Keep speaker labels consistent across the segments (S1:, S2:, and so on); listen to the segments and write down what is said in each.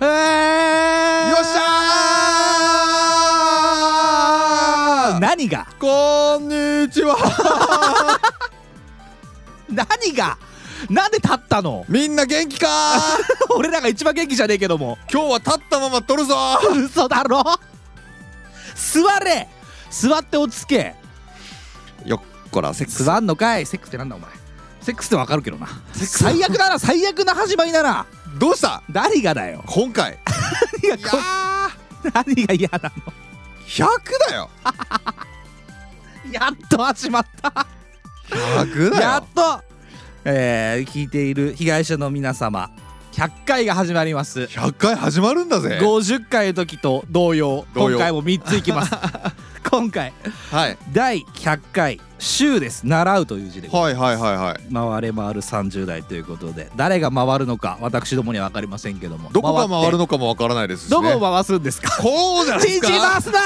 S1: えー、
S2: よっしゃー
S1: 何が
S2: こんにちは
S1: 何がなんで立ったの
S2: みんな元気かー
S1: 俺らが一番元気じゃねえけども
S2: 今日は立ったまま撮るぞー
S1: 嘘だろ座れ座って落ち着け
S2: よっこらセックス
S1: 座んのかいセックスってなんだお前セックスってわかるけどな最悪だな最悪な始まりだな
S2: どうした
S1: 何がだよ
S2: 今回
S1: いや
S2: いや
S1: こ何が嫌なの
S2: ー100だよ
S1: やっと始まった
S2: 100だよ
S1: やっと、えー、聞いている被害者の皆様100回が始まります
S2: 100回始まるんだぜ
S1: 50回の時と同様
S2: 同様
S1: 今回も3ついき ます今回
S2: はい
S1: 第100回「週」です「習う」という字で
S2: はいはいはいはい
S1: 回れ回る30代ということで誰が回るのか私どもには分かりませんけども
S2: どこが回る
S1: の
S2: のかもわからないですし、ね、
S1: どこを回すんですか
S2: こうじゃ ないで
S1: ち
S2: すか
S1: ち回すな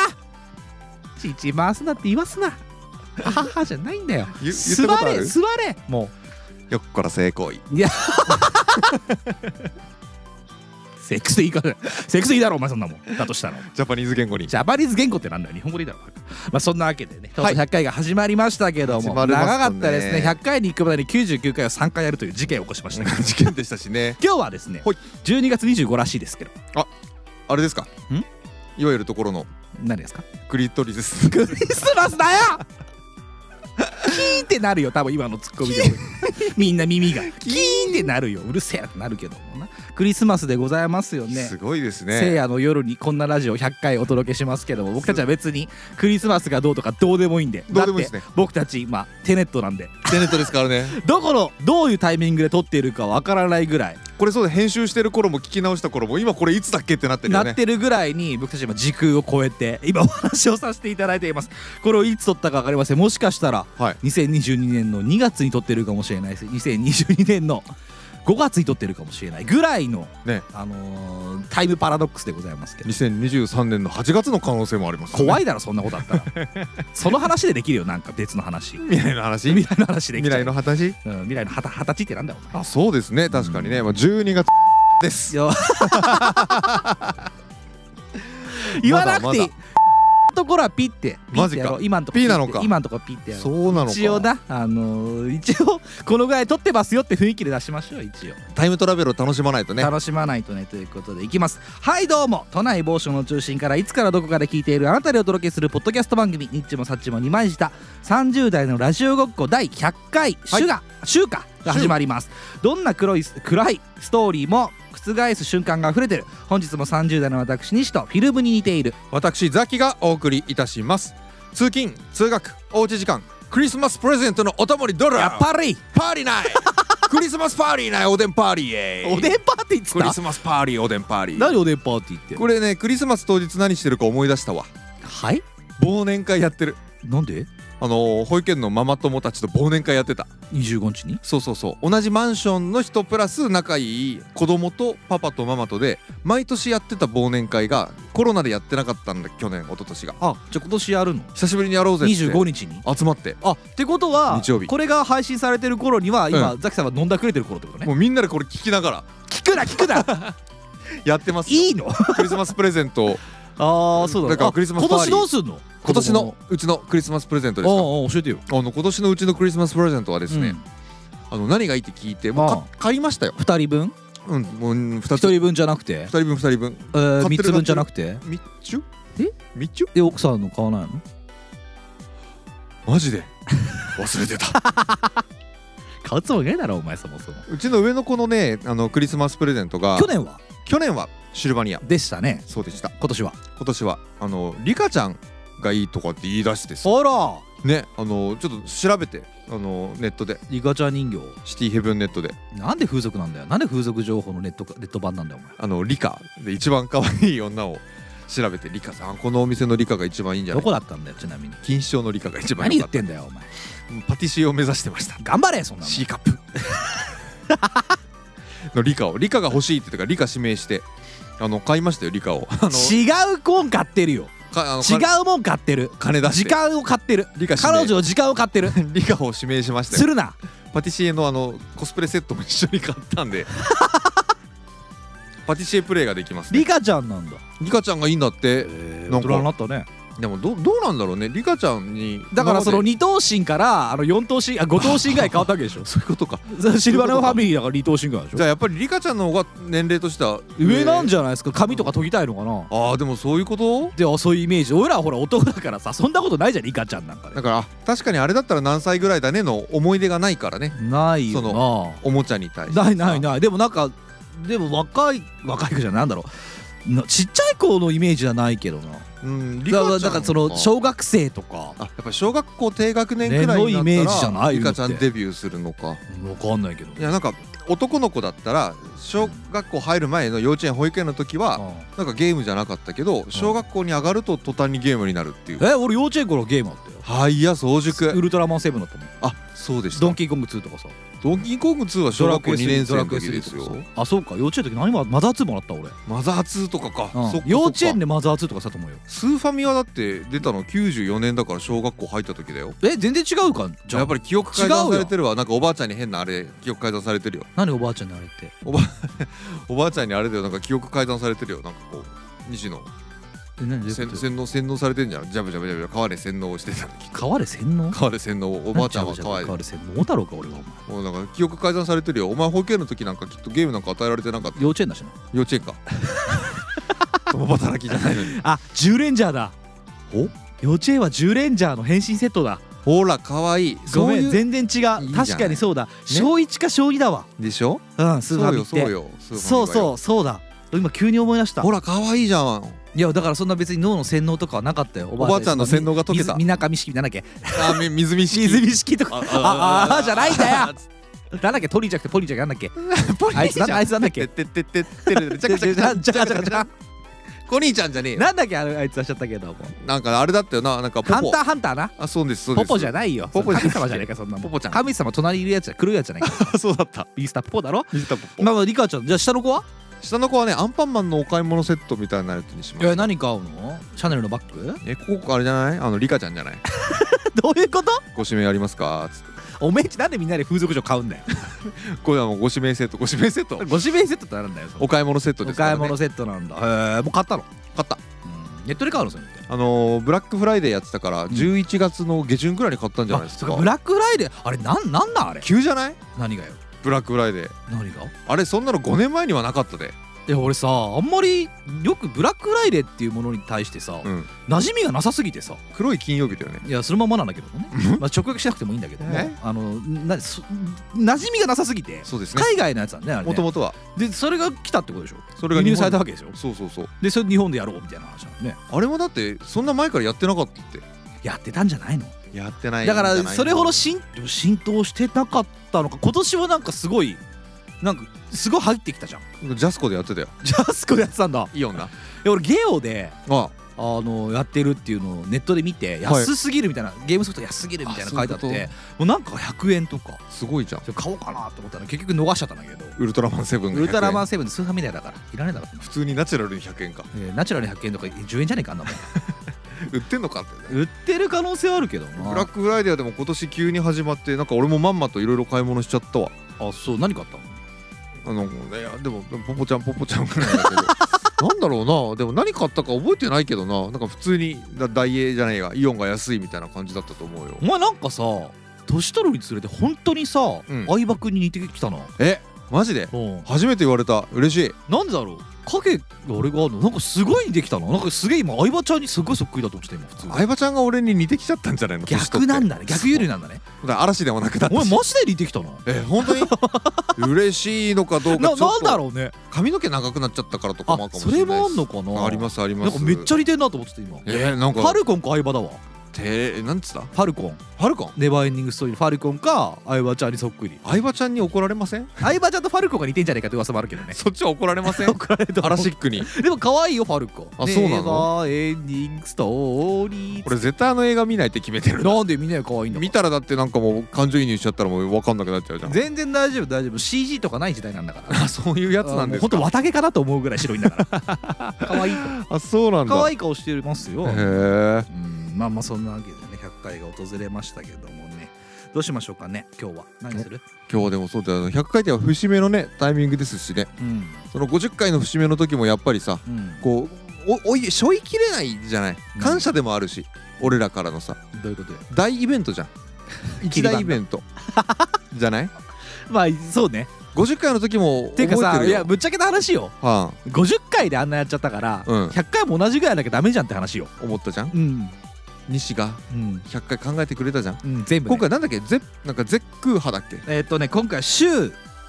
S1: ちち回すなって言わすなはははじゃないんだよ
S2: ゆ言
S1: 座
S2: ったことあ
S1: れ
S2: る
S1: 座れも
S2: よっこら性行為
S1: うセックスでいいからセックスでいいだろお前そんなもんだとしたら
S2: ジャパニーズ言語 に
S1: ジャパニーズ言語ってなんだよ日本語でいいだろまあそんなわけでねとうと
S2: は
S1: う
S2: い
S1: 100回が始まりましたけども、
S2: 始まりましたね
S1: 長かったですね100回に行くまでに99回を3回やるという事件を起こしましたけど
S2: 事件でしたしね
S1: 今日はですね
S2: ほい
S1: 12月25らしいですけど
S2: あれですか
S1: ん
S2: いわゆるところの
S1: 何ですか
S2: クリトリス
S1: クリスマスだよキーンってなるよ多分今のツッコミでみんな耳がキーンってなるようるせえなってなるけどもなクリスマスでございますよね
S2: すごいです
S1: 聖
S2: ね
S1: 夜の夜にこんなラジオ100回お届けしますけども僕たちは別にクリスマスがどうとかどうでもいいんで
S2: どうでもいいです
S1: だ
S2: ね
S1: って僕たち今テネットなんで
S2: テネットですからね
S1: どこのどういうタイミングで撮っているかわからないぐらい
S2: これそうだ編集してる頃も聞き直した頃も今これいつだっけってなってるよ
S1: な
S2: ね
S1: ってるぐらいに僕たち今時空を超えて今お話をさせていただいていますこれをいつ撮ったかわかりませんもしかしたら
S2: はい
S1: 2022年の2月に撮ってるかもしれないし2022年の5月に撮ってるかもしれないぐらいの、
S2: ね
S1: あのータイムパラドックスでございますけど
S2: 2023年の8月の可能性もあります、ね、
S1: 怖
S2: い
S1: いだろそんなことあ ったらその話でできるよなんか別の話
S2: 未来の話
S1: 未来の話でき
S2: 未
S1: ちゃう
S2: 来の話
S1: うん、未来の二十二十歳ってなんだよお前
S2: あそうですね確かにね、まあ、12月です
S1: よ 言わなくていい
S2: まだまだ
S1: ところはピッてピッてやろう
S2: マジか
S1: 今んとこッて
S2: P なのか
S1: 今んとこピッてやろう
S2: そうなのか
S1: 一応なあのー一応このぐらい撮ってますよって雰囲気で出しましょう一応、
S2: タイムトラベルを楽しまないとね
S1: 楽しまないとねということでいきますはいどうも都内某所の中心からいつからどこかで聞いているあなたにお届けするポッドキャスト番組「ニッチもサッチも二枚舌」30代のラジオごっこ第100回「
S2: はい
S1: 週が週か」が始まりますどんな黒い暗いストーリーも覆す瞬間が溢れてる本日も30代の私西とフィルムに似ている
S2: 私ザキがお送りいたします通勤通学おうち時間クリスマスプレゼントのお供にドラ
S1: やっぱり
S2: パーリーないクリスマスパーリーないおでんパーリーへ
S1: おでんパーティーっつ
S2: クリ
S1: っ
S2: ス
S1: た
S2: マスパーリーおでんパーリー
S1: 何おでんパーティーって
S2: これねクリスマス当日何してるか思い出したわ
S1: はい
S2: 忘年会やってる
S1: なんで
S2: あのー保育園のママ友たちと忘年会やってた
S1: 25日に
S2: そうそうそう同じマンションの人プラス仲いい子供とパパとママとで毎年やってた忘年会がコロナでやってなかったんだ去年一昨年が
S1: あじゃあ今年やるの
S2: 久しぶりにやろうぜって
S1: 25日に
S2: 集まって
S1: あってことは
S2: 日曜日
S1: これが配信されてる頃には今、ザキさんが飲んだくれてる頃ってことね
S2: もうみんなでこれ聞きながら
S1: 聞くな聞くな
S2: やってますよ
S1: いいの
S2: クリスマスプレゼント を
S1: ああそうだね
S2: だから
S1: あ
S2: クリスマス
S1: 今
S2: パ
S1: 年
S2: ーティー
S1: どうすんの
S2: 今年のうちのクリスマスプレゼン
S1: 子
S2: トですか
S1: 供のああ教えてよ
S2: あの今年のうちのクリスマスプレゼントはですね、あの何がいいって聞いてもう
S1: あ
S2: か買いましたよ、
S1: 2人分
S2: うん、もう2つ
S1: 1人分じゃなくて
S2: 二人分2人分
S1: えー
S2: 買ってる
S1: 3つ分じゃなくて
S2: みっちゅ
S1: え
S2: みっちゅ
S1: え奥さんの買わないの
S2: マジで 忘れ てた
S1: 買うつもりないだろお前そもそも
S2: うちの上の子のねあのクリスマスプレゼントが
S1: 去年は
S2: 去年はシルバニア
S1: でしたね
S2: そうでした
S1: 今年は
S2: 今年はあのリカちゃんがいいとかって言い出してさ
S1: あら
S2: ねあのちょっと調べてあのネットで
S1: リカちゃん人形
S2: シティヘブンネットで
S1: なんで風俗なんだよなんで風俗情報のネットかネット版なんだよお前
S2: あのリカで一番可愛い女を調べてリカさんこのお店のリカが一番いいんじゃな
S1: ど
S2: いか
S1: こだったんだよちなみに
S2: 錦糸町のリカが一番
S1: 何
S2: 良か
S1: 言っ
S2: っ
S1: て
S2: た
S1: んだよお前
S2: パティシエを目指してました
S1: 頑張れそんなの
S2: C カップ のリカをリカが欲しいって言ってからリカ指名してあの買いましたよリカをあの
S1: 違うコーン買ってるよ
S2: かあの
S1: 違うもん買ってる
S2: 金出して
S1: 時間を買ってる
S2: リカ指名
S1: 彼女の時間を買 ってる
S2: リカを指名しました
S1: す
S2: よ
S1: るな
S2: パティシエのあのコスプレセットも一緒に買ったんでパティシエプレイができます、ね
S1: リ、カちゃんなんだ
S2: リカちゃんがいいんだって
S1: え
S2: なんか
S1: 大人になったね
S2: でもどどうなんだろうねリカちゃんに
S1: だからその
S2: 今まで
S1: 二等身からあの四等身あ五等身ぐらい変わったわけ でしょ
S2: そういうことか
S1: シルバネオファミリーだから二等身ぐらいで
S2: じ
S1: し
S2: ゃ
S1: ょ
S2: あやっぱりリカちゃんの方が年齢としては
S1: 上なん
S2: ゃ
S1: じゃないですか髪とか研ぎたいのかな
S2: ああでもそういうこと
S1: でそういうイメージ俺らはほら男だからさそんなことないじゃんリカちゃんなんか
S2: だからあ確かにあれだったら何歳ぐらいだねの思い出がないからね
S1: でないよ
S2: そ
S1: な
S2: おもちゃに対して
S1: ないない
S2: い
S1: ないでもなんかでも若い若い子じゃないなんだろうなちっちゃい子のイメージじゃないけどな
S2: うんリ
S1: だ
S2: カ
S1: から
S2: ちゃん
S1: だからその小学生とか
S2: あやっぱ小学校低学年くらいにな
S1: ねのイメー
S2: っ
S1: ジじゃ
S2: た
S1: な
S2: ら
S1: い
S2: リカちゃ
S1: 言
S2: ん
S1: うて
S2: デビューするのか
S1: 分かんないけど
S2: いやなんか男の子だったら小学校入る前の幼稚園保育園の時は
S1: う
S2: なんかゲームじゃなかったけど小学校に上がると途端にゲームになるっていうん
S1: え俺幼稚園頃ゲームあったよ
S2: はいや早熟
S1: ウルトラマンセブンだったもん
S2: あそうでした
S1: ドンキーコング2とかさ
S2: ドンキーコング2は小学校2年生の時です
S1: ドラクエ3と
S2: よ
S1: かさあそうか幼稚園の時何もマザー2もらった俺、
S2: マザー2とかか、
S1: うん
S2: そっか
S1: 幼稚園
S2: で
S1: でマザー2とかしたと思うよ
S2: スーファミはだって出たの94年だから小学校入った時だよ
S1: え全然違うかじゃあ
S2: やっぱり記憶改ざんされてるわなんかおばあちゃんに変なあれ記憶改ざんされてるよ
S1: 何おばあちゃんにあれって
S2: おばあちゃんにあれだよなんか記憶改ざんされてるよなんかこう西野
S1: え何どういう
S2: 洗
S1: こと
S2: 洗脳洗脳されてんじゃんジャブジャブジャブジャブ川で洗脳をしてた時
S1: 川で洗脳
S2: 川で洗脳をおばあちゃんは川
S1: 川
S2: で
S1: で洗脳太郎か俺はお前
S2: もうなんか記憶改ざんされてるよお前保育園の時なんかきっとゲームなんか与えられてなかった
S1: 幼稚園だし な
S2: 幼稚園か共働きじゃないのに
S1: あ10レンジャーだ
S2: お
S1: 幼稚園は10レンジャーの変身セットだ
S2: ほら可愛い
S1: ご
S2: そう
S1: め
S2: い
S1: ん
S2: う
S1: 全然違
S2: いういじゃない
S1: 確かにそうだ小1か小2だわ
S2: でしょ
S1: うんスーファミっ
S2: そうよそう
S1: て
S2: よスーファミ
S1: そう
S2: はよ
S1: そうそうだ今急に思い出した
S2: ほら可愛いじゃん
S1: いやだからそんな別に脳の洗脳とかはなかったよお
S2: おばあちゃんの洗脳が解けた
S1: みなかみ式なんだっけ
S2: あみ水見式
S1: 水見式とか
S2: あ
S1: あああじゃないん だよ
S2: よ
S1: なんだっけトリじゃなくてポリじゃなくてなんだっ
S2: ポ
S1: けあいつなんだあいつなんだっけ
S2: てってってってってるちゃかちゃかち
S1: じ
S2: ゃ
S1: ゃ
S2: か
S1: じゃじゃじゃじゃ
S2: コニーちゃんじゃねえよ
S1: なんだっけあのあいつはしちゃったけども
S2: なんかあれだったよななんかポ
S1: ハン
S2: ポ
S1: ターハンターな
S2: あそうですそうで
S1: ポ
S2: す
S1: ポじゃ
S2: ゃ
S1: ないよ
S2: ポポじゃな
S1: 神様
S2: い
S1: じゃねえかそんなもん
S2: ポポちゃん
S1: 神様隣いるやつじゃ狂いやつじゃないか
S2: そうだった
S1: イースターポーだろ
S2: 水田ポポ
S1: まあまあリカちゃんじゃあ下の子は
S2: 下の子はねアンパンマンのお買い物セットみたいなやつにしま
S1: いや
S2: す
S1: 何買うのシャネルのバッグ
S2: えここあれじゃないあのリカちゃんじゃない
S1: どういうこと
S2: ご指名ありますかつって
S1: おめえんちなんでみんなで風俗嬢買うんだよ
S2: これはもうご指名セットご指名セット
S1: ご指名セットってあるんだよその
S2: お買い物セットで
S1: お
S2: すか
S1: 買
S2: ら
S1: い物
S2: ね
S1: セットなんだへえもう買ったの
S2: 買った
S1: うんネットで買うのそれって
S2: あのーブラックフライデーやってたから
S1: ん
S2: 11月の下旬ぐらいに買ったんじゃないです
S1: あ
S2: か
S1: ブラックフライデーあれなんなんだあれ
S2: 急じゃない
S1: 何がよ
S2: ブラックフライデー
S1: 何が
S2: あれそんなの5年前にはなかったで
S1: いや俺さあんまりよくブラックフライデーっていうものに対してさ、
S2: うん
S1: 馴染みがなさすぎてさ
S2: 黒い金曜日だよね
S1: いやそのままなんだけどもねまあ直訳しなくてもいいんだけども
S2: え
S1: あのなそ馴染みがなさすぎて、
S2: そうですね
S1: 海外のやつなんだよねあれね
S2: もともとは
S1: でそれが来たってことでしょ
S2: それが日
S1: 輸
S2: 本
S1: 入されたわけでしょ
S2: そうそうそう
S1: でそれ日本でやろうみたいな話なのね
S2: あれもだってそんな前からやってなかったって
S1: やってたんじゃないの
S2: やってない
S1: だから
S2: じゃない
S1: それほど浸浸透してなかったのか今年はなんかすごいなんかすごい入ってきたじゃん
S2: ジャスコでやってたよ
S1: ジャスコでやってたんだ
S2: イオンだ
S1: いや俺ゲオで
S2: あ
S1: あのやってるっていうのをネットで見て
S2: はい
S1: 安すぎるみたいな、ゲームソフト安すぎるみたいなの書いてあって
S2: あそういう
S1: もうなんか100円とか
S2: すごいじゃん
S1: それ買おうかなと思ったら結局逃しちゃったんだけど
S2: ウルトラマンセブン
S1: ウルトラマ
S2: ン
S1: ンセブンでスーファミリアだからいらねえだろ、
S2: 普通にナチュラルに100円か
S1: えーナチュラルに100円とか10円じゃねえかあんなもん
S2: 売ってんのかってね
S1: 売ってる可能性はあるけど
S2: ブラッ
S1: な
S2: クフライデーはでも今年急に始まってなんか俺もまんまといろいろ買い物しちゃったわ
S1: あそう何買ったの
S2: あのいやでもポポちゃんポポちゃんぐらいだけど なんだろうなでも何買ったか覚えてないけどななんか普通にだダイエーじゃないがイオンが安いみたいな感じだったと思うよ
S1: お前なんかさ年取るにつれて本当にさ、
S2: うん
S1: 相葉君に似てきたな
S2: えマジで
S1: うん
S2: 初めて言われた嬉しい
S1: なんでだろう影が俺があるのなんかすごいできたななんかすげえ今相葉ちゃんにすごいそっくりだと思ってた今普通に
S2: 相葉ちゃんが俺に似てきちゃったんじゃないの年取
S1: 逆
S2: って
S1: なんだね逆有利なんだね
S2: だから嵐でもなくなっ
S1: お
S2: た
S1: 前
S2: し
S1: マジで似てきたな
S2: え本当に 嬉しいのかどうか
S1: な
S2: ちょ
S1: な
S2: っ
S1: んだ
S2: と
S1: ろうね
S2: 髪の毛長くなっちゃったからとかもあ
S1: あ
S2: るかも
S1: そ
S2: しれない
S1: れもあん
S2: です
S1: のかな
S2: ありますあり
S1: な
S2: ま
S1: ん
S2: す
S1: かめっちゃ似てんなと思ってた今
S2: えー、なん
S1: フ
S2: か
S1: ァルコンか相葉だわ
S2: てなんつった
S1: ファルコン
S2: ファルコン
S1: ネバーエンディングストーリーのファルコンか相葉ちゃんにそっくり
S2: 相葉ちゃんに怒られません
S1: 相葉ちゃんとファルコンが似てんじゃないかって噂もあるけど ね
S2: そっちは怒られません
S1: 怒られると
S2: ア
S1: 思
S2: ラ
S1: う
S2: シックに
S1: でも可愛いよファルコン
S2: あそうなの
S1: ネバーエンディングストーリー
S2: 俺絶対あの映画見ないって決めてる
S1: なんでみんな可愛いんだから
S2: 見たらだってなんかもう感情移入しちゃったらもう分かんなくなっちゃうじゃん
S1: 全然大丈夫大丈夫 CG とかない時代なんだから
S2: あそういうやつなんです
S1: 本当
S2: か
S1: 綿毛かなと思うぐらい白いんだから 可愛い
S2: あそうなんだ
S1: 可愛い顔してますよ
S2: へえ
S1: うんまあまあそんなわけでね100回が訪れましたけどもねどうしましょうかね今日は何する
S2: 今日はでもそうだよね100回転は節目のねタイミングですしね
S1: うん
S2: その50回の節目の時もやっぱりさ
S1: うん
S2: こうおおい背負いきれないじゃない
S1: うん
S2: 感謝でもあるし、俺らからのさ
S1: どういうことよ
S2: 大イベントじゃ ん一大イベントじゃない
S1: まあそうね
S2: 50回の時も
S1: てい
S2: 覚え
S1: う
S2: て
S1: か
S2: るよ
S1: さいやぶっちゃけた話よ
S2: は
S1: 50回であんなやっちゃったから、
S2: うん
S1: 100回も同じぐらいなきゃダメじゃんって話よ
S2: あ、思ったじゃん
S1: うん
S2: 西が
S1: うん、
S2: 100回考えてくれたじゃん、
S1: うん、全部、ね、
S2: 今回なんだっけゼなんかゼック派だっけ
S1: えーっとね今回週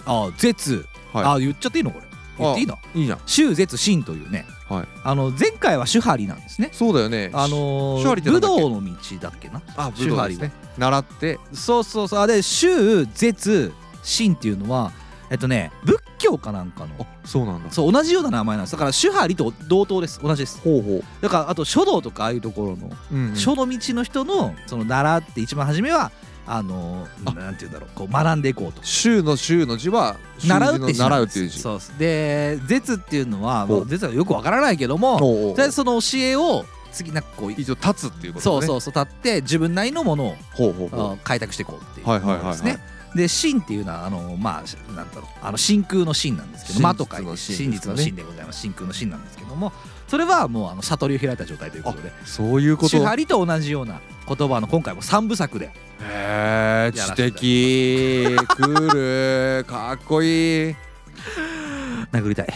S1: あ絶、
S2: はい
S1: あ言っちゃっていいのこれ言っていいの
S2: いいじゃん
S1: 週絶神というね、
S2: はい
S1: あの前回は手張りなんですね
S2: そうだよね
S1: あの
S2: 手張り
S1: ー、
S2: って
S1: 武
S2: なんだっけ
S1: 道の道だっけな
S2: あ武道ですね習って
S1: そうそうそうあで週絶神っていうのはえっとね仏教かなんかの
S2: あそうなんだ
S1: そう同じような名前なんですだから手張りと同等です同じです
S2: ほうほう
S1: だからあと書道とかああいうところの
S2: うんうん
S1: 書の道の人のその習って一番初めはあの
S2: あ
S1: ー、なんて言うんだろうこう学んでいこうと
S2: 週の週の字は習
S1: 習うって字
S2: 習
S1: なん
S2: うっ
S1: で
S2: て
S1: す
S2: いう字
S1: そうっすで絶っていうのは、ま
S2: ほ
S1: あ、
S2: う
S1: 絶はよくわからないけども
S2: おうおう
S1: とりあえずその教えを次なんかこう
S2: 一応立つっていうこと
S1: そう
S2: ね
S1: そうそう立って自分なりのものを
S2: ほうほう
S1: あ
S2: ほ
S1: 開拓していこうっていう
S2: はいはいはいはい
S1: ものですね。で真っていうのはあのまあなんだろうあの真空の真なんですけど間と書いて真実
S2: 真実
S1: の
S2: の真ですね
S1: 真でございます真空の真なんですけどもそれはもうあの悟りを開いた状態ということで
S2: うそういうこと
S1: 手張りと同じような言葉の今回も3部作 で
S2: へえ
S1: やらせて
S2: 知的クールかっこいい
S1: 殴りたい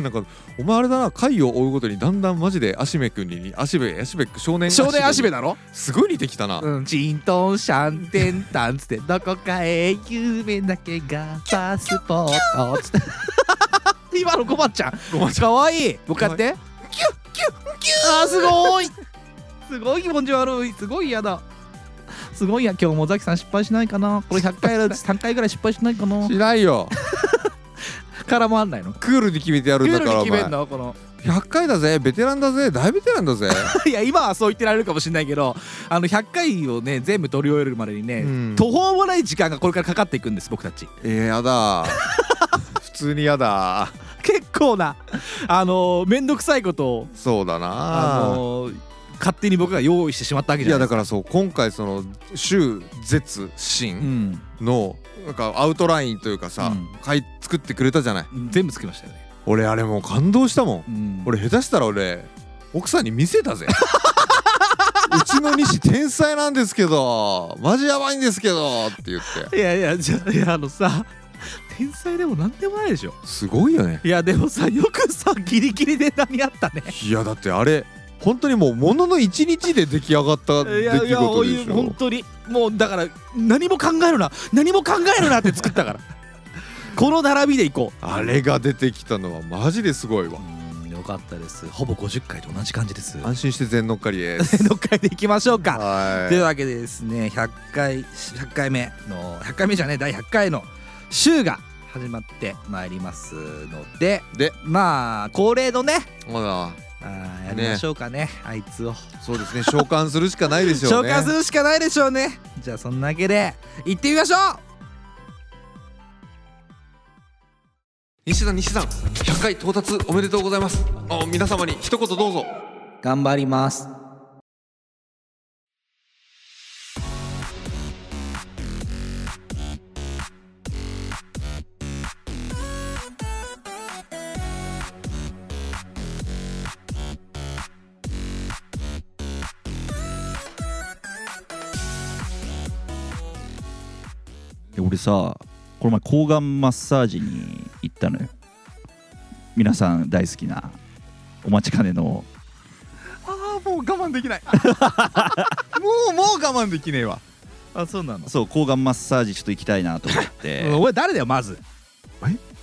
S2: なんかお前あれだな回を追うごとにだんだんマジでアシベ君にアシベアシベ少年
S1: 少年足部
S2: だ
S1: だろ
S2: すごい似てきたな、
S1: うんチントンシャンテンタンつってどこかへ夢だけがパスポートつって 今のコバちゃん
S2: ごまち
S1: かわいい向かってキュッキュッキュッあーすごいすごい気持ち悪いすごい嫌だすごいや今日もザキさん失敗しないかなこれ100回やるう ち3回ぐらい失敗しないか
S2: ゃ
S1: なん
S2: しないよ
S1: からもあんないの
S2: クールに決めてやる
S1: ルー
S2: んだか
S1: ルに
S2: らお
S1: 決
S2: 前
S1: めんのこの
S2: 100回だぜベテランだぜ大ベテランだぜ
S1: いや今はそう言ってられるかもしれないけどあの100回をね全部取り終えるまでにね、
S2: うん
S1: 途方もない時間がこれからかかっていくんです僕たち
S2: えー、やだ 普通にやだ
S1: 結構なあの面倒くさいことを
S2: そうだな
S1: あの勝手に僕が用意してしまったわけ
S2: い
S1: じゃ
S2: や
S1: ない
S2: だ
S1: ですか
S2: からそう今回その週絶新
S1: うん
S2: のなんかアウトラインというかさ、
S1: うん
S2: かい作ってくれたじゃない
S1: 全部つきましたよね、
S2: 俺あれもう感動したもん
S1: うん
S2: 俺下手したら俺奥さんに見せ たぜうちの西天才なんですけどマジやばいんですけどって言って
S1: いやいやじゃあいやあのさ天才でもなんでもないでしょ
S2: すごいよね
S1: いやでもさよくさギリギリで何あったね
S2: いやだってあれ本当にもうものの1日で出来上がった出
S1: い
S2: 来
S1: やいや
S2: 事
S1: お
S2: で
S1: い
S2: しょ
S1: 本当にもうだから何も考えるな何も考えるなって作った からこの並びでいこ
S2: あれが出てきたのはマジですごいわ
S1: うよかったですほぼ50回と同じ感じです
S2: 安心して全乗っかりです
S1: 6回でいきましょうか
S2: は
S1: と
S2: い
S1: いうわけでですね100回100回目の100回目じゃねえ第100回の週が始まってまいりますので
S2: で
S1: まあ恒例のね
S2: ま
S1: あーやりましょうかねあいつを
S2: だそうですね召喚するしかないです
S1: 紹
S2: よね
S1: 介するしかないでしょうねじゃあそんなわけで行ってみましょう
S2: 西田西さん100回到達おめでとうございますあ皆様に一言どうぞ
S1: 頑張ります
S3: で俺さこの前抗がんマッサージに行ったのよ皆さん大好きなお待ちかねの
S2: ああもう我慢できない もうもう我慢できねえわ
S1: あそうなの
S3: そう抗がんマッサージちょっと行きたいなと 思って
S1: お前誰だよまず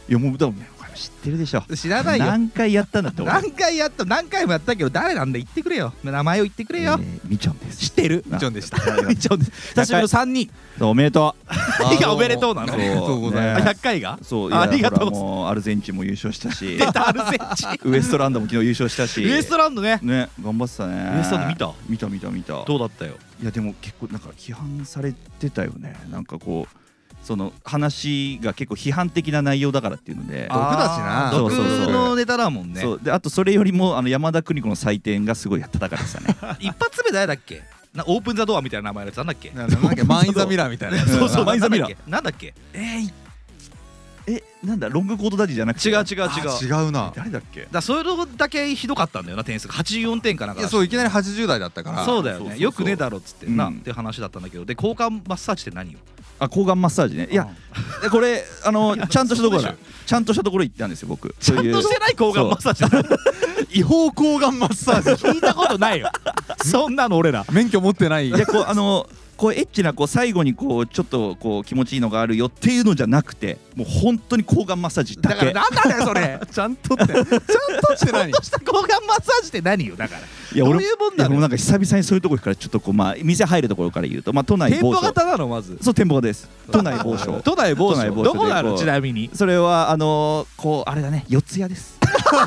S3: いやもう多分お前知ってるでしょ
S1: 知らないよ
S3: 何回やったんだって俺
S1: 何回やった何回もやったけど誰なんだ言ってくれよ名前を言ってくれよ、
S3: えーみちょんです
S1: 知ってる
S3: みちょん
S1: でしたみちょんです久しぶりの3人
S3: おめでと
S1: いやおめでとうなの
S2: ありがとうござい
S1: あ
S2: ます、
S1: 100回が
S3: うそうい
S1: あ
S3: や
S1: ありがとう
S3: ほらもうアルゼンチンも優勝し たし
S1: アルゼンチ
S3: ウエストランドも昨日優勝したし
S1: ンウエストランドね
S3: ね頑張ってたね
S1: ウエストランド
S3: 見た見た見た見た
S1: どうだったよ
S3: いやでも結構なんか批判されてたよねなんかこうその話が結構批判的な内容だからっていうので
S2: あ毒だしな
S1: あー毒
S3: そうそうそう
S1: のネタだもんね
S3: そうであとそれよりもあの山田邦子の採点がすごい高かったですね
S1: 一発目誰だっけなオープン・ザ・ドアみたいな名前のやつなんだっけ、
S2: なん かマン・イン・ザ・ミラーみたいな
S1: そうそう
S3: うんマインザミラー
S1: なんだっけ
S3: えーいえなんだロングコートダディじゃなくて
S1: 違う違う違う
S2: あ
S1: だか
S2: 違うな
S3: 誰だっけ
S1: らそれだけひどかったんだよな点数が84点かなん
S2: い
S1: か
S2: や
S1: だ
S2: そういきなり80代だったから
S1: そうだよねよくねえだろっつってな、
S3: う
S1: っ
S3: ん
S1: て話だったんだけどで交換マッサージって何よ
S3: あ睾丸マッサージねいやでこれあ のちゃんとしたところだちゃんとしたところ行ったんですよ僕
S1: ちゃんと
S3: そ
S1: し
S3: うい
S1: てない交換マッサージだ
S2: 違法抗がんマッサージ
S1: 聞いたことないよそんなの俺ら
S2: 免許持ってないう
S3: いやこうあのこうエッチなこう最後にこうちょっとこう気持ちいいのがあるよっていうのじゃなくてもう本当に睾丸マッサージだ
S2: だか
S3: け
S2: らなんだよ それちゃんとってちゃんとして何
S1: 交換マッサージって何よだから
S3: いや
S1: ど
S3: 俺
S1: ういうもんだ
S3: いや
S1: ろ
S3: 俺も
S1: う
S3: なんか久々にそういうとこ行くからちょっとこうまあ店入るところから言うとまあ都内
S1: 店
S3: 某
S1: 舗
S3: 所
S1: 型なのまず
S3: そう店舗です都内某所
S1: 都内某
S3: 都内
S1: 所
S3: 某所
S1: どこな
S3: でこ
S1: の
S3: う
S1: ちなみに
S3: それはあのーこうあれだね四ツ谷です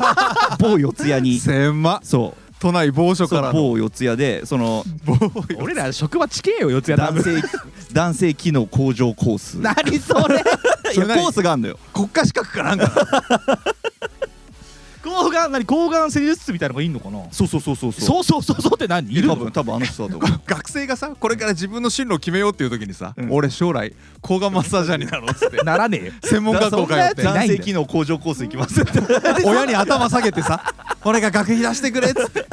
S3: 某四ツ谷に
S2: 狭
S3: そう
S2: 都内某所
S3: そ
S2: か
S3: う
S2: らの
S3: 某四ツ谷でその
S2: 某
S1: 俺ら職場近えよ四谷多
S3: 男
S1: 分
S3: 性男性機能向上コースいや
S1: 何それ
S2: れ何
S3: コースがあんのよ
S2: 国家資格かなん か
S1: 抗がん何抗がん施術室みたいなのがいんのかな
S3: そうそうそうそう
S1: そうそうそうそうって何いる
S3: 多
S1: の
S3: 分多分あの人だと 思う
S2: 学生がさこれから自分の進路を決めようっていう時にさ、
S3: うん
S2: 俺将来抗がんマッサージャーになろうっつって
S1: ならねえよ
S2: 専門学校通って
S1: そんなや
S3: 男性機能向上コース行 きますって
S2: 親に頭下げてさ 俺が学費出してくれっつって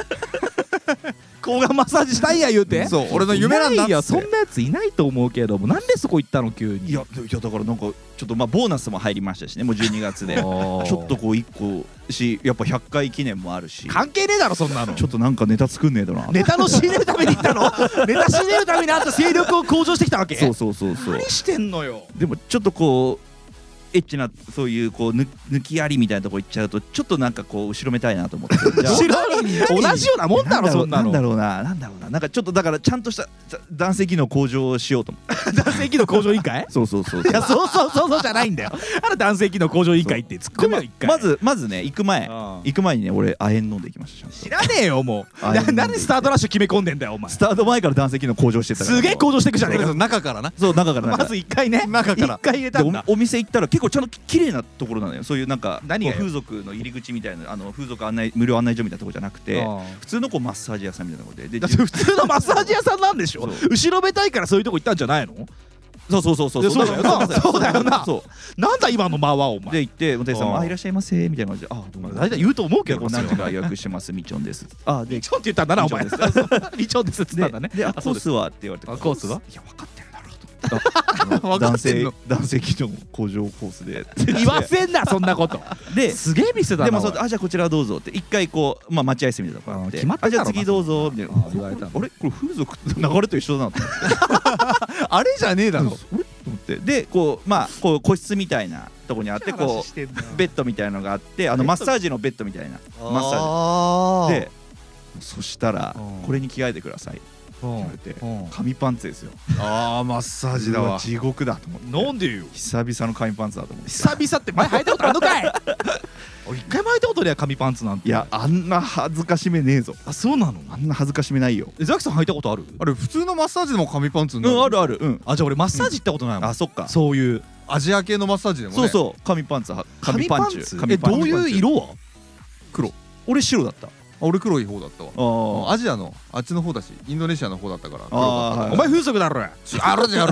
S1: 抗がんマッサージしたいや言うて
S2: そう俺の夢なんだっ
S1: いや
S2: つ
S1: そ
S2: って
S1: んなやついないと思うけどもなんでそこ行ったの急に
S3: いやいやだからなんかちょっとまあボーナスも入りましたしねもう12月で
S1: ち
S3: ちょっとこう一個しやっぱ100回記念もあるし
S1: 関係ねえだろそんなの
S3: ちょっとなんかネタ作んねえだな
S1: ネタの仕入れるために行った のネタ仕入れるためにあんた勢力を向上してきたわけ
S3: そうそうそうそう
S1: 何してんのよ
S3: でもちょっとこうエッチなそういうこうぬ抜きありみたいなとこ行っちゃうとちょっとなんかこう後ろめたいなと 思ってじゃあ
S1: 知らん同じようなもんだろそんなの
S3: んだろうななんだろうななんかちょっとだからちゃんとしたざ男性機能向上をしようと思って
S1: 男性機能向上委員会
S3: そうそうそう
S1: いやそうそうそうそうじゃないんだよあら男性機能向上委員会って突っ込むよ一回
S3: まずまずね行く前
S1: うん
S3: 行く前にね俺亜鉛飲んでいきましたちゃんと
S1: 知らねえよもう
S3: あ
S1: な
S3: れ
S1: なんでスタートラッシュ決め込んでんだよお前
S3: スタート前から男性機能向上してたから
S1: すげえ向上してくじゃねえか
S2: 中からな
S3: そう中からなん
S1: ま
S3: か
S1: ず一回ね
S2: 中から
S1: 一回入れたんだ
S3: でおお店行ったら結構ちゃんとき綺麗なところなのよそういうなんか
S1: 何がよ
S3: こう風俗の入り口みたいなあの風俗案内無料案内所みたいなとこじゃなくて普通のこうマッサージ屋さんみたいなとこでで
S1: だって普通のマッサージ屋さんなんでしょ
S3: そう
S1: 後ろめたいからそういうとこ行ったんじゃないの
S3: そうそうそうそう
S1: いやそうだよなそうだよな
S3: そ
S1: なんだ今の間はお
S3: う
S1: 前
S3: で行ってお店さん
S1: あ
S3: も
S1: ー
S3: 「あいらっしゃいませ」みたいな感じで「あどうも
S1: 大体言うと思うけ
S3: で
S1: ど
S3: こう何時から予約してますみちょん です」あで
S1: みちょんって言ったんだなお前
S3: みち
S1: みちょんですっつったんだね
S3: でであ
S1: あ
S3: コ
S1: そうです
S3: ースはって言われて
S1: あコースはい
S3: や分かってるだろうと 思
S2: 分
S3: って
S2: か
S3: 男
S2: ってんの
S3: 性男性基準向上コースで
S1: 言わせんなそんなこと
S3: で
S1: すげえ店だな
S3: でもそ
S1: お
S3: う
S1: い
S3: あじゃあこちらどうぞって一回こうまあ待合室みたいなとこがあっ
S1: あ
S3: て
S1: 決まってんだろ
S3: あじゃあ次どうぞみたい
S1: あ
S3: な
S1: 言われたの
S3: あれこれ風俗と流れと一緒だなと思っ
S2: あれじゃねえだろ
S3: てでこうまあこう個室みたいなとこにあってこうベッドみたいのがあってあのマッサージのベッドみたいなマッサージ
S2: あー
S3: でそしたら
S1: うん
S3: 「これに着替えてください」って言われて
S1: うん
S3: 紙パンツですよ
S2: あーマッサージだ
S3: うわ
S2: わ
S3: 地獄だと思って
S1: なんでよ
S3: 久々の紙パンツだと思って
S1: 久々って前履いたことあるのかい俺一回も履いたことねえや紙パンツなんて
S3: いやあんな恥ずかしめねえぞ
S1: あそうなの
S3: あんな恥ずかしめないよ
S1: えザキさん履いたことある
S2: あれ普通のマッサージでも紙パンツにな
S3: うんあるあるうん
S1: あじゃあ俺マッサージ行ったことないもん
S3: あそっか
S1: そういう
S2: アジア系のマッサージでもね
S3: そうそう紙パンツは紙パンチュ
S1: え
S3: 紙パン
S1: ど
S3: チ
S1: ういう色は
S3: 俺白だった
S2: あ俺黒い方だったわ
S3: あ
S2: アジアのあっちの方だしインドネシアの方だったから
S3: あーはい
S1: お前風俗だろ
S2: あるじゃんあるじ ゃん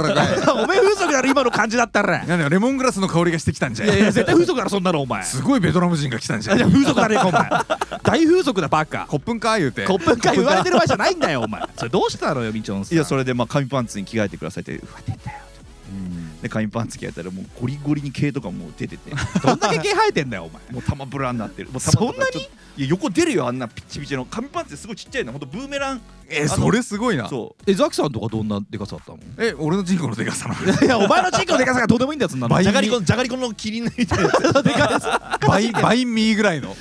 S1: お前風俗だろ今の感じだったら
S2: なんだよレモングラスの香りがしてきたんじゃ
S1: い
S2: ん
S1: やいや絶対風俗だろそんなのお前
S2: すごいベトナム人が来たんじゃ
S1: あ
S2: ん
S1: じゃあ風俗だねお前 大風俗だバカ
S2: コップンかー言うて
S1: コップンか言われてる場合じゃないんだよお前 それどうしたのよみちょんさん
S3: いやそれでまあ紙パンツに着替えてくださいってうわ出たよで紙パンツ着替えたらもうゴリゴリに毛とかもう出て て
S1: どんだけ毛生えてんだよお前
S3: もう玉ぶらになってるもう
S1: そんなに
S3: 玉とかちょっといや横出るよあんなピッチピチの紙パンツってすごいちっちゃいのほんとブーメラン
S2: えそれすごいな
S3: そう
S1: えザキさんとかどんなでかさだったの
S2: え俺の人口のでか さなの
S1: いやお前のチンコのでかさがどうでもいいんだよそんなの
S2: 倍
S3: じ
S2: に
S3: ゃがりこじゃがりこの切り抜いたやつ
S1: でかいやつ
S2: 倍倍ミーぐら いの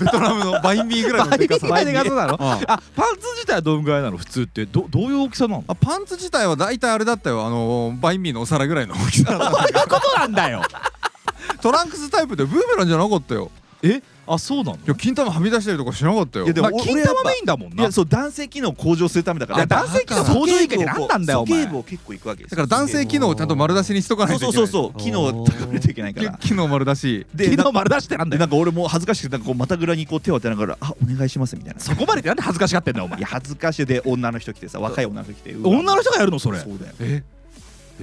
S2: ベトナムの倍ミーぐらいのでかさ
S1: 倍ミーぐらいのでかさなの
S2: うん
S1: あパンツ自体はどんぐらいなの普通ってどどういう大きさなの
S2: あパンツ自体は大体あれだったよあのバインミーのお皿ぐらいの大きさだった
S1: そういうことなんだよ
S2: トランクスタイプでブーメランじゃなかったよ
S3: え
S1: あそうなの
S2: いや金玉はみ出したりとかしなかったよ
S3: いやでも
S1: まあ金玉メインだもん
S3: い
S1: な
S3: やそう男性機能向上するためだから
S1: いや男性機能向上以外って何なんだよお前
S3: 鼠径部を結構いくわけです
S2: だ
S3: よ
S2: から男性機能をちゃんと丸出しにしとかないと
S3: そ
S2: いうけな
S3: そ
S2: いう
S3: そう機能を高めていけないから
S2: 機能丸出し
S3: で
S1: 昨
S3: な
S1: 日丸出してなんだよ
S3: でなんか俺も恥ずかしくてなんかこう股ぐらにこう手を当てながら「あお願いします」みたいな
S1: そこまでってなんで恥ずかしがってんだよお前
S3: いや恥ずかしいで女の人来てさ若い女の人来て
S1: 女の人がやるのそ
S3: そ
S1: れ
S3: そうだよ
S2: え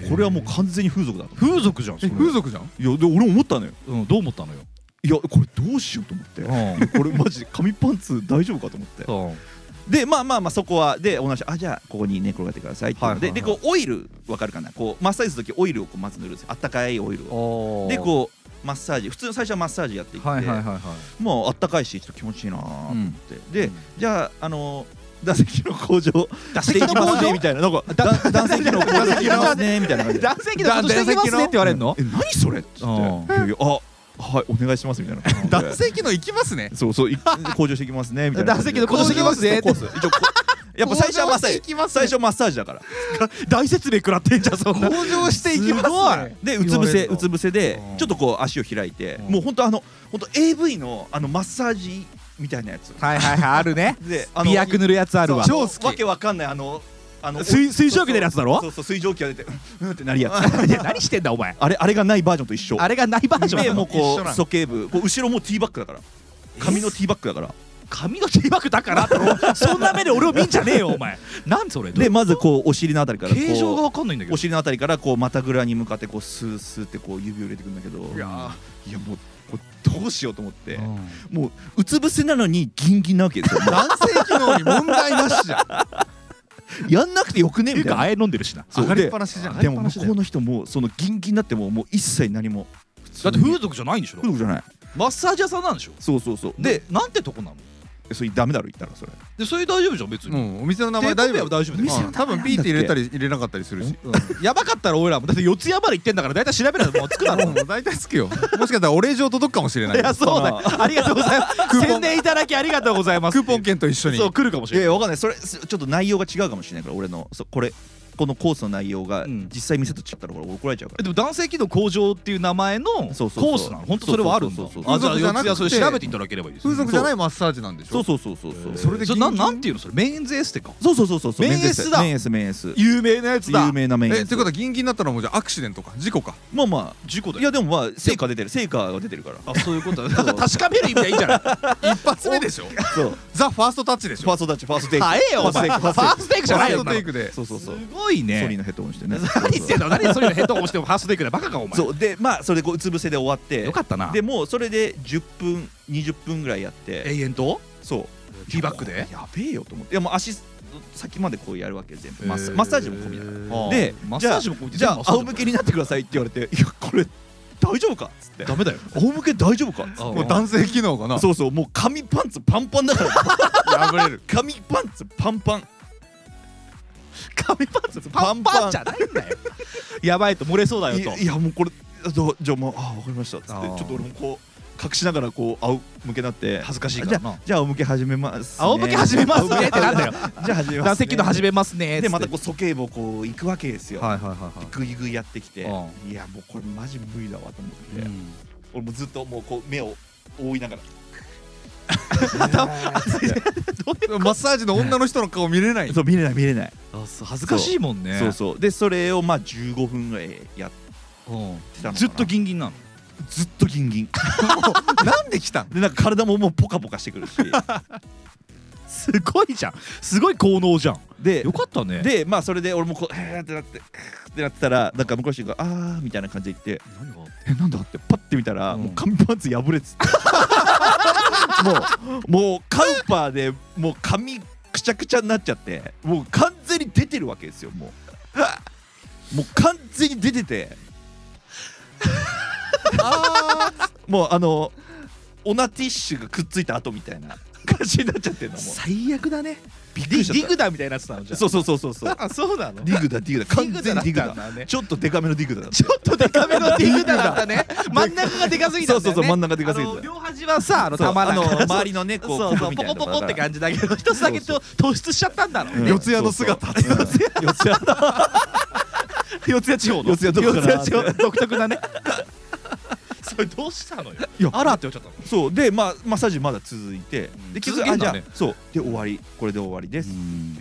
S3: これはもう完全に風俗だと
S1: 風俗じゃんそ
S2: え
S1: れ
S2: 風俗じゃん
S3: いやで俺も思ったのよ
S1: うんどう思ったのよ
S3: いやこれどうしようと思って
S1: う
S3: これマジで紙パンツ大丈夫かと思って
S1: んうん
S3: でまあまあまあそこはで女の人あじゃあここに寝転がってくださいっていうので,、
S1: はいはいはい
S3: でこうオイルわかるかなこうマッサージする時オイルをこうまず塗るんですよあったかいオイルをでこうマッサージ普通の最初はマッサージやっていって、
S1: はいはいはいはい
S3: もうあったかいしちょっと気持ちいいなーと思って、で、
S1: うん
S3: じゃああの打席の向上
S1: 打
S3: していきますねみたいななんかだ男性機能向上していきますねみたいな感じで
S1: 男性機能していきますねって言われんの
S3: え何それっつってい
S1: うん
S3: やいやあはいお願いしますみたいな感じで
S2: 男性機能いきますね
S3: そうそうい向上していきますねみたいな感じで
S1: 男性機能向上していき
S3: コ
S1: ま
S3: ー
S1: す
S3: ス一応こうやっぱ最初はマッ
S2: 向上
S3: サー
S2: していき
S3: ジ
S2: ますね
S3: 最初はマッサージだから
S1: 大説明食らってんじゃんそんな
S2: 向上していきますね
S3: でうつ伏せ
S2: 言われるの
S3: うつ伏せで
S1: うん
S3: ちょっとこう足を開いて
S1: うん
S3: もう本当あの本当 AV のあのマッサージみたいなやつ
S1: はいはい はいあるね
S3: であの
S1: 美薬塗るやつあるわ
S3: そう
S2: 超好き
S3: わけわかんないあのあの
S1: 水水蒸気出るやつだろ
S3: そうそう水蒸気が出てうんうんってなるやつ
S1: いや何してんだお前
S3: あれあれがないバージョンと一緒
S1: あれがないバージョン
S3: で
S1: なの
S3: もうこ
S2: 一緒な
S3: う
S2: の
S3: 鼠径部こう後ろもうティーバックだから髪のティーバックだから
S1: 髪のティーバッグだからだろそんな目で俺を見んじゃねえよお前なんそれ
S3: でまずこうお尻のあたりからこう
S1: 形状がわかんないんだけど
S3: お尻のあたりからこう股ぐらに向かってこうスースーってこう指を入れてくんだけどい
S2: い
S3: や
S2: や
S3: もうこうどうしようと思って
S1: うん
S3: もううつ伏せなのにギンギンなわけですよも
S2: 男性機能に問題なしじゃん
S3: うやんなくてよくね
S1: ってい
S3: み
S1: う
S3: たい
S1: か
S3: な
S1: あえ飲んでるしな
S3: そう
S2: 上がりっぱなしじゃん
S3: でも向こうの人もそのギンギンになってももう一切何も普通
S1: だ
S3: に
S1: って風俗じゃないんでしょ
S3: 風俗じゃない
S1: マッサージ屋さんなんでしょ
S3: そうそうそうで
S1: でなんてとこなの
S3: それダメだろ言ったらそれ
S1: でそれ大丈夫じゃん別
S2: う
S1: に
S2: んお店の名前大丈夫
S1: 大丈夫だよ
S2: うん
S1: 店の名前
S2: 多分ピーって入れたり入れなかったりするし
S1: やばかったら俺らもだって四ツ谷まで行ってんだから大体調べれ ばもうつくだろ
S2: うん大体つくよもしかしたらお礼状届くかもしれない
S1: いやそうだよありがとうございます
S2: クーポン
S1: 宣伝いただきありがとうございます
S2: クーポン券と一緒に
S1: そう来るかもし
S3: いや
S1: れ
S3: い
S1: ない
S3: やわかんないそれすちょっと内容が違うかもしれないから俺のそこれこのコースの内容が
S1: うん
S3: 実際店と違ったら俺怒られちゃうから
S1: えでも男性機能向上っていう名前のコ
S3: そうそうそう
S1: ースなの本当それはあるんだ
S3: そうそうそう
S1: あじゃあ
S2: 風
S1: 四
S2: 俗じゃ
S1: ツ
S2: なくて
S1: 谷それ調べていただければいいですね
S2: 風俗じゃないマッサージなんでし
S3: そ
S2: ょ
S3: うそうそうそうそう
S2: それで
S1: それなんなんていうのそれメインズエステか
S3: そうそうそうそうそう
S1: メンエスだ
S3: メンエスメンエス
S1: 有名なや
S3: 有名なメンエ
S2: え
S3: ス
S2: ってことはギンギンになったらもうじゃあアクシデントか事故か
S3: まあま
S1: 事故
S3: あ
S1: だ
S3: い
S1: よ
S3: やでもまあ成果出てる成果が出てるから
S1: あそういうことだ 確かめる意味はいいんじゃない
S2: 一発目でしょ
S3: そう
S2: ザ・ファーストタッチでし
S3: ファ
S2: ょ
S3: ーストタッチファーストテイク
S1: 早えよお前
S3: ファー
S1: ファー
S3: ストテイ
S1: ストテイク
S2: フ
S3: クファーストテイ
S1: じゃ
S2: ァ
S1: ない
S2: ー
S1: よ
S2: ストテイクで
S3: クそうそう
S1: す
S3: そう
S1: ごい
S3: ソニー
S1: ね
S3: のヘッドホンしてね
S1: 何言ってんの何ソニーのヘッドホンしてもファーストテイクでバカかお前
S3: そうでまあそれでこううつ伏せで終わって
S1: よかったな
S3: でもうそれで10分20分ぐらいやって
S1: 永遠と
S3: そう
S1: ティーバックで
S3: やべえよと思っていやもう足先までこうやるわけ全部マッサ
S2: へー
S3: マッサージも込みだから
S1: ああ
S3: で
S1: マッ
S3: じゃ
S1: サ
S3: あ
S1: ージもこうやって
S3: じゃあ仰
S1: 全部マッサージも
S3: 向けになってくださいって言われて「いやこれ大丈夫か?」っつって
S1: ダメだよ
S3: 「仰向け大丈夫か?」っつ
S1: あ
S3: っ
S2: もう男性機能かな
S3: てそうそうもう紙パンツパンパンだから
S2: 破れる
S3: 紙パンツパンパン
S1: 紙パンツパンパンじゃないんだよやばいと漏れそうだ
S3: い
S1: よと
S3: やいやもうこれあどじゃあもうああ分かりましたっつってち
S1: あ
S3: ょ
S1: ー
S3: っと俺もこう隠しながらこう仰向けになって
S1: 恥ずかしいからな
S3: じゃあ仰向け始めますね
S1: 仰向け始めますねってなん だよ
S3: じゃあ始めますね
S1: 男性機能始めますね
S3: でまたこう鼠径部をこう行くわけですよ
S1: はいはいはい
S3: グイグイやってきて
S1: あ
S3: いやもうこれマジ無理だわと思って、
S1: はい
S3: 俺もずっともうこう目を覆いながら
S2: マッサージの女の人の顔見れない
S3: そう見れない見れない、
S1: あそう恥ずかしいもんね
S3: そうそうでそれをまあ15分ぐらいやっ
S1: うん
S3: てたのかな
S1: ずっとギンギンなの
S3: ずっとギンギン
S2: なんで来たん
S3: でなんか体ももうポカポカしてくるし
S1: すごいじゃんすごい効能じゃん
S3: で
S1: よかったね
S3: でまあそれで俺もこうへーってなってへーってなってたらなんか向こうの人が「あー」みたいな感じで言って
S1: 何が
S3: 「えなんだ?」ってパッて見たら、
S1: うん
S3: もう紙パンツ破れて てもうもうカウパーでもう紙くちゃくちゃになっちゃってもう完全に出てるわけですよもうもう完全に出 てて
S2: あ
S3: もうあのオナティッシュがくっついた後みたいな 感じになっちゃってるのもう
S1: 最悪だね
S3: びっく
S1: デ
S3: りし
S1: ィ
S3: ち
S1: ディ
S3: ゃった
S1: グダみたいになってたのじゃ
S3: そうそうそうそうそう
S1: あそうなの
S3: ディグだディグだ完全にディグ
S1: だっ
S3: だ
S1: たんね
S3: ちょっとデカめのディグだだって
S1: ちょっとデカめのディグダだった ね真ん中がデカすぎたんだよね
S3: そうそうそう真ん中デカすぎた
S1: あの両端はさあの
S3: そう
S1: たまら
S3: あの周
S1: り
S3: りのねこう
S1: そう
S3: コ
S1: そ
S3: ブ
S1: う
S3: み
S1: ポ
S3: たいな
S1: コ
S3: とこ
S1: ポ
S3: ろ
S1: コって感じだけど一つだけと突出しちゃったんだろうね
S2: 四谷の姿
S3: 四谷
S1: 四谷地方の
S3: 四谷どこかな
S1: 四谷地方独特なね
S4: それどうしたのよ
S3: いや
S4: あらって言っちゃったの
S3: そうでまあマッサージまだ続いて
S1: ん
S3: で
S4: 続けんだ
S3: あ
S4: ね
S3: じゃあそうで終わりこれで終わりです、
S1: うん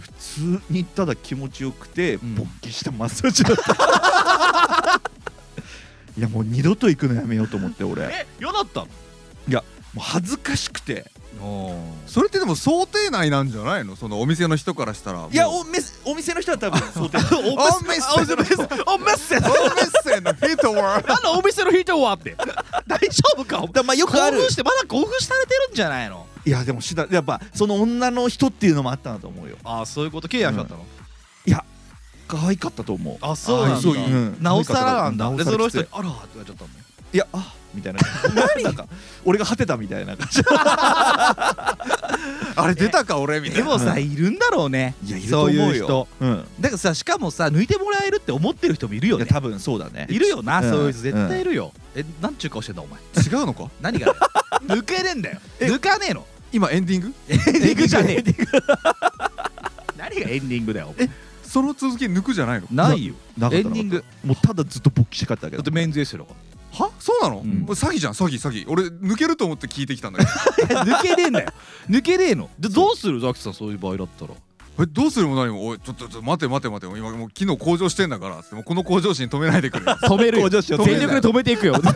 S3: 普通にただ気持ちよくて
S1: うん
S3: 勃起したマッサージだった、 いやもう二度と行くのやめようと思って俺も
S4: え嫌だったの
S3: う恥ずかしくて
S2: それってでも想定内なんじゃないのそのお店の人からしたら
S3: いや
S2: お
S3: おめお店の人は 多分想定
S2: オンメッセージ
S4: おメッセ
S2: オンメッセージのフィートワー
S4: なんだお店の人はって 大丈夫かお前
S3: だまあよくある
S4: 興奮してまだ興奮されてるんじゃないの
S3: いやでもしだやっぱその女の人っていうのもあったなと思うよ
S4: ああそういうことケアしちゃったの、
S3: 可愛かったと思う
S4: あそうなん
S2: あ
S4: だ
S2: そう
S3: うん
S4: なおさらなん
S3: な
S4: だ
S3: お
S4: で
S3: さら
S4: その
S3: きつい
S4: 人にあらーって言われちゃったの
S3: いやあみたいななんか俺が果てたみたいな 感じ
S2: あれ出たか俺みたい
S1: で
S2: な
S1: もさいるんだろうね
S3: いやいると思
S1: そう
S3: うよ
S1: いう人
S3: うん
S1: だからさしかもさ抜いてもらえるって思ってる人もいるよ
S3: いや
S1: ね
S3: 多分そうだね
S1: いるよな
S3: うん
S1: そういう人絶対いるよえなんちゅう顔してんだお前
S2: 違うのか
S1: 何が 抜けねえんだよ抜かねえの
S2: 今エンディング
S1: エンディングじゃねえ 何がエンディングだよお前
S2: その続き抜くじゃないの
S1: ないよ
S3: なか
S1: エ
S3: っ
S1: ン
S3: た
S1: デ
S3: な
S1: ィン
S3: かっ
S1: グ
S3: たもうただずっと勃起したかったけ
S1: だって
S3: ど
S1: メンズエステだか
S2: はそうなの、
S1: ん
S2: もう詐欺じゃん詐欺詐欺俺抜けると思って聞いてきたんだけ
S1: ら抜けねえんだよ 抜けねえのでどうするザキさんそういう場合だったら
S2: どえどうするも何もおいちょっとちょっと待て待て待て今もう昨日向上してんだからつってもうこの向上心止めないでくれ
S1: 止めるよ
S3: 向上心を
S1: 全力で止めていくよ確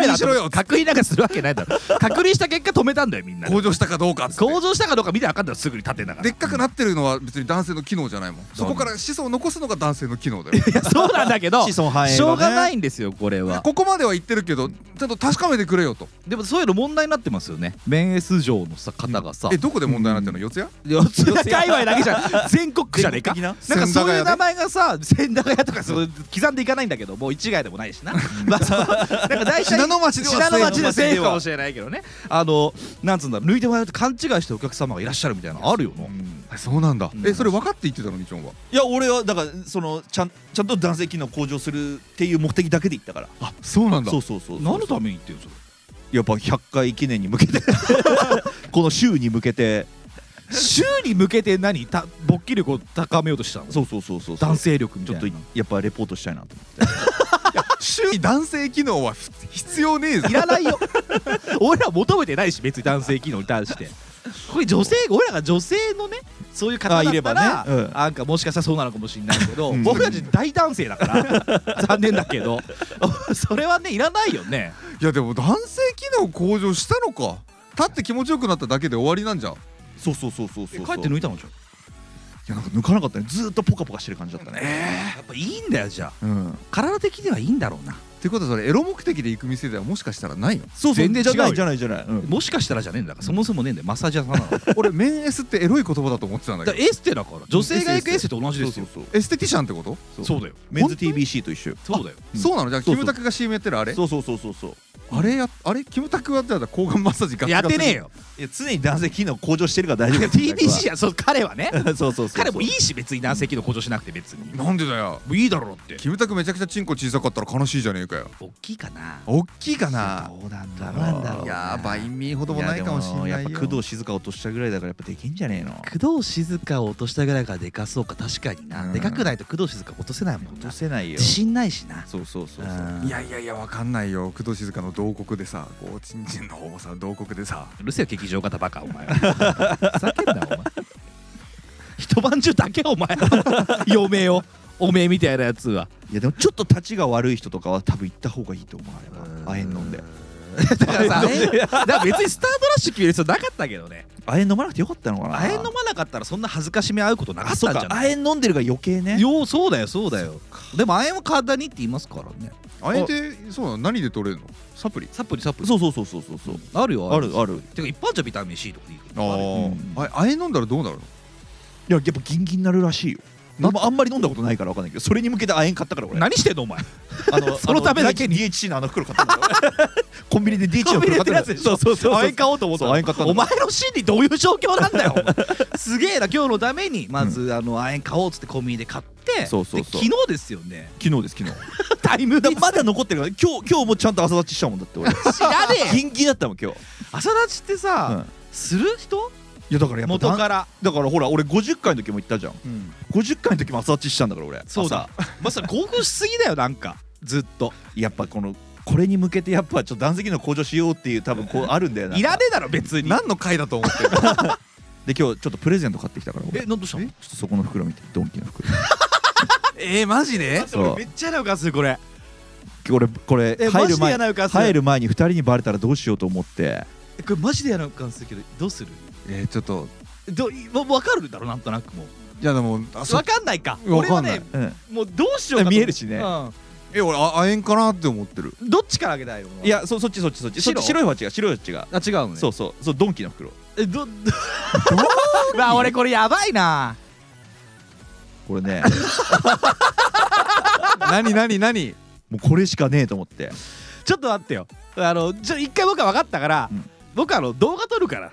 S2: 認しろよ
S1: 確認なんかするわけないだろ確認した結果止めたんだよみんな
S2: 向上したかどうかっつって
S1: 向上したかどうか見てあかんだろすぐに立てんだから
S2: でっかくなってるのは別に男性の機能じゃないもんそこから子孫を残すのが男性の機能だよ
S1: いや そうなんだけど
S3: 子孫繁栄がね
S1: しょうがないんですよこれは
S2: ここまでは言ってるけどちゃんと確かめてくれよと
S1: でもそういうの問題になってますよね免疫上のさ方がさ
S2: えどこで問題になってるの四谷
S1: 四つ谷界隈だけじゃん全国区じゃねえか
S3: 全
S1: な
S3: 国
S1: ん
S3: 的
S1: かそういう
S2: 千駄ヶ谷で
S1: 名前がさ千駄ヶ谷とかそう刻んでいかないんだけどもう一概でもないしなまあそうなんか大体
S2: 信濃町では
S1: 信濃町では
S3: セー
S1: セ
S3: フ
S1: ーフかもしれないけどねあのなんつうんだろう抜いてもらうと勘違いしてお客様がいらっしゃるみたいなのあるよな
S2: あそうなんだ
S1: うん
S2: えそれ分かって言ってたのみちょんはい
S3: や俺はだからそのちゃんちゃんと男性機能向上するっていう目的だけで行ったから
S2: あそうなん
S3: そうそうそうそう
S1: 何のために言ってるのそれ
S3: やっぱ100回記念に向け てこの週に向けて
S1: 週に向けて何た勃起力を高めようとしたの
S3: そうそうそうそう
S1: 男性力み
S3: ち
S1: たい
S3: ょっ
S1: な
S3: とやっぱレポートしたいなと思って
S2: 周囲男性機能はふ必要ねえぞ
S1: いらないよ 俺ら求めてないし別に男性機能に対してこれ女性俺らが女性のねそういう方だ
S3: あ
S1: っ
S3: いれ
S1: た
S3: ば
S1: ら、
S3: ねうん
S1: なんかもしかしたらそうなのかもしれないけど、
S3: うん
S1: 僕たち大男性だから 残念だけど それはねいらないよね
S2: いやでも男性機能向上したのか立って気持ちよくなっただけで終わりなんじゃんい
S3: そうそうそうそうそう
S1: 帰って抜いたのじゃん
S3: いやなんか抜かなかったねずーっとポカポカしてる感じだったね
S1: やっぱいいんだよじゃあ
S3: うん
S1: 体的にはいいんだろうな
S2: ってことはそれエロ目的で行く店ではもしかしたらないの
S3: そうそう
S1: 全然違うよ
S3: じゃないじゃないじゃない、うん
S1: もしかしたらじゃねえんだからそもそもねえんだよマッサージ屋さんなのだか
S2: 俺メンエスってエロい言葉だと思ってたんだ
S1: ら
S2: けど
S1: エステだから女性が行くエステと同じ
S3: そう
S1: です
S3: そう
S1: よ
S3: そう
S2: エステティシャンってこと
S3: そう
S1: そうだよ
S3: メン
S2: 本
S3: ズ
S2: 当に
S3: TBC と一緒よ
S1: そうだよ
S3: うん
S2: そうなのじゃあ
S3: そう
S2: キ
S3: そう
S2: ムタクが CM やってるあれ
S3: そうそうそうそうそう
S2: あれやあれキムタクはじゃあ抗がんマッサージガツ
S1: や
S2: ガ
S1: っ
S2: ツ
S1: てねえよ
S3: いや常に男性機能向上してるから大 丈夫
S1: TBC じゃそう彼はね
S3: そうそうそうそう
S1: 彼もいいし別に男性機能向上しなくて別にも
S2: なんでだよ
S1: ういいだろうって
S2: キムタクめちゃくちゃチンコ小さかったら悲しいじゃねえかよ
S1: 大きいかな
S2: おっきいかな
S3: どうなんだ
S1: どう
S3: ろう
S1: なんだろうない
S2: やーバインミーほども
S3: や
S2: ない
S3: で
S2: かもしれないよ
S3: やっぱ工藤静香落としたぐらいだからやっぱできんじゃねえの
S1: 工藤静香を落としたぐらいからでかそうか確かにな
S2: うん
S1: でかくないと工藤静香落とせないもん
S3: 落
S1: な
S3: とせないよ
S1: 自信ないしな
S3: そうそうそうそう
S1: うん
S2: いやいやいやわかんないよ工藤静香の同国でさこうチンチンの方もさ同国でさ
S1: うるせえよ劇場型バカお 前はふざけんなお前一晩中だけお前 嫁をおめえみたいなやつはい
S3: やでもちょっと立ちが悪い人とかは多分行った方がいいと思わればあえん飲んで
S1: だから さだから別にスタートラッシュ決める必要なかったけどね
S3: あえん飲まなくてよかったのかな
S1: あえ飲まなかったらそんな恥ずかしめ合うことなか
S3: あ
S1: っ
S3: そ
S1: た
S3: うん
S1: じゃ
S3: か
S1: ない
S3: あえん飲んでるが余計ね
S1: ようそうだよそうだよでも亜鉛は体にって言いますからね
S2: あえてそうなの何で取れるのサプリ
S1: サプリサプリ
S3: そうそうそうそうそうそう
S1: あるよ
S3: あるある
S1: てか一般じゃビタミン C とかでいいけ
S2: あ
S1: どあるよ
S2: ーああえ飲んだらどうなるの
S3: いややっぱギンギンになるらしいよ
S2: な
S3: でもあんまり飲んだことないからわかんないけどそれに向けてあえん買ったから俺
S1: 何してんのお前
S3: あの
S1: そのためだけに
S3: あの DHC のあの袋買ったんだよ コンビニで DHC の袋買ったんだよ
S1: そうそうそう
S3: そう
S1: 亜鉛買おうと思った
S3: そう亜鉛買ったんだ
S1: お前の心理どういう状況なんだよお前すげえな今日のためにまずあの亜鉛買おうっつってコンビニで買って
S3: そうそうそう
S1: で昨日ですよね
S3: 昨日です昨日
S1: タイム
S3: だ
S1: リ
S3: から
S1: ー
S3: まだ残ってるから今日今日もちゃんと朝立ちしたもんだって俺
S1: 知らねえよ
S3: ギンギンだったもん今日
S1: 朝立ちってさ
S3: うん
S1: する人
S3: いやだからやっぱ
S1: 元
S3: だ
S1: から
S3: だからほら俺50回の時も言ったじゃん50回の時も朝立ちしたんだから俺
S1: そうだまさに興奮しすぎだよなんかずっと
S3: 朝やっぱこのこれに向けてやっぱちょっと断石の向上しようっていう多分こうあるんだよな。
S1: いらねえだろ別に
S2: 何の回だと思って る
S3: で今日ちょっとプレゼント買ってきたから俺
S5: え、なんとしたの
S3: ちょっとそこの袋見てドンキの袋
S1: えー、マジで
S3: そう
S1: 俺めっちゃ嫌な予感するこれ
S3: 俺これ
S1: え
S3: 入
S1: マ
S3: る
S1: ジで
S3: 前
S1: 嫌な予感する
S3: 入る前に2人にバレたらどうしようと思って
S1: えこれマジで嫌な予感するけどどうする
S2: えーちょっと
S1: どわ分かるだろなんとなくもう
S2: いやでもあそ
S1: 分かんないか
S2: わかんな
S1: 俺は
S2: い
S1: ね
S3: うん
S1: もうどうしようかと思う
S3: 見えるしね
S1: う
S2: え俺あ亜鉛かなって思ってる
S1: んどっちからあげたいの
S3: いやそそっちそっちそっちそっ
S1: 白
S3: ち白い方は違う白い方は違う
S1: あ違うのね
S3: そうそうそうドンキの袋
S1: えどどう わ俺これやばいな
S3: これ ね
S2: 何何何
S3: もうこれしかねえと思って
S1: ちょっと待ってよあのちょ一回僕は分かったから、
S3: うん
S1: 僕あの動画撮るから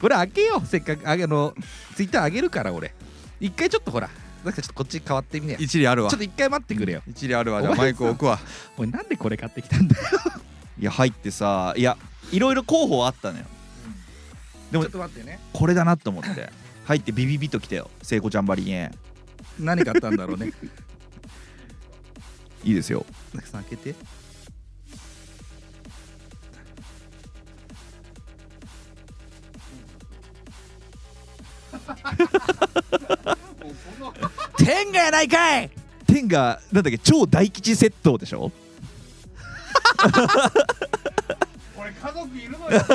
S5: これ開けようせっかくあげあのツイッター上げるから俺一回ちょっとほらなんかちょっとこっち変わってみねよ
S2: 一理あるわ
S5: ちょっと一回待ってくれよ
S2: 一理あるわじゃあ
S5: お前
S2: マイク置くわ
S5: おいなんでこれ買ってきたん だよ
S3: いや入ってさいやいろいろ候補あったのよでも
S5: ちょっと待ってね
S3: これだなと思って入ってビビビッときたよ聖子ちゃんばりにい
S5: 何買ったんだろうね
S3: いですよ
S5: たくさん開けて
S1: 天がやないかい
S3: 天がなんだっけ超大吉セットでしょ
S1: 俺家族いるの よ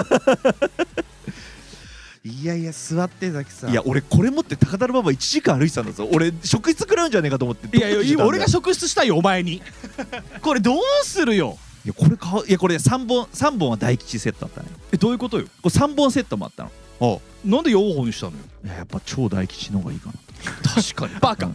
S1: いやいや座ってザキさん
S3: いや俺これ持って高田馬場1時間歩いてたんだぞ俺職質食らうんじゃねえかと思って
S1: いやいやいい
S3: ドキ
S1: 俺が
S3: ドキして
S1: 職質したいよお前にこれどうするよ
S3: たんだよいやこれ買おういやこれ3本三本は大吉セットあったね
S1: えどういうことよ
S3: これ3本セットもあったの
S1: なんで4本にしたのよ
S3: いややっぱ超大吉の方がいいかなと
S1: 確かにバカ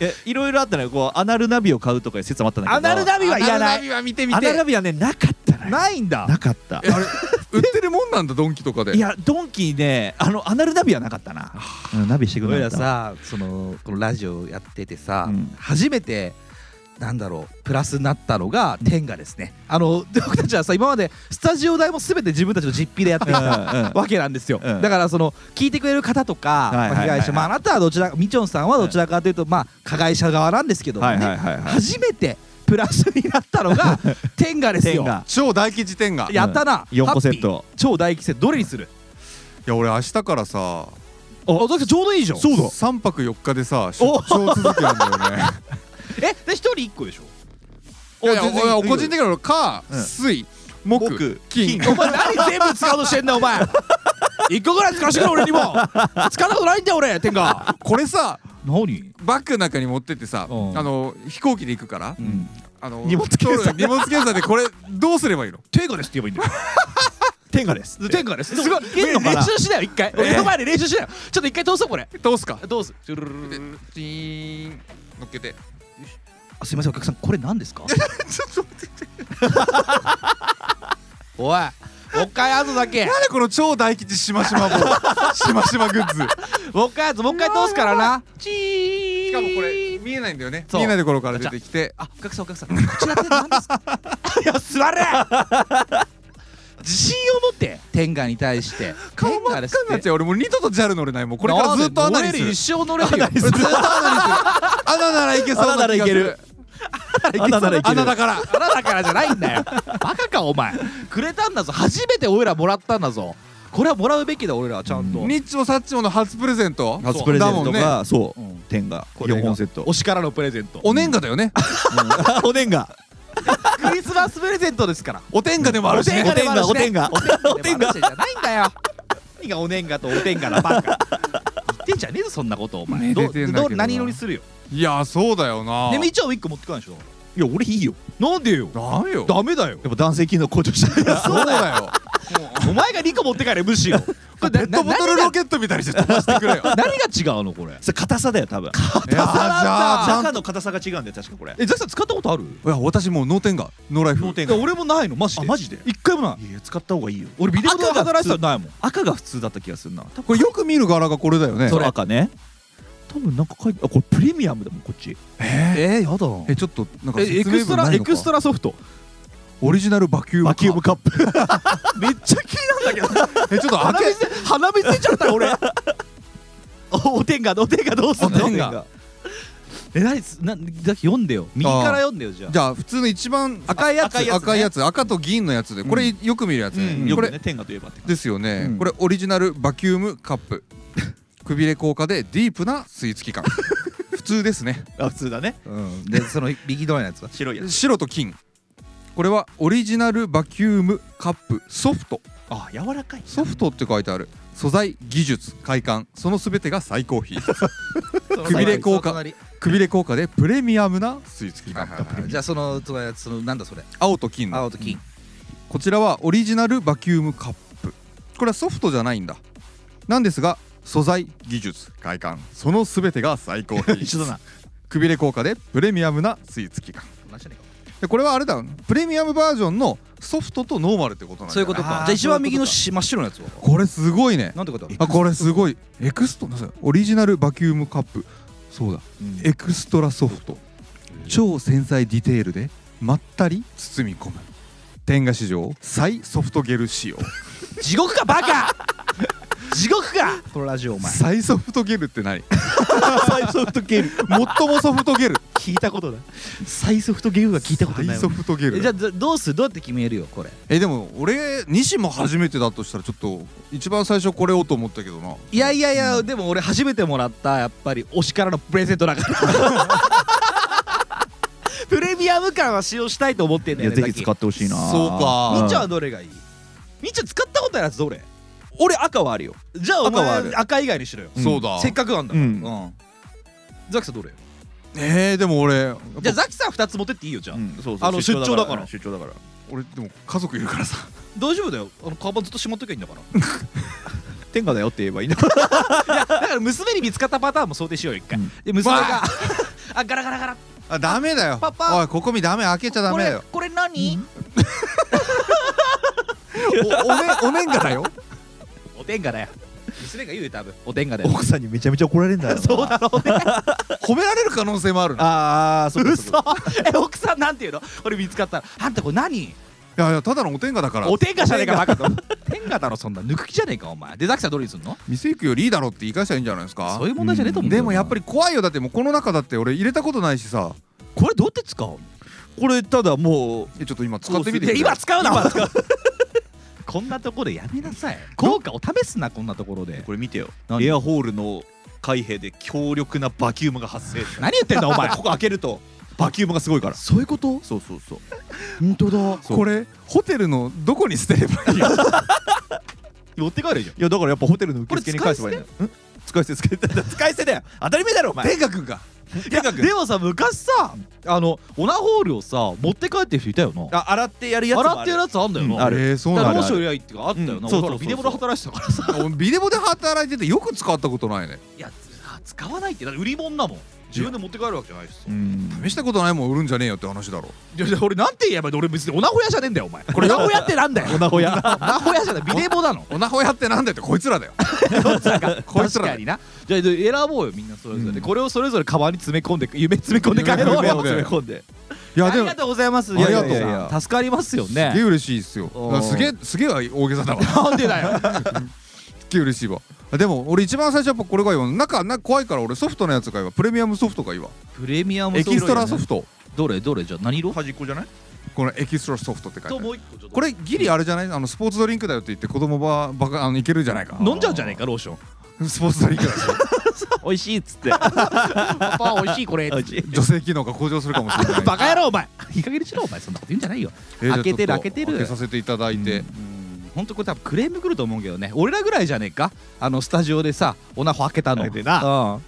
S3: え いろいろあったのよこうアナルナビを買うとかいう説もあったんだけど
S1: アナルナビはいらな
S2: アナルナ
S1: い
S2: ビは見てみ
S3: アナ
S2: て
S3: ルナビはねなかったのよ
S1: ないんだ
S3: なかった
S2: えあれ売ってるもんなんだドンキとかで
S3: いやドンキねあのアナルナビはなかったなうんナビしてく
S5: 俺
S3: れな
S5: ら
S3: かった
S5: さそのこのラジオやっててさ、
S3: うん
S5: 初めてなんだろうプラスになったのが天がですね、あの 僕たちはさ今までスタジオ代も全て自分たちの実費でやってきた
S3: うんうん
S5: わけなんですよ、
S3: うん
S5: だからその聞いてくれる方とか、
S3: はいはいはいはい
S5: まあ被害者、まあ、あなたはどちらみちょんさんはどちらかというと、まあ加害者側なんですけどもね、
S3: はいはいはいはい
S5: 初めてプラスになったの が天がですよ
S3: 天下
S2: 超大吉店がいや
S5: やったな、
S3: うん四個
S5: ハッピー
S3: セット
S5: 超大吉セットどれにする
S2: 俺明日から
S1: あ
S2: さ
S1: ザキさんちょうどいいじゃん
S3: そうだ
S2: 3泊4日でさ出張続きなんだよね
S1: えで一人一個でしょ
S2: いやいや
S3: お全然
S2: 俺はい
S3: いよ
S2: 個人的なのか
S3: うん
S2: 水木
S3: 木
S2: 金
S1: お前何全部使おうとしてんだお前一個ぐらい使わしてくれ俺にも使ったことないんだよ俺天が
S2: これさ
S1: 何
S2: バッグの中に持ってってさあ
S1: うん
S2: の飛行機で行くから
S3: うん
S2: あの
S3: 荷物検査
S2: そう荷物検査でこれどうすればいいの
S1: 天がですって言えばいいんだよ
S3: 天下です
S1: 天下です。
S3: すごい
S1: いけんのかな練習しなよ、一回。俺の前で練習しなよ。ちょっと一回通そう、これ。
S2: どうすか
S1: どうする
S2: でチーン乗っけて
S5: あすいませんお客さんこれ何ですか
S2: ちょっと待って
S1: おい、もう一回やつだけ。
S2: なんでこの超大吉しましまもう しましまグッズ
S1: もう一回やつ、もう一回通すからな。チー
S2: しかもこれ見えないんだよね
S1: そう
S2: 見えないところから出てきて
S1: あ、お客さん、お客さん。こちらって何ですかいや、座れ 自信を持って。
S5: 天下に対して
S2: 顔
S5: 天
S2: 真
S5: 下
S2: っ
S5: です
S2: 赤になっ
S5: って
S2: ちゃう俺もう二度と JAL 乗れないもうこれからずっと穴にす
S1: 乗れ
S2: る
S1: る一生乗れるよ。
S2: ずっと穴にする穴ならいけそうな気がする
S3: 穴ならいける
S2: 穴だから
S1: あなたからじゃないんだよ。バカか、お前。くれたんだぞ。初めて俺らもらったんだぞ。これはもらうべきだ、俺らはちゃんと。
S2: ニッチもサッチもの初プレゼント
S3: 初プレゼント
S2: だもんね
S3: がそう
S1: うん
S3: 天下
S1: これが
S3: 4本セット
S1: 推しからのプレゼント。
S2: お年賀だよね
S3: おでんが
S1: クリスマスプレゼントですから。
S2: お天賀でもあるしね
S1: お天下
S3: おでんが
S1: おてんがじゃないんだよ。何がおねんがとおてんがなバカ。言ってんじゃねえぞそんなことお前。
S2: ね
S1: ど
S2: 出てんだけど
S1: ど
S2: な
S1: 何色にするよ。
S2: いやそうだよな
S1: でみちゃんウィッグ持ってこないでしょ。
S3: いや俺いいよ
S1: なんでよ。
S2: ダメよ
S1: ダメだよ。
S3: やっぱ男性機能向上 した
S2: そうだよ
S1: お前が二個持って帰れむしろ。これ
S2: ペットボトル
S1: 何
S2: ロ
S1: が
S2: ケットみたいにして飛ばしてくれ よいや
S1: 何が違うのこれ。
S3: それ硬さだよ多分
S2: ーじゃあちゃんと
S3: 中の硬さが違うんだよ確かこれ
S1: えザキさん使ったことある？
S2: いや私もう脳天がノーライフ
S3: 脳天
S1: いや俺もないのマジで。
S3: あマジで
S1: 一回もない。
S3: いや使った方がいいよ
S1: 俺ビデオで働いてたらないもん。
S3: 赤が普通だった気がするな多
S2: これよく見る柄がこれだよね
S3: 分赤ね多分なんか書いてあこれプレミアムだもんこっち
S2: え
S5: えー、やだ
S2: ーえちょっとなんか
S1: えエ
S2: 説
S1: クス
S2: 明
S1: ト
S2: 文な
S1: ラ
S2: い
S1: エ
S2: の
S1: クスト
S2: か
S1: ラソフト。
S2: オリジナルバキューム
S3: バキュームカップ
S1: めっちゃ気になるんだけど。
S2: えちょっと開
S1: 鼻
S2: け
S1: 水鼻水出ちゃったよ俺。おおてんがおてんがどうすんの？
S2: おてんが
S1: え何すなだって読んでよ右から読んでよじゃあ
S2: じゃあ普通の一番
S3: 赤いやつ
S2: 赤いやつ,、
S3: ね
S2: 赤と銀のやつでこれよく見るやつね、
S3: よ
S2: こ
S3: く
S2: れ、
S3: ね天下といえばって感じ
S2: ですよね、
S6: うん
S2: これオリジナルバキュームカップくびれ効果でディープな吸い付き感普通ですね、
S3: あ普通だね
S6: うん、でその右側のやつは
S3: 白いやつ
S2: 白と金これはオリジナルバキュームカップソフト
S3: あ柔らかい
S2: ソフトって書いてある素材技術快感その全てが最高品くびれ効果くびれ効果でプレミアムな吸い付き
S6: はい
S2: 感
S6: はいはいじゃあその隣のやつそのなんだそれ
S2: 青と金の
S6: 青と金
S2: こちらはオリジナルバキュームカップこれはソフトじゃないんだなんですが素材技術快感その全てが最高品
S3: 一緒だな
S2: くびれ効果でプレミアムな吸い付き感
S6: 同じじゃねえか
S2: でこれはあれだよプレミアムバージョンのソフトとノーマルってことなんだ
S6: そういうこと
S2: ね
S6: か
S3: あー
S6: じゃあ一番右の
S3: そ
S6: し真っ白のやつは
S2: これすごいね
S6: なんてこと
S2: あこれすごいエクストラオリジナルバキュームカップそうだエクストラソフト超繊細ディテールでまったり包み込む天下史上最ソフトゲル仕様
S1: 地獄かバカ 地獄か
S6: このラジオお 前
S2: 最ソフトゲルって何
S3: 最ソフトゲーム
S2: 最もソフトゲル
S3: 聞いたことない最ソフトゲームは聞いたことな
S2: 最
S3: い
S2: ソフトゲル
S6: えじゃあどどうするどうやって決めるよこれ
S2: えでも俺西も初めてだとしたらちょっと一番最初これをと思ったけどない
S6: やいやいや、でも俺初めてもらったやっぱり推しからのプレゼントだから
S1: プレミアム感は使用したいと思ってんだよねさっき
S3: ってほし
S2: そう
S6: み
S2: か
S6: っちゃんはどれがいい
S1: みっちゃん使ったことないやつどれ
S3: 俺赤はあるよ
S1: じゃあお
S2: 赤はあ
S1: 前
S2: る
S1: 赤以外にしろよ
S3: うん
S2: そうだ
S1: せっかくなんだか
S3: う
S1: らうんんザキさんどれ
S2: えーでも俺
S1: じゃあザキさん2つ持ってっていいよじゃあ
S3: そう
S1: あの出張だから
S3: 出張だから
S2: 俺でも家族いるからさ
S1: 大丈夫だよあのカバンずっとしまっときゃいいんだから
S3: 天下だよって言えばいいんだ
S1: だから娘に見つかったパターンも想定しようよ一回、
S3: うん
S1: で娘が あガラガラガラ
S2: あダメだよ
S1: パパ
S2: おいここ見ダメ開けちゃダ
S1: こ
S2: メだ
S1: れ
S2: よ
S1: これ何、
S2: おおめんおめんがだよ
S1: おてんがだよ娘が言うよ多分おてんがだよ
S3: 奥さんにめちゃめちゃ怒られるん だよ
S1: そうだろうね
S2: 褒められる可能性もあるな
S3: ああそうかそうか
S1: 嘘え奥さんなんて言うのこれ見つかったらあんたこれ何
S2: いやいやただのお天下だから
S1: おてんがじゃねえかバカとてんがだろそんな抜く気じゃねえかお前でザキさんどれにすんの
S2: 店行くよりいいだろって言い返したらいいんじゃないですか
S1: そういう問題じゃねえと思う
S2: でもやっぱ
S1: り
S2: り怖いよだってもうこの中だって俺入れたことないしさ
S1: これどうやって使う
S3: これただもう
S2: えちょっと今使ってみて
S1: いや
S2: くれ
S1: 今使うな今使う こんなところでやめな さい効果を試すなこんなところで
S3: これ見てよ
S1: 何
S3: エアホールの開閉で強力なバキューム が発生
S1: 何言ってんだお前
S3: ここ開けるとバキュームがすごいから
S6: そういうこと
S3: そうそうそう
S6: 本当だ
S2: これホテルのどこに捨てればいいの
S1: 持って帰るじゃん
S3: いやだからやっぱホテルの受付に
S1: これ
S3: 返
S1: 使い捨
S3: せばい
S1: て
S3: いんだよん使い捨て使い捨て使い捨てだ よ当たり前だろお前
S2: 天下君が
S1: いやでもさ昔さあのオナホールをさ持って帰ってる人いたよな
S3: あ洗ってやるやつもある
S1: 洗ってるやつあんだよ
S3: う
S1: な、
S3: んある
S2: えーそう
S1: だ
S2: な
S1: か
S2: ん
S1: ら
S2: だ
S1: どうしようやいっていうかあったよな、
S3: うん
S1: 俺
S3: そうそう
S1: ほ
S3: そうそう
S1: らビデボで働いてたからさ
S2: 俺ビデオで働いててよく使ったことないね
S1: いや使わないってだって売り物だもん自分で持って帰るわけじゃないしさ
S3: うん
S2: 試したことないもん売るんじゃねえよって話だろ
S1: いやいや俺なんて言えばいいの俺別にオナホヤじゃねえんだよお前これオナホヤってなんだよオナホ ヤオナホヤじゃないビデボなの
S2: おなほやってなんだよってこいつらだよこいつ
S1: 確
S2: らだ
S1: か
S2: よ
S1: になじゃあ選ぼうよみんなそれぞれ、
S2: うん
S1: これをそれぞれカバンに詰め込んで夢詰め込んで帰ろう
S2: 夢
S1: よ
S2: を
S3: 詰め込んで
S2: いや
S1: あ
S2: で
S1: り
S2: も
S1: がとうございます
S2: ありがとう
S1: いやいやいや助かりますよ
S2: すげえ
S1: ね
S2: 嬉しいっすよ
S1: おー
S2: だからすげえすげえは大げさだわ す
S1: なんでだよ
S2: げえ嬉しいわあでも俺一番最初やっぱこれがいいわ中な怖いから俺ソフトのやつがいいわプレミアムソフトがいいわ
S1: プレミアム
S2: エキストラソ
S1: フ
S2: フト
S1: トどれどれじゃあ何色
S3: 端っこじゃない
S2: このエキストラソフトって書いてあ
S1: と
S2: る
S1: もう一個ちょっと
S2: これギリあれじゃないあのスポーツドリンクだよって言って子供ばバカあのいけるんじゃないか
S1: 飲んじゃうんじゃねえかローション
S2: スポーツドリンクだし
S3: 美味しいっつって
S1: パパ美味しいこれ
S2: 女性機能が向上するかもしれない
S1: バカ野郎お前いい加減にしろお前そんなこと言うんじゃないよ
S2: えーじゃあ
S1: 開けてる
S2: ちょっと
S1: 開けてる
S2: 開けさせていただいて、
S1: ほんとこれ多分クレームくると思うけどね俺らぐらいじゃねえかあのスタジオでさオナホ開けたの
S3: 開けてな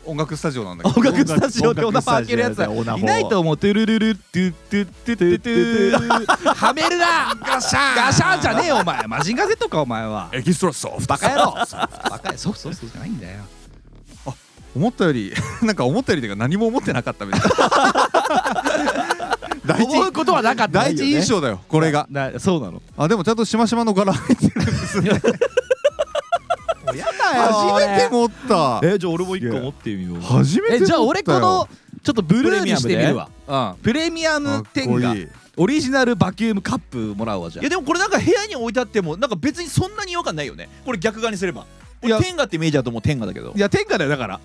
S1: うん
S2: 音楽スタジオなんだけど
S1: 音楽スタジオでオ
S3: 音
S1: ナ
S3: 楽ス
S1: ホ開け
S3: タジオ
S1: る
S3: で
S1: やつは
S3: オナホ
S1: いないと思うトゥルルルトゥトゥトゥトゥトゥトゥはめるな
S2: ガシャーン
S1: ガシャンじゃねえよお前マジンガゼットかお前は
S2: エキストラソフト
S1: バカ野郎バカそうそうそうじゃないんだよ
S2: 思ったより なんか思ったよりというか何も思ってなかった みたいな第一
S1: 思うことはなかった
S2: 第一印象だよこれが
S1: なそうなの
S2: あでもちゃんとしましまの柄入ってるんですね
S1: や
S2: 初めて持った
S1: えじゃあ俺も
S3: 一個持
S1: ってみよう
S2: 初めて持ったよ
S1: えじゃあ俺このちょっとブルーにしてみるわ
S2: うん
S1: プレミアムテン
S2: か
S1: ガ
S2: っこいい
S1: オリジナルバキュームカップもらうわじゃ
S3: いやでもこれなんか部屋に置いてあってもなんか別にそんなに違和感ないよねこれ逆側にすれば
S2: いや
S3: 俺天下ってイメージだと思う天下だけど
S1: いや天下だよだから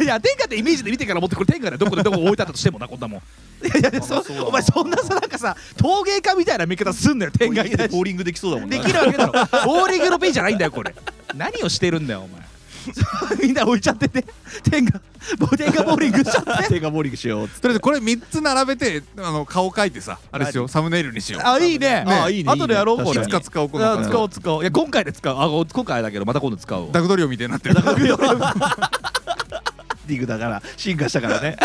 S1: いや天下ってイメージで見てから思ってこれ天下だよどこでどこ置いてあったとしてもなこんなもんいやいやそ
S3: あそうだな
S1: お前そんなさなんかさ陶芸家みたいな見方すんなよ天
S3: 天
S1: 下
S3: 下に
S1: に
S3: 行
S1: 対
S3: ってボ
S1: し
S3: ーリングできそうだも
S1: て
S3: ん
S1: できるわけだろボーリングのペンじゃないんだよこれ何をしてるんだよお前 みんな置いちゃってて天下ボ天下ボーリングしちゃって
S3: 天下ボーリングしようっつって
S2: とりあえずこれ3つ並べてあの顔描いてさあれしようサムネイルにしよう
S1: あいいね
S2: ね
S1: あ
S3: いいね
S1: 後でやろう
S3: いいね
S1: これ
S2: いつか使おうこの
S1: あ
S2: 感じ
S1: 使おう使おういや今回で使うあ今回だけどまた今度使おう
S2: ダグドリオみたいになってる
S3: ディグだから進化したから ね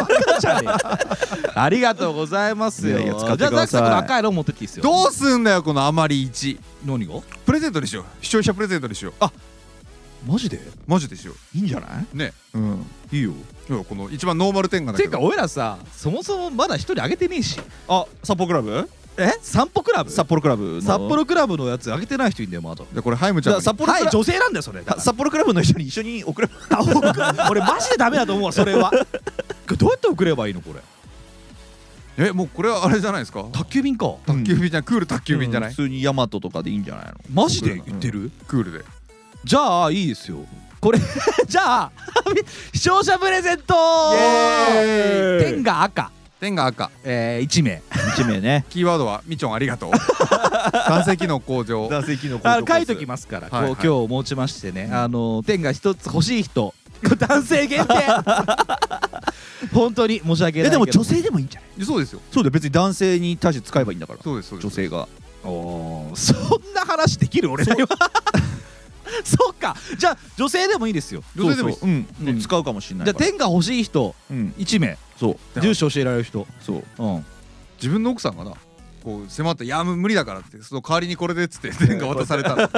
S1: ありがとうございますよ
S3: いやいや使って
S1: じゃあ
S3: ください
S1: ザックさんこの赤いの持ってっていいですよ
S2: どうすんだよこの余り1
S1: 何が
S2: プレゼントにしよう視聴者プレゼントにしようあ
S1: マジで
S2: マジでしよ
S1: いいんじゃないう
S2: ね
S1: うん
S2: いいよいやこの一番ノーマル天下だ
S1: て
S2: け
S1: いうか
S2: ど
S1: 俺らさそもそもまだ一人あげてねえし
S3: あ札幌クラブ
S1: え散歩クラブ
S3: 札幌クラブの
S1: 札幌クラブのやつあげてない人いんだよまだ
S2: でこれハイムちゃん
S3: だ
S2: に
S3: 札幌
S1: は
S3: ク
S1: い
S3: ラブ
S1: 女性なんだよそれだ
S3: あ札幌クラブの人に一緒に送れば
S1: から俺マジでダメだと思うわそれはこれどうやって送ればいいのこれ
S2: えもうこれはあれじゃないですか
S1: 宅急便か
S2: 宅急便じゃんクール宅急便じゃな
S3: うん
S2: い
S3: 普通にヤマトとかでいいんじゃないの
S1: マジで言ってる、
S2: クールで
S1: じゃあいいですよこれ じゃあ視聴者プレゼント
S2: エーイ
S1: 天が赤、
S2: 天下赤
S1: えー、1名
S3: 一名ね
S2: キーワードはみちょんありがと う男性機能向上
S3: 男性機能
S1: あの書いときますから、
S2: はいはい
S1: こう今日持ちましてね、あの天が一つ欲しい人男性限 定本当に申し訳ない
S3: え
S1: け
S3: で
S1: ど
S3: も女性でもいいんじゃない
S2: そうですよ
S3: そうだよ別に男性に対して使えばいいんだから
S2: そうですそうです
S3: 女性が
S1: おーそんな話できる俺ら今 そっかじゃあ女性でもいいですよ
S2: 女性でもいいっす
S3: そうそううん
S2: うん
S3: 使うかもしれない
S1: じゃあ
S3: から
S1: 天が欲しい人
S3: うん
S1: 1名
S3: そう
S1: 住所教えられる人
S3: そう
S1: うん
S2: 自分の奥さんがなこう迫って「いやもう無理だから」ってその代わりにこれでっつって天下渡され たら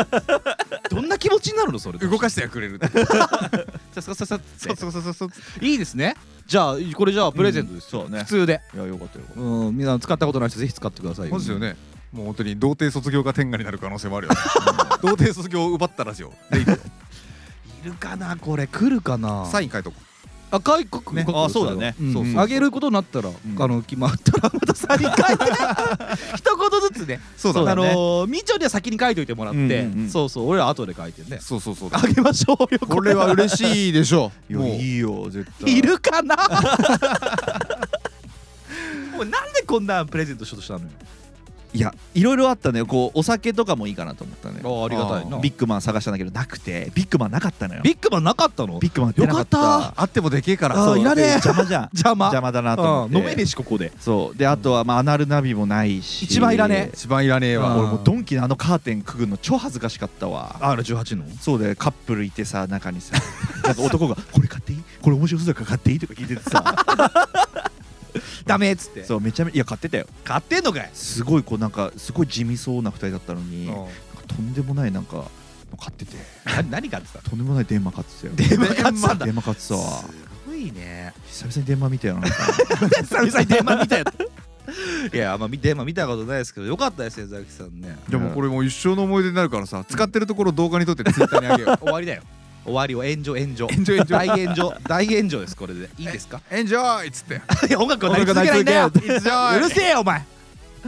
S1: どんな気持ちになるのそれ
S2: 動かしてはくれるって
S1: ささささ
S2: そうそうそうそうそう
S1: いいですねじゃあこれじゃあプレゼントです、
S3: そうね
S1: 普通で
S3: いやよかったよかっ
S1: うん皆さん使ったことない人ぜひ使ってください
S2: マジでねもう本当に童貞卒業が天下になる可能性もあるよ童貞卒業を奪ったラジオでいいよ
S1: いるかなこれ来るかな
S2: サイン書いとこ
S1: 赤い国
S3: ねあそうだね
S1: ん
S2: そうそうそう
S1: あげることになったら、
S3: ん
S1: あの決まったらまたサイン書いて一言ずつね
S2: そう
S3: だね
S1: あのーみちょには先に書いといてもらって、
S3: うんうんうん
S1: そうそう俺ら後で書いてね
S2: そうそうそう
S1: あげましょうよ
S2: これは嬉しいでしょ
S3: た
S2: うもう
S3: いやいいよ絶対
S1: いるか なもうなんでこんなプレゼントしようとしたのよ
S3: いやいろいろあったねこうお酒とかもいいかなと思ったね
S1: あありがたいな
S3: ビッグマン探したんだけどなくてビッグマンなかったのよ
S1: ビッグマンなかったの
S3: ビッグマン売ってなかった
S1: よかっ
S2: あってもでけえから
S1: あー
S3: そう
S1: いらねえ
S3: で邪魔じゃん
S1: 邪魔
S3: 邪魔だなと思って
S1: うん飲めねえしここで
S3: そうであとはまあアナルナビもないし
S1: 一番いらねえ
S2: 一番いらねえ
S1: あー
S2: わ
S3: 俺もうドンキのあのカーテンくぐるの超恥ずかしかったわ
S1: R18 の
S3: そうだよカップルいてさ中にさ なんか男が「これ買っていいこれ面白そうだから買っていい?」とか聞いてて さ
S1: ダメっつって
S3: そうめちゃめちゃいや買ってたよ
S1: 買ってんのかい
S3: すごいこうなんかすごい地味そうな2人だったのになんか
S2: う
S3: とんでもないなんか買ってて
S1: 何何買ってたの
S3: とんでもない電話買ってたよ
S1: 電話買ってたんだ
S3: 電話買ってたわ
S1: すごいね
S3: 久々に電話見たよな
S1: 久々に電話見たよ いやあんま見電話見たことないですけどよかったですよザキさんね
S2: んでもこれもう一生の思い出になるからさ使ってるところ動画に撮ってツイッターにあげよう
S1: 終わりだよ終わりを炎上 炎上
S2: 炎上炎上
S1: 大炎上大炎上ですこれでいいですか
S2: エンジョイっつって
S1: いや音楽は鳴り続けないんだよ
S2: 音楽鳴り続けよ
S1: うるせえよお 前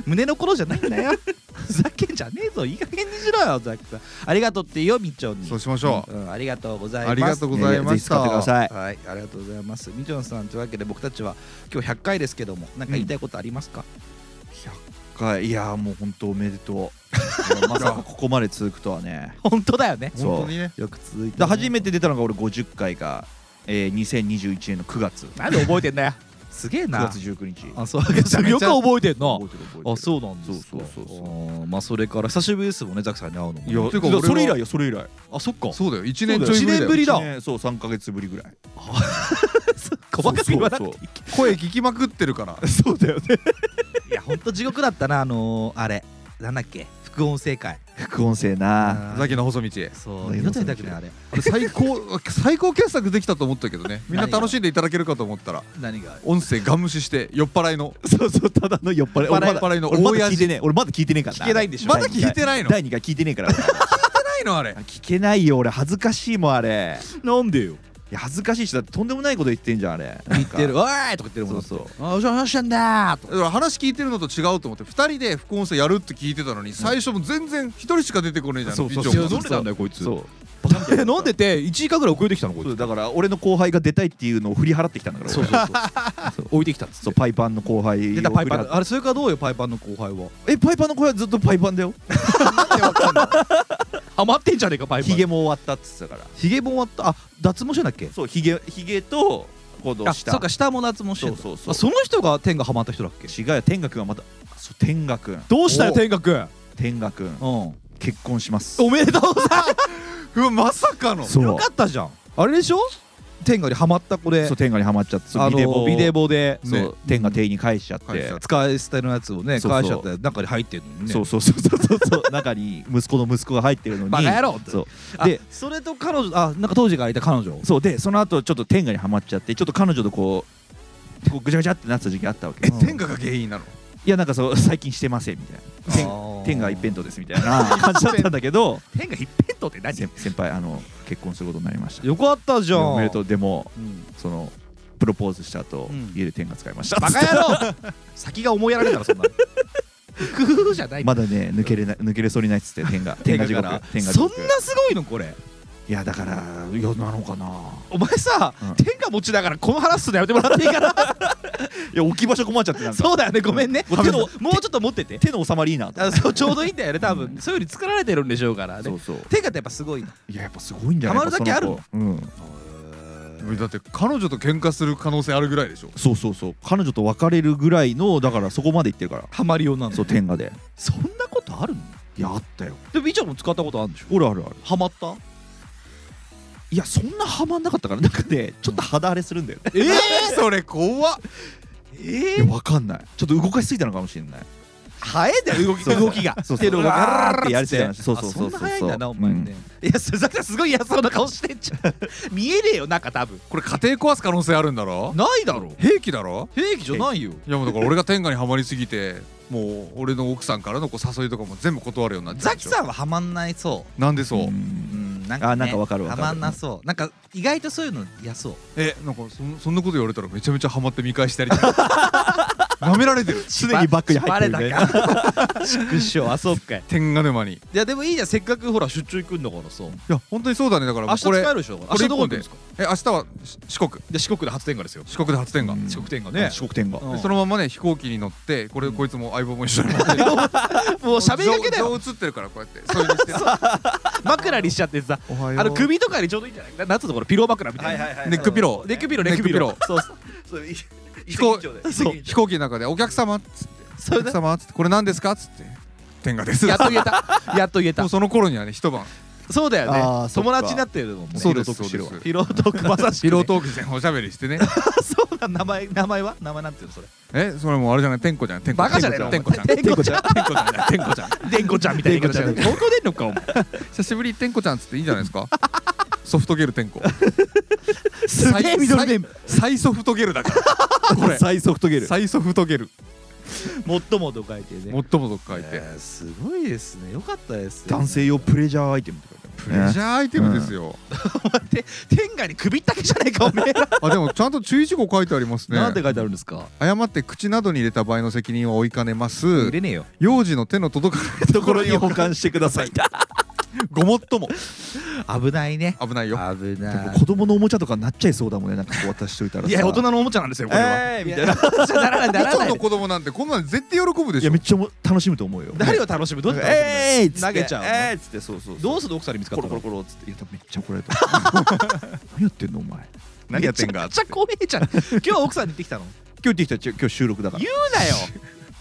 S1: 胸の頃じゃないんだよふざけんじゃねえぞいい加減にしろよザキさんありがとうってよみちょんに
S2: そうしましょう
S1: うん、ありがとうございます
S2: ありがとうございま
S3: ぜひ
S2: し
S3: 使ってくだ
S2: た
S3: さい
S1: はい、ありがとうございます。みちょんさんというわけで僕たちは今日100回ですけども、なんか言いたいことありますか？
S3: いやーもう本当おめでとうまさかここまで続くとはね
S1: 本当だよね。
S3: そう
S2: 本当にね
S1: よく続いて
S3: だ初めて出たのが俺50回が、えー、2021年の9月9
S1: なんで覚えてん だよ。すげえな
S3: 月。19日
S1: あ、そう。 よく覚えてんな
S3: 覚えてる覚えてる
S1: あ、そうなんですか。
S3: そうそうそうそう
S1: う。まあそれから久しぶりですもんね、ザクさんに会うのも。
S2: いやてか
S3: いや
S2: 俺は
S3: それ以来よそれ以来
S1: あ、そっか。
S2: そうだよ1年ちょ
S1: そうだよ
S2: いぶりだ
S1: 一年
S2: よ
S1: ぶりだ
S3: 一年そう3か月ぶり ぐらい
S1: 細かく言わなくていい
S3: そう
S2: 声聞きまくってるから
S3: そうだよね
S1: いや、本当地獄だったな、あのーあれ、なんだっけ、副音声会。
S3: 副音声な
S2: さっきの細道へ
S1: そう。二度とやりたくないあれ。
S2: あれ最高最高傑作できたと思ったけどねみんな楽しんでいただけるかと思ったら
S1: 何が。
S2: 音声ガン無視して酔っ払いの
S3: そうそうただの酔っ払い
S2: 酔っ払い酔
S3: 俺まだ
S2: っ払いの
S3: 俺まだ
S2: 大
S3: 聞
S2: 味
S3: いてねえ俺まだ聞いてねえから
S1: 聞けないんでしょ
S2: まだ聞いてないの
S3: 第2回聞いてねえから 俺
S2: ないのあれ
S3: 聞けないよ俺恥ずかしいもんあれ
S1: なんでよ。
S3: いや恥ずかしいしだってとんでもないこと言ってんじゃんあれ
S1: 言ってる。おーいとか言ってるもん
S3: そ
S1: だ
S3: う
S1: って。
S3: そう
S1: あ、おしゃおしゃおしゃんだーと
S2: だ。から話聞いてるのと違うと思って2人で副音声やるって聞いてたのに最初も全然1人しか出てこねえじゃん
S3: そうそう
S2: みちょん
S3: いや
S2: が
S3: どれなんだ
S1: よこい
S3: そうバカみたいな
S1: 飲んでて1時間ぐらい遅れてきたのこ
S3: そ
S1: いう
S3: だから俺の後輩が出たいっていうのを振り払ってきたんだから
S1: つ
S3: 俺
S1: そうそうそうそう置いてきたっつ
S3: そ
S1: っ
S3: う
S1: て
S3: パイパンの後輩
S1: 出たパイパ
S3: を振り払っ
S1: ンあれそれからどうよパイパンの後輩は
S3: えパイパンの後輩はずっとパイパンだよ
S1: ハマってんじゃねえかパイパン
S3: ヒゲも終わったっつってたから
S1: ヒゲも終わったあ脱毛してんだっけ
S3: そうヒゲヒゲと今度
S1: あ
S3: した
S1: そうか下も脱毛してんだ
S3: そうそうそう
S1: あその人が天がハマった人だっけ
S3: 違うよ天賀くんはまたそう天賀くん
S1: どうしたよ
S3: お
S1: 天がくん
S3: 天賀くん
S1: うん
S3: 結婚します
S1: おめでとうございま
S2: うわまさかの
S1: すよかったじゃんあれでしょ天がにハマった子で
S3: そう天賀にはまっちゃってそう
S1: あ
S3: ビデボ
S1: の
S3: を
S1: ビデボで
S3: そう
S2: ね
S3: 天賀店員に返しちゃって、
S2: 返しちゃっ
S1: 使い捨てのやつをね
S3: そうそう
S1: 返しちゃって中に入ってるのにね
S3: そうそうそうそうそうそう 中に息子の息子が入ってるのに
S1: バカ野郎って
S3: そう
S1: あ
S3: で
S1: それと彼女あなんか当時からいた彼女
S3: そうでその後ちょっと天下にはまっちゃってちょっと彼女とこうこうぐちゃぐちゃってなってた時期あったわけ
S2: え
S3: い
S2: 天下が原因なの
S3: やなんかそう最近してませんみたいな天天下一辺倒ですみたいな感じだったんだけど
S1: 天が一辺倒って何
S3: 先先輩あの結婚することになりました
S1: よかったじゃん
S3: おめでとうでも
S1: うん
S3: そのプロポーズした後、
S1: うん
S3: 家で天下使いました
S1: バカ野郎 先が思いやられたらそんなの夫婦じゃない
S3: まだね抜けれない抜けれそうにないっつ って天下天下地獄天下地
S1: そん
S3: 獄
S1: なすごいのこれ
S3: いやだからいやなのかな
S1: お前さ、
S3: うん
S1: 天下持ちだからこの話すのやめてもらっていいかな
S3: いや置き場所困っちゃってなんか
S1: そうだよねごめんね
S3: ごめん
S1: 手のもうちょっと持ってて
S3: 手の収まりいいなと思
S1: あ
S3: って
S1: そうちょうどいいんだよね多分、そういうふうに作られてるんでしょうから
S3: そ
S1: ね
S3: うそう
S1: 天下ってやっぱすごいの
S3: いややっぱすごいんじゃない
S1: たまるだけある
S3: やっぱその子うん
S2: だって彼女と喧嘩する可能性あるぐらいでしょ
S3: そうそうそう彼女と別れるぐらいのだからそこまでいってるから
S1: ハマりようなの
S3: そう天下で
S1: そんなことあるの
S3: いやあったよ
S1: でもみちゃんも使ったことあるんでしょ
S3: 俺あるある
S1: ハマった
S3: いやそんなハマんなかったからなんかねちょっと肌荒れするんだよね、
S2: ええ それ怖っ
S1: え
S3: いやわかんないちょっと動かしすぎたのかもしれない
S1: 早いんだよ 動き動きが
S3: そうそ
S1: 手
S3: う
S1: の動き
S3: うわー
S1: あ
S3: ってやりすぎたのそうそうそう
S1: あそ
S3: そうん
S1: な早いんだなお前ねいや須坂さんすごい嫌そうな顔してんじゃん見えねえよ中多分
S2: これ家庭壊す可能性あるんだろ
S1: ないだろ
S2: 兵器だろ
S1: 平気じゃないよ
S2: いやもうだから俺が天下にはまりすぎてもう俺の奥さんからのこう誘いとかも全部断るようになっちゃう
S7: ザ
S2: で
S7: キ
S2: しょ
S7: さんはハマんないそ
S2: なんでそう、
S7: ううんなん
S3: あなんかわかるわか
S7: ハ
S3: る
S7: マんなそうなんか意外とそういうのやそう
S2: えなんかそんそんなこと言われたらめちゃめちゃハマって見返したりなめら れてる
S3: 常にバッグに入ってるね
S7: バレたか
S1: クッションあそうかい
S2: 天下沼にい
S1: いやでもいいじゃんせっかくほら出張行くんだからさ
S2: や本当にそうだねだから
S1: 明日
S2: こ
S1: 使
S2: れ
S1: えるでしょ明
S2: これ
S1: 日
S2: 一
S1: どこ行く
S2: 本
S1: ん
S2: で
S1: ですか
S2: え明日はし四国
S1: で四国で初天下ですよ
S2: 四国で初天下、
S3: うん
S2: で
S1: 四国天下
S3: ね
S1: ね
S3: 四国天下
S1: うん
S2: そのままね飛行機に乗ってこれこいつも相棒 も一緒に乗って
S1: もう喋りかけだよ
S2: 情情映ってるからこうやってそれにして
S1: 枕にしちゃってさ
S2: おは
S1: あの首とかにちょうどいいんじゃないななんつうのこれピロー枕みたいな
S2: ネックピロー
S1: ネックピローネックピロー
S3: そうそう
S2: 飛行
S3: そう
S2: 飛行機の中で「お客様」っつって「
S1: そ
S2: お
S1: れ
S2: 客
S1: だ
S2: 様」っつって「これ何ですか?」っつって「天下です」
S1: やっと言えたやっと言え
S2: も
S1: た
S2: うその頃にはね一晩
S1: そうだよ
S3: あー
S1: ね
S3: そっか
S1: 友達になってるもんね
S2: そうです
S3: ピロートークしてるわ
S2: そうです
S1: ピロートークまさしく
S2: ピ
S1: ね
S2: ロートークでおしゃべり してね
S1: そうなん名前名前は名前なんていうのそれ
S2: えそれもうあれじゃない天子じゃない天子
S1: バカじゃねえの
S2: 天子ちゃん
S1: お前
S2: 天子ちゃん天子ちゃん天子ちゃん
S1: でんこちゃんみたいな言い方してる東京出んのかお前
S2: 久しぶり天子ちゃんっつっていいんじゃないですかソフトゲ ル天子
S1: すげえ緑ネーム
S2: 最ソフトゲル だからこれ
S3: 最ソフトゲル
S2: 最ソフトゲル
S1: 最もどかいてね
S2: 最もどっか書いて
S1: えーすごいですねよかったです
S3: 男性用プレジャーアイテムって書いてある
S2: プレジャーアイテムですよ
S1: って天下に首ったけじゃないかおめえら
S2: あでもちゃんと注意事項書いてありますね
S1: なんて書いてあるんですか
S2: 誤って口などに入れた場合の責任は負いかねます
S1: 入れねえよ
S2: 幼児の手の届かないと
S3: と
S2: こ
S3: こ
S2: ろ
S3: ろ
S2: に
S3: に保管してくだ さい
S2: ごもっと も
S7: 危ないね
S2: 危ないよ
S7: 危
S3: でも
S7: ない
S3: 子供のおもちゃとかになっちゃいそうだもんねなんかこう渡しといたらさ
S1: いや大人のおもちゃなんですよこれは
S3: えーみたい な
S1: じゃならないな
S2: み
S1: ら
S2: ちょ
S1: ない
S2: の子供なんてこんなん絶対喜ぶで
S3: い
S2: し
S3: や
S2: ょ
S3: めっちゃおも楽しむと思うよ
S1: 誰を楽しむどっちが楽しむ
S3: えーいっつって
S1: 投げちゃうの
S3: えーいっつってそうそう
S1: どう
S3: す
S1: する奥さんに見つかっ
S3: コ
S1: た
S3: ロ
S1: の
S3: コロコロっつっていや多分めっちゃ怒られた 何やってんのお前今
S2: 何やってん
S1: め
S2: が
S1: ちゃくちゃ怖 えじゃん今日奥さんに行ってきたの
S3: 日行ってきたち今日収録だか
S1: 言う なよ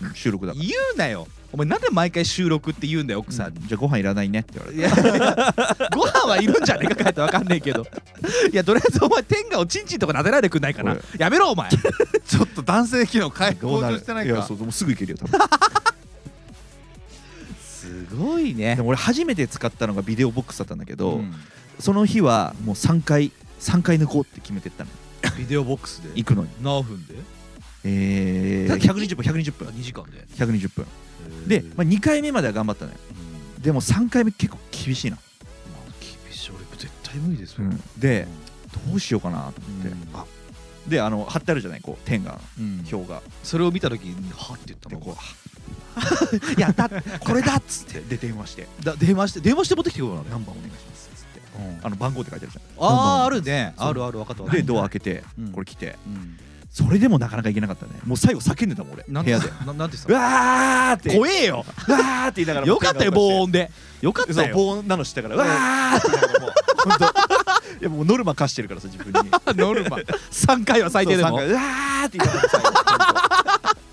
S3: ら収録だから
S1: 言うなよお前なんで毎回収録って言うんだよ奥さんに、
S3: じゃあご飯いらないねって言われ
S1: い
S3: て
S1: や いやご飯はいるんじゃねえかかいてわかんねえけどいやとりあえずお前天下をチンチンとか撫でられてくんないかな
S3: おい
S1: やめろ お前
S2: ちょっと男性機能開
S3: どう
S2: 向
S3: な
S2: 上
S3: る
S2: してない
S3: や
S2: か
S3: そうもうすぐ行けるよ多分
S1: すごいね
S3: でも俺初めて使ったのがビデオボックスだったんだけど、
S1: うん
S3: その日はもう3回3回抜こうって決めてったの
S1: ビデオボックスで
S3: 行くのに
S1: 何分で
S3: えー、120分120分
S1: 2時間で
S3: 120分で、まあ、2回目までは頑張ったのよでも3回目結構厳しいな、
S1: 厳しい俺絶対無理ですよ、
S3: でどうしようかなと思って、
S1: うん
S3: あであの貼ってあるじゃないこう点が
S1: うん
S3: 表が、
S1: それを見た時にはって言った
S3: で
S1: の
S3: こう
S1: いやだこれだっつって
S3: でで電話して
S1: だ電話して電話して持ってきてくれなの
S3: 「ナンバーお願いします」っつってあの番号って書いてあるじゃ
S4: あああるねあるある分かった分
S3: ん
S4: かっ
S3: で
S4: た
S3: ドア開けて
S4: うん
S3: これ来て
S4: うん
S3: それでもなかなかいけなかったねもう最後叫んでたもん俺
S4: なん
S3: 部屋で
S4: ななんて
S3: う
S4: さ
S3: わーって
S4: 怖えよ
S3: うわーって言いながら
S4: よかったよ防音でよかっ
S3: そ
S4: た
S3: う
S4: よ
S3: 防音なの知ったからうわーって言いながらもう本当 いやもうノルマ課してるからさ自分に
S4: ノルマ3回は 最低で
S3: そう
S4: も
S3: 三回うわーって言いながら最後本当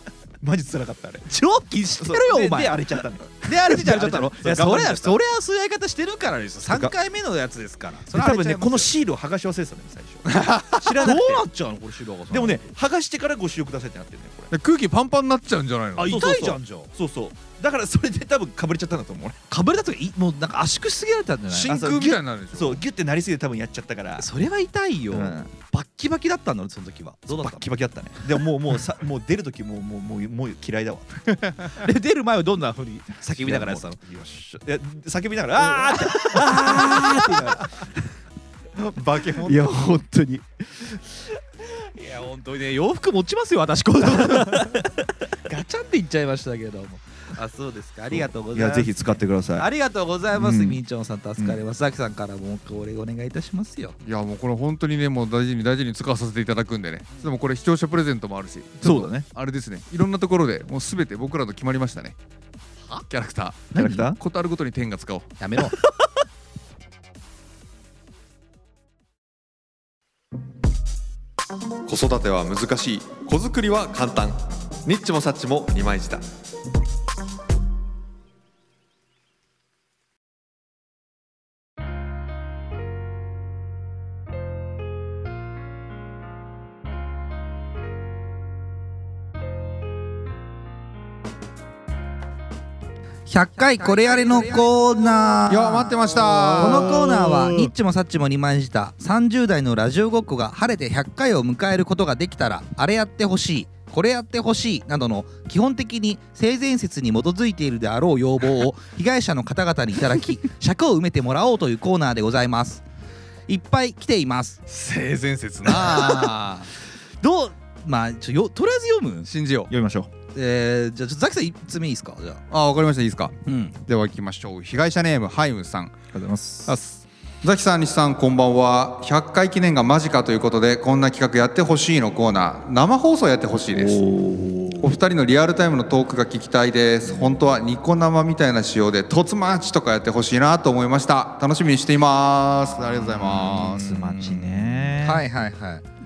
S3: マジ辛かったあれ
S4: 常軌してるよ
S3: そ
S4: お
S3: うでで
S4: 前
S3: 荒れちゃったのよ
S4: であれ出ちゃったの
S3: そう
S4: いやそれ
S3: 我慢しちゃっ
S4: は
S3: た
S4: それはそういうやり方してるからです3回目のやつですからそれは
S3: 多分ねこの
S4: 知
S3: シールを剥がし忘れてたのよ最初知ら
S4: らな
S3: なく
S4: どう
S3: て
S4: なっちゃうのこれ白川さん
S3: でもね剥がしてからご使用くださいってなってるねこれ
S2: で空気パンパンになっちゃうんじゃないの
S4: あ
S3: そう
S4: 痛いじゃんじゃん
S3: そうそうだからそれで多分かぶれちゃったんだと思 う俺
S4: かぶれた時いもうなんか圧縮しすぎられたんじゃない
S2: 真空みたいになるでしょ
S3: そうギュッてなりすぎて多分やっちゃったから
S4: あそれは痛いよ
S3: うん
S4: バッキバキだったんだねその時はどうだ
S3: バ
S4: った
S3: ッキバキだったねでももうもうさもう出る時もうもうもうもう嫌いだわ
S4: ので 出る前はどんなふうに叫びながらやってたの
S3: よっしゃいや叫びながらあーってあーってバケモンいや本当に
S4: いや本当にね洋服持ちますよ私 このガチャンって言っちゃいましたけどもあそうですかありがとうご
S3: い
S4: ざい
S3: や
S4: ます
S3: ぜひ使ってくだ
S4: あ
S3: さ
S4: りがとうございます、
S3: うん
S4: みーちょんさん助かります、ザキさんからもう一回お礼お願いいたしますよ
S2: いやもうこれ本当にねもう大事に大事に使わさせていただくんでねでもこれ視聴者プレゼントもあるし
S3: いそうだね
S2: あれですねいろんなところでもう全て僕らと決まりましたねキャラクタ
S3: キャラクタ
S2: ーことあるごとに天が使おう
S4: やめろ
S8: 子育ては難しい子作りは簡単ニッチもサッチも二枚舌
S1: 100回これやれのコーナー
S2: いや待ってました
S1: このコーナーはニッチもサッチも二枚舌30代のラジオごっこが晴れて100回を迎えることができたらあれやってほしいこれやってほしいなどの基本的に性善説に基づいているであろう要望 を被害者の方々にいただき尺を埋めてもらおうというコーナーでございますいっぱい来ています
S2: 性善説
S4: あーどうまあちょよとりあえず読む
S2: 信じよう
S3: 読みましょう
S4: えー、じゃあちょっとザキさん1つ目いいですかじゃあ
S2: あわかりましたいいですか
S4: うん
S2: では行きましょう被害者ネームハイムさん
S3: ありがとうございます
S2: あすザキさん西さんこんばんは100回記念が間近ということでこんな企画やってほしいのコーナー生放送やってほしいですお二人のリアルタイムのトークが聞きたいです本当はニコ生みたいな仕様でトツマッチとかやってほしいなと思いました楽しみにしていますありがとうございます
S3: ね
S1: はいはいはい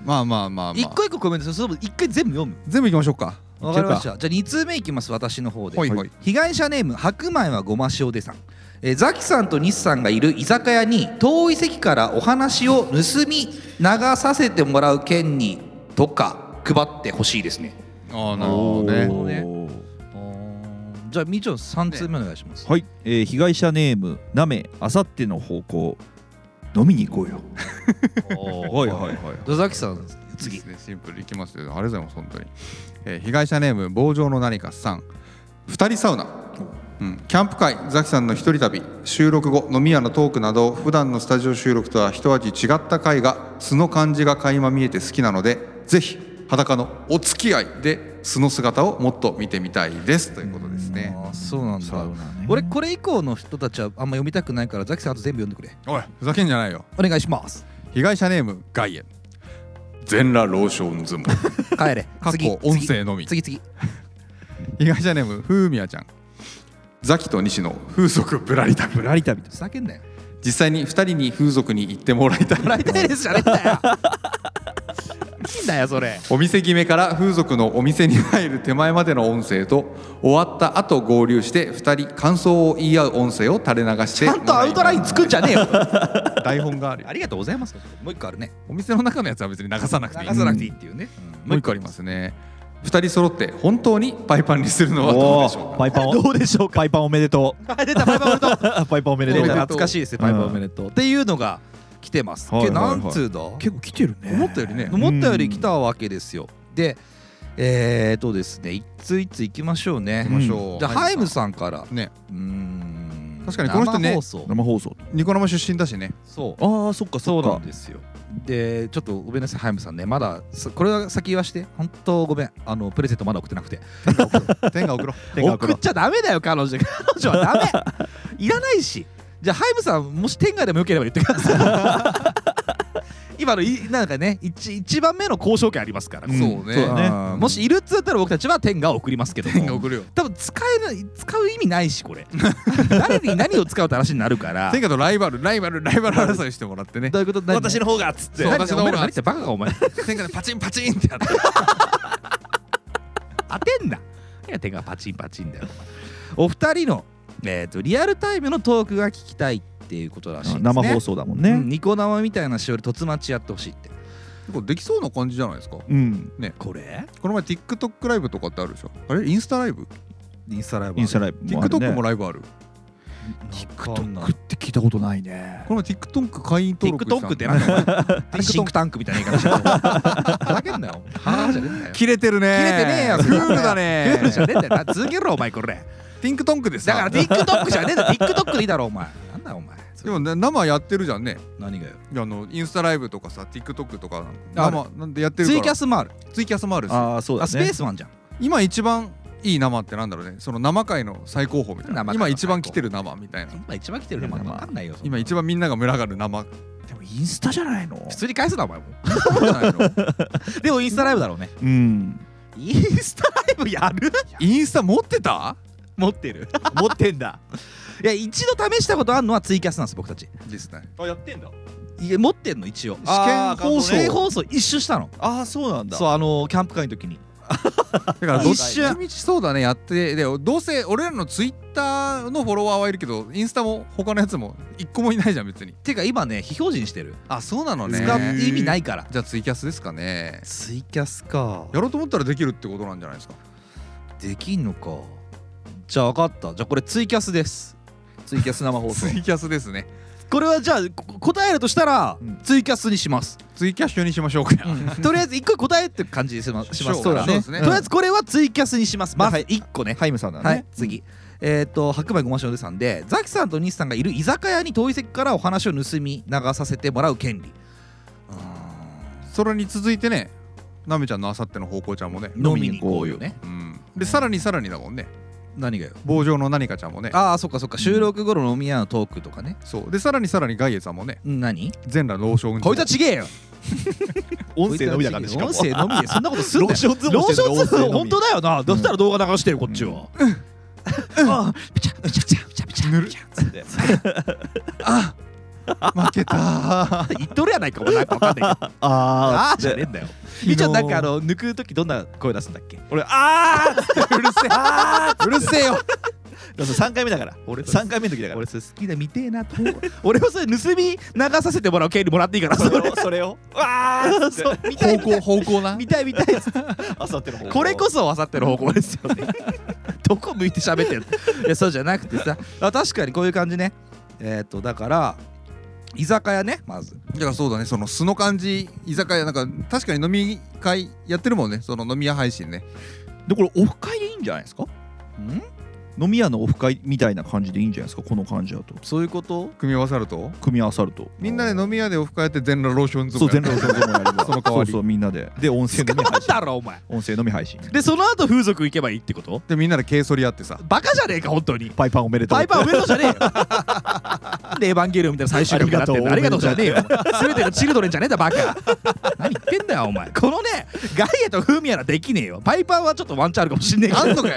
S2: まあまあまあまあ
S4: 一個一個コメントするそれとも一回全部読む
S2: 全部いきましょうか
S4: わかりましたじゃあ2通目いきます私の方で、
S2: ほいほい
S1: 被害者ネーム白米はごま塩でさん、えー、ザキさんと西さんがいる居酒屋に遠い席からお話を盗み流させてもらう件にとか配ってほしいですね
S2: ああなるほどね
S1: じゃあみーちょん3通目お願いします、
S3: はい、えー被害者ネームなめあさっての方向飲みに行こ うよはいはいはい
S1: じゃあザキさん
S2: 次
S1: 次
S2: ですねシンプルいきますよありがとうございます本当に、えー被害者ネーム棒状の何かさん2人サウナ、うん、キャンプ会ザキさんの一人旅収録後飲み屋のトークなど普段のスタジオ収録とは一味違った回が素の感じが垣間見えて好きなのでぜひ裸のお付き合いで素の姿をもっと見てみたいですということですね
S1: あーそうなんだ
S3: サウナね
S1: 俺これ以降の人たちはあんま読みたくないからザキさんあと全部読んでくれ
S2: おいふざけんじゃないよ
S1: お願いします
S2: 被害者ネームガイエ全裸ローション 相撲
S1: 帰 れ
S2: 過
S1: 次
S2: 去音声のみ
S1: 次次次
S2: 被害者ネームふうみやちゃんザキと西の風俗ぶらり旅
S3: ぶらり旅
S1: ふざけん なよ
S2: 実際に2人に風俗に行ってもらい たい
S1: ライテレスじゃねえんだよいいんだよそれ
S2: お店決めから風俗のお店に入る手前までの音声と終わった後合流して2人感想を言い合う音声を垂れ流し て
S1: ちゃんとアウトライン作んじゃねえよ
S2: 台本があるよ
S1: ありがとうございますもう一個あるね
S2: お店の中のやつは別に流さなくていい
S1: 流さなくていいっていうね、
S2: もう一個ありますね2人揃って本当にパイパンにするのはどう
S3: お
S2: でしょう
S3: ー
S2: か
S3: パイパンどうでしょうかパイパンおめで とう
S1: 出たパイパンおめでとう
S3: パイパンおめで
S1: 出
S3: と
S1: た
S3: う
S1: 懐かしいですねパイパンおめでとうっていうのが来てます、
S3: はいはいはい
S1: けど何通だ
S3: 結構来てるね
S2: 思ったよりね
S1: 思ったより来たわけですよでえー、とですね一通一通いきましょうね
S2: 行きましょう
S1: じゃあハイムさんからう
S2: ね
S1: ーん
S2: 確かにこの人ね
S1: 生放送
S3: 生放送
S2: ニコ生出身だしね
S1: そう
S3: ああそっか
S1: そうなんですよでちょっとごめんなさいハイムさんねまだそこれは先言わして本当ごめんあのプレゼントまだ送ってなくて
S2: 天が送ろう
S3: 手 が
S1: 送っちゃダメだよ彼女彼女はダメいらないしじゃあハイブさんもし天外でもよければ言ってくださ い今のいなんかね 1, 番目の交渉権ありますから、
S2: ん
S9: そうね
S2: だ
S1: あーもしいるっつったら僕たちは天下を送りますけども
S9: 天が送るよ
S1: 多分使えない使う意味ないしこ れ誰に何を使うって話になるから
S2: 天下とライバルライバルライバル争いしてもらってね
S1: どういうこと何
S3: 私の方がっつって
S2: そう
S1: 何
S2: 私の
S1: お
S2: 方
S1: 前ら
S2: が
S1: 何言ってんのバカかお前
S2: 天下でパチンパチンってやって
S1: 当てんな何や天下パチンパチンだよお前お二人の、えー、とリアルタイムのトークが聞きたいっていうことらしいですね
S3: 生放送だもんね、
S1: うんニコ生みたいなしおりとつまちやってほしいって
S2: これできそうな感じじゃないですか
S3: うん、
S1: これ
S2: この前 TikTok ライブとかってあるでしょあれインスタライブ
S1: インスタライブ
S3: インスタライブもある、ね、
S2: TikTok もライブある
S3: 食って聞いたことないね
S2: この前 TikTok 会員登録した
S1: TikTok ってなんだお前シンクタンクみたいな言い方してるふざけんなよはあじゃねえんだよ
S2: 切れてるね
S1: 切れてねえよ
S2: クールだね
S1: ク ールじゃね えんだよ続けろお前これ
S2: TikTok です
S1: だから TikTok じゃねえんだ TikTok でいいだろお前なんだよお前
S2: でもね生やってるじゃんね
S1: 何がよ
S2: いやあのインスタライブとかさ TikTok とか
S1: あ
S2: 生なんでやってるか
S1: ツ
S2: ら
S1: イキャスもある
S2: ツイキャスもあるし
S3: ああそうだ
S1: あ
S3: ね
S1: スペースマンじゃん
S2: 今一番いい生ってなんだろうねその生界の最高峰みたいな
S1: 生界の最
S2: 今
S1: 高峰
S2: 一番来てる生みたいな
S1: 今一番来てるのまだ分かんないよそんな
S2: 今一番みんなが群がる生
S3: でもインスタじゃないの
S1: 普通に返すなお 前も
S2: じゃないの
S1: うでもインスタライブだろうね
S3: うん
S1: インスタライブやる
S2: インスタ持ってた
S1: 持ってる
S3: 持って んだ
S1: いや一度試したことあるのはツイキャスなんです僕たち
S2: ですね
S3: あやってんだ
S1: いや持ってんの一応
S2: あー
S3: 試験放
S1: 試験
S3: 送
S1: 放送一周したの
S3: ああそうなんだ
S1: そうあのーキャンプ会の時に
S2: だからどっ
S1: 一
S2: ち
S1: 瞬
S2: みちそうだねやってでどうせ俺らのツイッターのフォロワーはいるけどインスタも他のやつも一個もいないじゃん別に
S1: てか今ね非表示にしてる
S2: あそうなの
S1: 使
S2: ね
S1: って意味ないから
S2: じゃあツイキャスですかね
S1: ツイキャスか
S2: やろうと思ったらできるってことなんじゃないですか
S1: できんのかじゃあ分かったじゃあこれツイキャスですツイキャス生放
S2: ツイキャスですね
S1: これはじゃあこ答えるとしたら、
S3: うん
S1: ツイキャスにします
S2: ツイキャッシュにしましょうか
S1: とりあえず一個答えって感じにしまします
S2: そう
S1: から
S2: だねそうですね
S1: とりあえずこれはツイキャスにしますまず一個ね
S3: ハイムさんだね、
S1: はい、次。えっ、と白米ごま塩でさんでザキさんと西さんがいる居酒屋に遠い席からお話を盗み流させてもらう権利
S2: それに続いてねなめちゃんのあさっての方向ちゃんもね
S1: 飲みに行こうよね
S2: うんでさらにさらにだもんね
S1: 何がよ
S2: 棒状の何かちゃんもね
S1: ああそっかそっか収録後の飲み屋のトークとかね
S2: そうでさらにさらにガイエさんもね
S1: ん何
S2: 全裸老将軍
S1: こいつはちげえよ
S3: 音声のみだからねしかも
S1: 音声のみでそんなことすんなよ
S3: ローションズ
S1: ロ
S3: も
S1: ー
S3: し
S1: シ
S3: てる
S1: ョンズ
S3: 音声のみ
S1: 本当だよなどうしたら動画流してるこっちはああピチャピチャピチャピチャピチャピチャ
S2: 負けた
S1: 言っとるやないかお前なんかわかんないけど
S3: あ
S1: ああじゃねえんだよみーちゃんなんかあの抜く時どんな声出すんだっけ
S3: 俺あ
S2: うるせえうるせえよ
S3: あ3回目だから俺3回目の時だから
S1: 俺それ好きだ見てえなと俺もそれ盗み流させてもらう権利もらっていいからそ
S3: そ
S1: れ
S3: れをそれをわあ
S1: そう見たい
S2: 方
S1: 見た
S2: 向
S1: い
S2: 方向 な
S1: 見たい見たい
S3: あさっての方向
S1: これこそあさっての方向ですよ ねどこ向いて喋 ってんのいやそうじゃなくてさ あ確かにこういう感じねえっ、とだから居酒屋ねまず
S2: だからそうだねその素の感じ居酒屋なんか確かに飲み会やってるもんねその飲み屋配信ね
S3: でこれオフ会でいいんじゃないですか
S1: ん
S3: 飲み屋のオフ会みたいな感じでいいんじゃないですかこの感じだと
S1: そういうこと
S2: 組み合わさると
S3: 組み合わさると
S2: みんなで飲み屋でオフ会やって全裸ローションズ
S3: そう全裸のやれば
S2: その代わり
S3: そうそうみんなで で音声のみ
S1: な
S3: 配
S1: ん
S3: 信
S1: だろお前
S3: 音声のみ配信
S1: でその後風俗行けばいいってこと
S2: でみんなで毛剃り合ってさ
S1: バカじゃねえか本当に
S3: パイパンおめでとう
S1: バイパーおめでとうじゃね えよなんでエヴァンゲリオンみたいな最終回になってんだあ
S3: あ
S1: り
S3: り
S1: がと
S3: がと
S1: う
S3: う
S1: じゃねえよ 全てのチルドレンじゃねえんだバ カ何言ってんだよお前このねガイエとフミヤならできねえよパイパーはちょっとワンチャンあるかもしんねえけど
S2: あんのかよ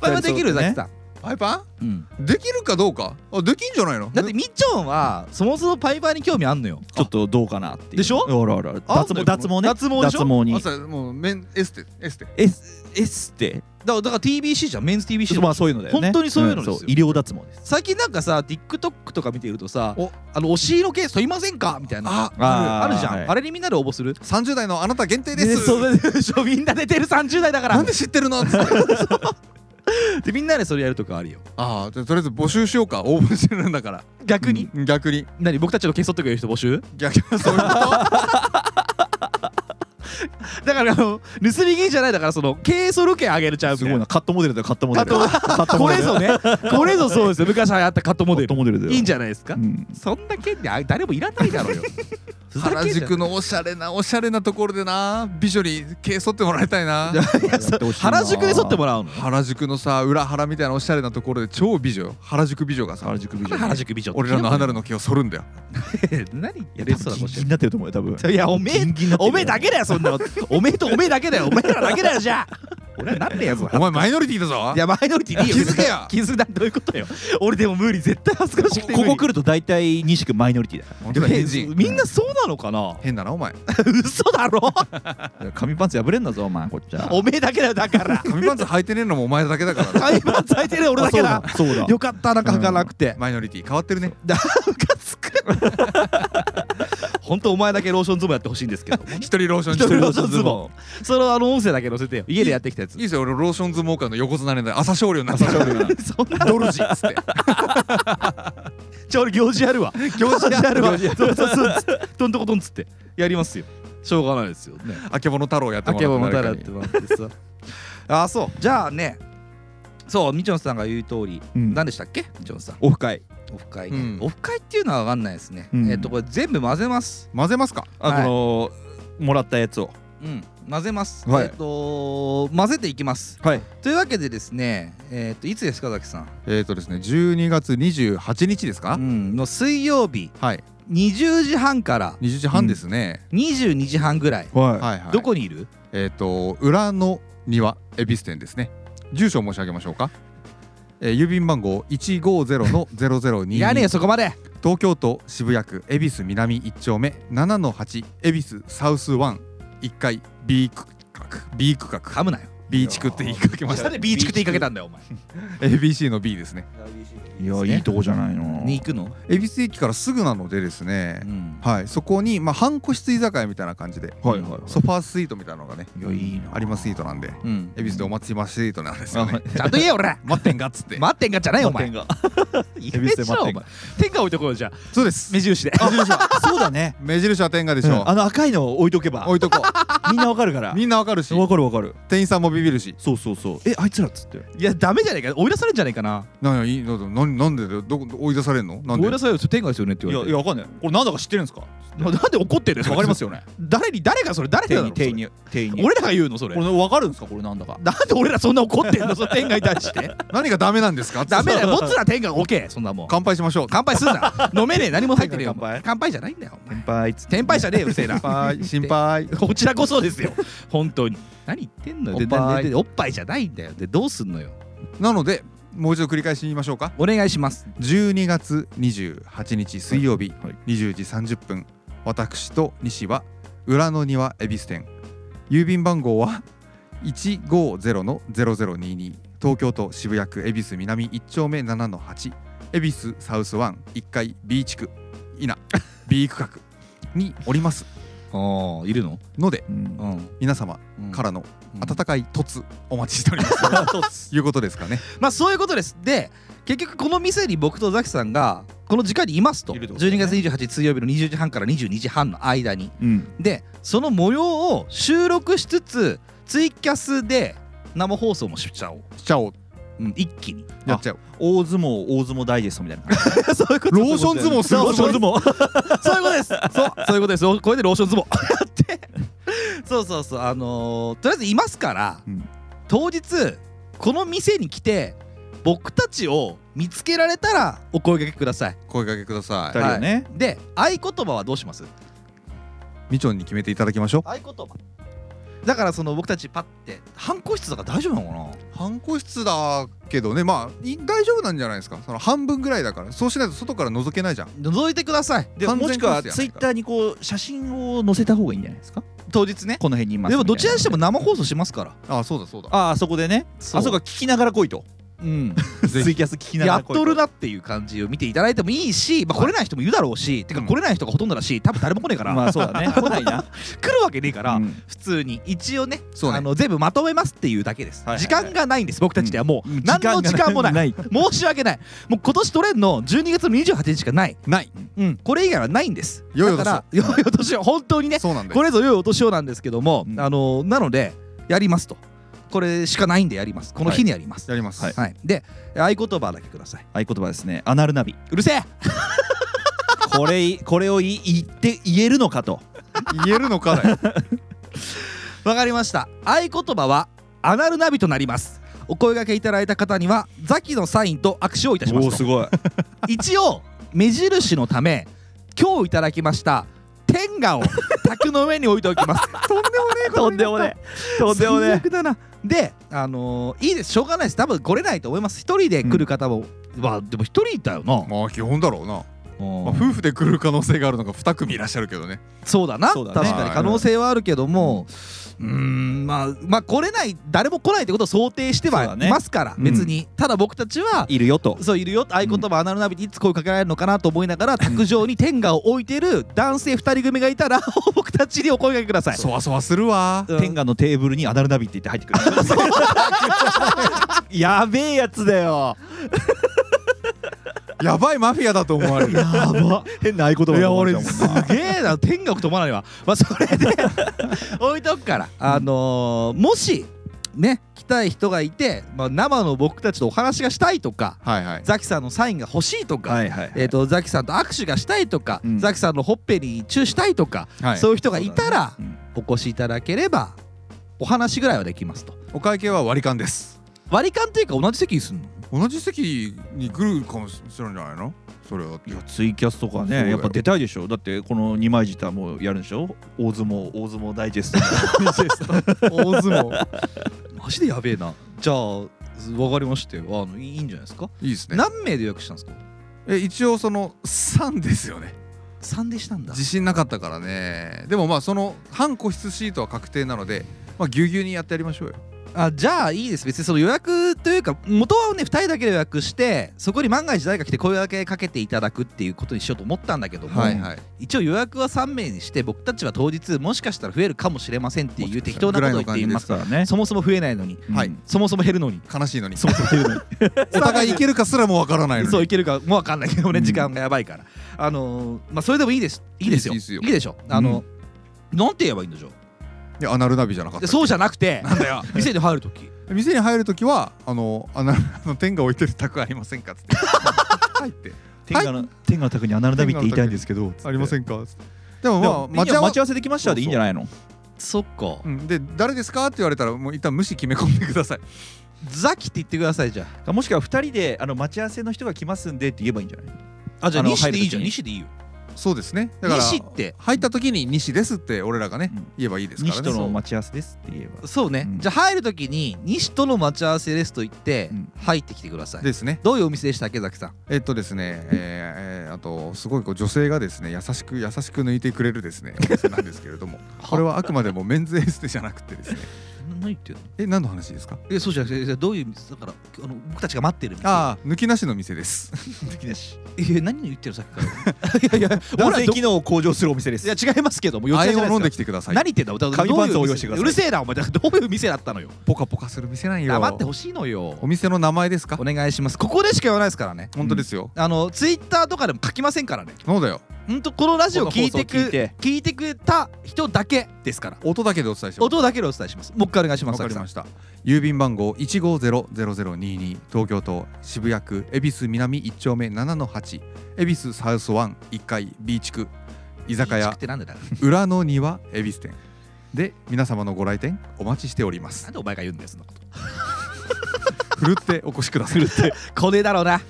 S1: パイパーできる
S3: そう
S1: ザ
S3: ね
S1: キさん
S2: パイパ
S1: うん
S2: ンできるかどうかあできんじゃないの
S1: だってみっちょんはそもそもパイパーに興味あんのよ
S3: ちょっとどうかなっていう
S1: でしょ
S3: あらあら
S2: あ
S3: 脱毛脱毛ね
S1: 脱毛でしょ
S3: 脱毛に
S2: 朝もうメンエステエステ
S3: エスエステ
S1: だからだから TBC じゃんメンズ TBC
S3: まあそういうのだよね
S1: 本当にそういうのですよ
S3: んそう医療脱毛です
S1: 最近なんかさ TikTok とか見てるとさ
S2: お
S1: あのお尻のケース取りませんかみたいな
S2: あ
S1: あ
S3: あ
S1: るじゃん、
S3: はい
S1: あれにみんなで応募する
S2: 30代のあなた限定で
S1: ですそうでしょみんな出てる30代だから
S2: なんで知ってるのっつって
S1: でみんなでそれやるとかあるよ
S2: ああじゃあとりあえず募集しようか応募してるんだから
S1: 逆に、
S2: うん逆に
S1: 何僕たちの消し取ってくれる人募集
S2: 逆にそういうこと
S1: だかからあの盗み聞きじゃないだからその軽ソル券あげるちゃうみ
S3: す
S1: たい
S3: ごいなカットモデルだよカットモデルカット
S1: こ
S3: モデ
S1: れ
S3: ル
S1: ぞねこれぞそうですよ昔流行ったカットモ
S3: カ
S1: デ
S3: ット
S1: ル
S3: モ デルだよ
S1: いいんじゃないですか、
S3: うん
S1: そんな権利あ誰もいらないだ ろうよふざけん
S2: 原
S1: じゃ
S2: 宿のおしゃれなおしゃれなところでな美女に毛剃ってもらいたいな
S3: やってほしいな
S1: 原宿で剃ってもらうの
S2: 原宿のさ裏原みたいなおしゃれなところで超美女よ原宿美女がさ
S3: 原宿美女
S1: 原宿美女って
S2: 俺らのアナルの毛を剃るんだよ
S1: 何やれ
S3: やれ
S1: そ
S3: そ
S1: だ
S3: ううだ
S1: こっ
S3: もん
S1: ち
S3: 気になってると思うよ多分
S1: いやおめえおめえだけだよそんなのおめえとおめえだけだよおめえらだけだよじゃあ俺はなんでやぞ
S2: お前マイノリティだぞ
S1: いやマイノリティでいいよ
S2: 気づけよ
S1: 気づだどういうことよ俺でも無理絶対恥ずかしくて
S3: ここ来
S1: る
S3: ると大体西君マイノリティだか
S2: 本当だ変人
S1: みんなそうなのかな
S2: 変だなお前
S1: 嘘だろ
S3: ら紙パンツ破れんだぞお前こっちは
S1: おめえだけだよだから
S2: 紙パンツ履いてねえのもお前だけだからな
S1: タイマー咲いてる俺だけだ
S3: あそうだそうだ
S1: よ かったなんか履かなくて
S2: マイノリティ変わってるね
S1: だムカつく本当お前だけローションズボンやってほしいんですけど
S2: 一人ローション
S1: 一
S2: 一
S1: 人
S2: 人
S1: ロ
S2: ロ
S1: ー
S2: ー
S1: シ
S2: シ
S1: ョ
S2: ョ
S1: ン
S2: ン
S1: ズ
S2: 相撲
S1: ボンそれをあの音声だけ載せてよ家でやってきたやつ
S2: いいですよ俺ローション相撲界の横綱連で朝青龍になって
S3: 朝青龍な
S1: そんな
S2: ドルジっつって
S1: じゃあ俺行事やるわ行事やるわそうそうそうつってどんとこどんつってやりますよしょうがないですよね
S2: あけぼの太郎やって
S1: あ
S2: も
S1: け
S2: ら
S1: ぼ
S2: っ
S1: の
S2: て
S1: 太郎
S2: 誰か
S1: っ
S2: に
S1: てもらってさあそうじゃあねそうみちょんさんが言う通り、
S3: うん
S1: 何でしたっけみちょんさん
S3: オフ会
S1: オフ会、
S2: うん
S1: オフ会っていうのは分かんないですね、
S3: うん
S1: えっ、とこれ全部混ぜます
S2: 混ぜますか
S3: あ
S1: はい
S3: このもらったやつを
S1: うん、混ぜます。
S3: はい
S1: えっ、と混ぜていきます。
S3: はい
S1: というわけでですね、えっ、といつですかザキさん？
S2: えっとですね12月28日です
S1: う
S2: か
S1: ん、の水曜日
S2: はい
S1: 20時半から
S2: 20時半ですね
S1: 22時半ぐらい。
S3: は
S2: はいはい
S1: どこにいる？
S2: えっと裏の庭恵比寿店ですね住所を申し上げましょうかえー郵便番号150の0022
S1: いらねえよそこまで。
S2: 東京都渋谷区恵比寿南1丁目7の8恵比寿サウスワン1階 B 区画 B 区画
S1: 噛むなよ。
S2: B 地区って言いかけまし
S1: な
S2: た
S1: んでビーチクって言いかけたんだよお前。
S2: ABC の B ですね
S3: いいやいいとこじゃないの
S1: に行くの？
S2: 恵比寿駅からすぐなのでですね
S1: う、ん。
S2: はいそこにまあ半個室居酒屋みたいな感じで
S3: はいはいはい
S2: ソファースイートみたいなのがね
S3: いやいいな
S2: ありますスイートなんで
S1: うん。
S2: 恵比寿でお祭りマスイートなんですよね
S1: ちゃんと言えよ俺。
S2: 待ってんがっつって
S1: 待ってんがじゃないよお
S3: マ
S1: 前
S3: テン。が
S1: い
S3: 恵比寿で待ってんが
S1: お前。天下置いとこうよじゃあ
S2: そうです
S1: 目印で。
S3: あそうだ ね
S2: 目印は天下でし
S3: う
S2: ょ
S3: んあの赤いの置いとけば
S2: 置いとこ
S3: みんなわかるから
S2: うみんなわかるし
S3: わかるわかる
S2: 店員さんもビビるし
S3: そうそうそうえあいつらっつって
S1: いやダメじゃねえか追い出されんじゃねえかな。
S2: なんやいいなんなんなんでだよどこ追い出されんのなん
S1: 追
S2: で
S1: い出されると天下ですよねって
S3: い
S1: 言
S3: や
S1: われて。
S3: いやわかんないこれなんだか知ってるんですか
S1: なんで怒ってんのよ。
S3: わかりますよ ね
S1: 誰に誰がそれ誰
S3: 店
S1: だ
S3: 員
S1: ろ
S3: に店員に店員に
S1: 俺らが言うのそれ
S3: これわかるんですかこれなんだか
S1: なんで俺らそんな怒ってんのその天下に対して
S2: 何がダメなんですか
S1: ダメだよ持つな天下が OK そんなもん
S2: 乾杯しましょう
S1: 乾杯すん な飲めねえ何も入ってねえよ
S3: 天下乾杯
S1: 乾杯じゃないんだよお前
S3: 先輩っつ
S1: 天杯じゃねえようるせえな
S2: 杯心配
S1: こちらこそですよ 本当に何言ってんのよで
S3: おっぱい
S1: ででおっぱいじゃないんだよでどうすんのよ
S2: なのでもう一度繰り返し言いましょうか
S1: お願いします
S2: 12月28日水曜日、
S3: はい
S2: 20時30分私と西は裏の庭恵比寿店郵便番号は150の0022東京都渋谷区恵比寿南1丁目7の8恵比寿サウスワン1階 B 地区い な B 区画におります
S1: ああいるの
S2: ので
S3: うん
S1: ん
S2: 皆様からの温かい凸お待ちしております、 ということですかね
S1: まあそういうことですで結局この店に僕とザキさんがこの時間にいますと
S3: いるってことだ
S1: 12
S3: ね
S1: 月28日水曜日の20時半から22時半の間に
S3: うん
S1: でその模様を収録しつつツイキャスで生放送もしちゃおう、
S2: しちゃおう
S1: うん、一気 に
S2: やっちゃおう
S3: 大相撲大相撲ダイジェストみたいな
S1: そういうこと
S2: ローション相撲する
S3: ローション相撲
S1: そういうこと ですそうそういうことですこれでローション相撲 やってそうそうそうあのーとりあえずいますから、
S3: うん
S1: 当日この店に来て僕たちを見つけられたらお声掛けください
S2: 声掛けくださ
S3: 二人をね
S1: で合言葉はどうします
S2: いみちょんに決めていただきましょう
S1: 合言葉だからその僕たちパッて半個室だから大丈夫なのかな
S2: 半個室だけどねまあい大丈夫なんじゃないですかその半分ぐらいだからそうしないと外から覗けないじゃん
S1: 覗いてください
S3: で
S2: 完全
S3: もしくは
S2: コースや
S3: ツイッターにこう写真を載せた方がいいんじゃないですか
S1: 当日ね
S3: この辺にいます
S1: でもどちらにして
S3: も
S1: も生放送しますから
S2: ああそうだそうだ
S3: ああそこでねあ
S1: あ
S3: そ
S1: そうか
S3: こ聞きながら来いとうん、
S2: ぜひ
S3: ツイキャス聞きながら
S1: やっとるなっていう感じを見ていただいてもいいし、まあ、来れない人もいるだろうし、てか来れない人がほとんどだし多分誰も来ねえから、
S3: まあそうだ ね来ないな
S1: 来るわけねえから、
S3: うん
S1: 普通に一応ね
S2: そうね
S1: あの全部まとめますっていうだけです、
S3: はいはいはい
S1: 時間がないんです僕たちにはもう、
S3: うん
S1: 何の時間もない
S3: ない
S1: 申し訳ないもう今年取れんの12月の28日しかない、
S2: ない
S1: うん、これ以外はないんです
S2: 良いお年
S1: だ
S2: を
S1: からよいお年を本当にね
S2: そうなんだ
S1: こ
S2: よ
S1: れぞ良いお年をなんですけども、
S3: うん
S1: あのなのでやりますとこれしかないんでやりますこの日にやります、
S2: やります
S1: はいで合言葉だけください
S3: 合言葉ですねアナルナビ
S1: うるせえ
S3: こ れこれを言い言って言えるのかと
S2: 言えるのか だよ
S1: わかりました合言葉はアナルナビとなりますお声掛けいただいた方にはザキのサインと握手をいたしますと
S3: ごい
S1: 一応目印のため今日いただきました天下を卓の上に置いておきます
S3: とんでもねえ とんでも
S1: 最
S3: ね
S1: 悪だなであのーいいですしょうがないです多分来れないと思います一人で来る方も、まあでも一人いたよな、
S2: まあ基本だろうな、
S1: うん
S2: まあ、夫婦で来る可能性があるのが2組いらっしゃるけどね
S1: そうだな
S3: そうだね
S1: 確かに可能性はあるけどもうーんまあまあ来れない誰も来ないってことを想定して
S3: そう
S1: は
S3: だ
S1: い
S3: ね
S1: ますから、
S3: うん
S1: 別に、ただ僕たちは
S3: えいるよと
S1: そういるよ合言葉アナルナビにいつ声かけられるのかなと思いながら卓上に天下を置いてる男性2人組がいたら 僕たちにお声掛けください
S2: そわそわするわ
S1: うん
S3: 天下のテーブルにアナルナビって言って入って くるやべえやつだよ
S2: やばいマフィアだと思われる
S3: やば変な合言葉
S2: いや俺
S3: です
S1: すげえな天下置くと思わないわ、まあ、それで 置いとくからあのーもしね来たい人がいて、まあ、生の僕たちとお話がしたいとか
S2: はいはい
S1: ザキさんのサインが欲しいとか、
S3: はい はい
S1: えー、とザキさんと握手がしたいとか、
S3: うん
S1: ザキさんのほっぺにチューしたいとか、
S2: はい
S1: そういう人がいたら、
S3: そうだね
S1: お越しいただければお話ぐらいはできますと
S2: お会計は割り勘です
S1: 割り勘というか同じ席にすんの
S2: 同じ席に来るかもしれないんじゃないのそれはだって
S3: いやツイキャスとか
S2: そうだよ
S3: ねやっぱ出たいでしょだってこの二枚舌もやるんでしょ大相撲大相撲ダイジェスト
S2: 大相撲
S1: マジでやべえなじゃあわかりましたよあのいいんじゃないですか、
S2: いいですね
S1: 何名で予約したんですか
S2: え一応その3ですよね
S1: 3でしたんだ
S2: 自信なかったからねでもまあその半個室シートは確定なのでまあぎゅうぎゅうにやってやりましょうよ
S1: あじゃあいいです別にその予約というか元はね2人だけで予約してそこに万が一誰か来て声掛けかけていただくっていうことにしようと思ったんだけども、
S2: い
S1: 一応予約は3名にして僕たちは当日もしかしたら増えるかもしれませんっていう適当なことを言っています
S3: だからね
S1: そもそも増えないのに
S2: はい
S3: うん
S1: そもそも減るのに
S2: 悲しいのに
S3: そもそも言うのに
S2: お互いいけるかすらもわからないのに
S1: そういけるかもう分かんないけどね、
S3: うん
S1: 時間がやばいからあのーまあそれでもいいですいいですよ
S2: いいですよ
S1: でしょあの、なんて言えばいいんでしょう
S2: いやアナルナビじゃなかっ
S1: で
S2: た
S1: そうじゃなくて
S2: なんだよ
S1: 店に入るとき
S2: 店に入るときはあのアナル あの天が置いてる宅ありませんかっつって入って
S3: 天下の天下の卓にアナルナビって言いたいんですけど
S2: ありませ
S3: ん
S2: んかっつってでも
S3: でも
S2: まあ待ち
S3: いいよ
S2: 合わ
S3: 待ち
S2: せ
S3: 合わせできましたでいいんじゃないの
S1: そっか
S2: うんで誰ですかって言われたらもう一旦無視決め込んでください
S1: ザキって言ってくださいじゃ
S3: もしくは二人であの待ち合わせの人が来ますんでって言えばいいんじゃない
S1: ああじゃあ
S3: あの
S1: 西でいいじゃん
S3: 入る
S1: 西でいいよ
S2: そうですねだから
S1: 西って
S2: 入った時に西ですって俺らがね、
S3: うん
S2: 言えばいいですからね
S3: 西と
S2: そ
S3: の
S2: う
S3: 待ち合わせですって言えば
S1: そうね、
S3: うん
S1: じゃあ入るときに西との待ち合わせですと言って、
S3: うん
S1: 入ってきてください
S2: ですね
S1: どういうお店でしたっけザキさん
S2: えっとですね、えーえーあとすごいこう女性がですね優しく優しく抜いてくれるですねお店なんですけれどもこれはあくまでもメンズエステじゃなくてですね
S1: 何言ってるの
S2: え何の話ですか
S1: えそうじゃなくてどういう店だからあの僕たちが待ってる店
S2: ああ抜きなしの店です
S3: 的なし
S1: いや何を言ってるさっき からいやいや
S3: 男
S1: 俺
S3: 性
S1: はど
S3: 機能を向上するお店で
S1: い
S3: す
S1: や違いますけども四
S2: あ
S1: 谷
S2: れ
S1: じゃな
S2: を
S1: いで
S2: 飲
S1: すか
S2: んできてください
S1: 何言ってんだ歌う
S3: 紙パンツを用意してくださいう
S1: るせえなお前だから どういう店だったのよ
S2: ポカポカする店なんよ
S1: 黙ってほしいのよ
S2: お店の名前ですか
S1: お願いしますここでしか言わないですからね
S2: 本当ですよ、
S1: あのツイッターとかでも書きませんからね
S2: そうだよ
S1: ほんとこのラジオ聞いてく
S3: この放送聞いて
S1: 聞いてくれた人だけですから
S2: 音だけでお伝えします
S1: 音だけでお伝えしますもう一回お願いしま
S2: わ
S1: す
S2: かり
S1: ザキ
S2: ました郵便番号1500022東京都渋谷区恵比寿南1丁目7の8恵比寿サウスワン1階 B 地区居
S1: さん
S2: 酒
S1: いい地区
S2: 屋
S1: ってなんでだよ
S2: 裏の庭恵比寿店で皆様のご来店お待ちしておりま
S1: な
S2: す
S1: んでお前が言うんだよそんなこと
S2: ふるってお越しください
S1: これだろうな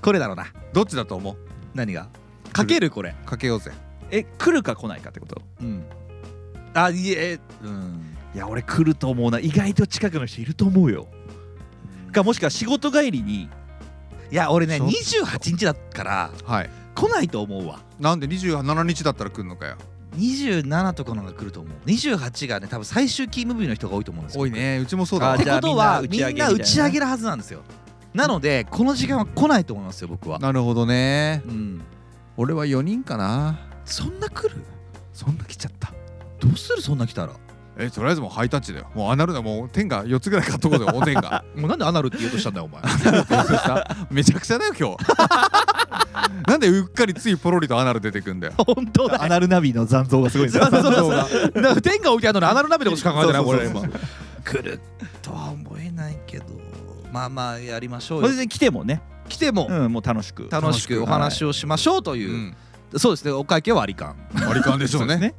S1: これだろうな
S2: どっちだと思う
S1: 何がかけるこれ
S2: かけようぜ
S3: え来るか来ないかってこと
S1: うんあいえうん
S3: いや俺来ると思うな意外と近くの人いると思うよかもしくは仕事帰りに
S1: いや俺ね
S2: ちょっと
S1: 28日だから
S2: はい
S1: 来ないと思うわ
S2: なんで27日だったら来るのかよ
S1: 27とかのが来ると思う28がね多分最終キームービーの人が多いと思うんですよ
S2: 多いねうちもそうだわ
S3: あ
S1: って
S3: じゃあ
S1: ことは
S3: み
S1: み
S3: んな
S1: ん
S3: 打ち上げ
S1: な打ち上げるはずなんですよなのでこの時間は来ないと思いますよ僕は
S2: なるほどね
S1: うん
S2: 俺は4人かな
S1: そんな来る
S2: そんな来ちゃった
S1: どうするそんな来たら
S2: えとりあえずもうハイタッチだよもうアナルだもう天が4つぐらい買っとこうぜお天が
S1: もうなんでアナルって言おうとしたんだよお前
S2: めちゃくちゃだよ今 日なんでうっかりついポロリとアナル出てくんだよ
S4: 本当だ
S3: アナルナビの残像がすごいんですよ
S4: そうそうそうだから天が置いてあるのにアナル鍋のことしか考えてないもん俺今
S1: 来るとは思えないけどまあまあやりましょう
S3: そ
S1: よ
S3: れで来てもね、
S1: 来ても
S3: うん、もう楽しく
S1: 楽しくお話をしましょうと
S2: う
S1: いう、
S2: ん
S1: そうですねお会計は割り勘
S2: 割り勘でしょうね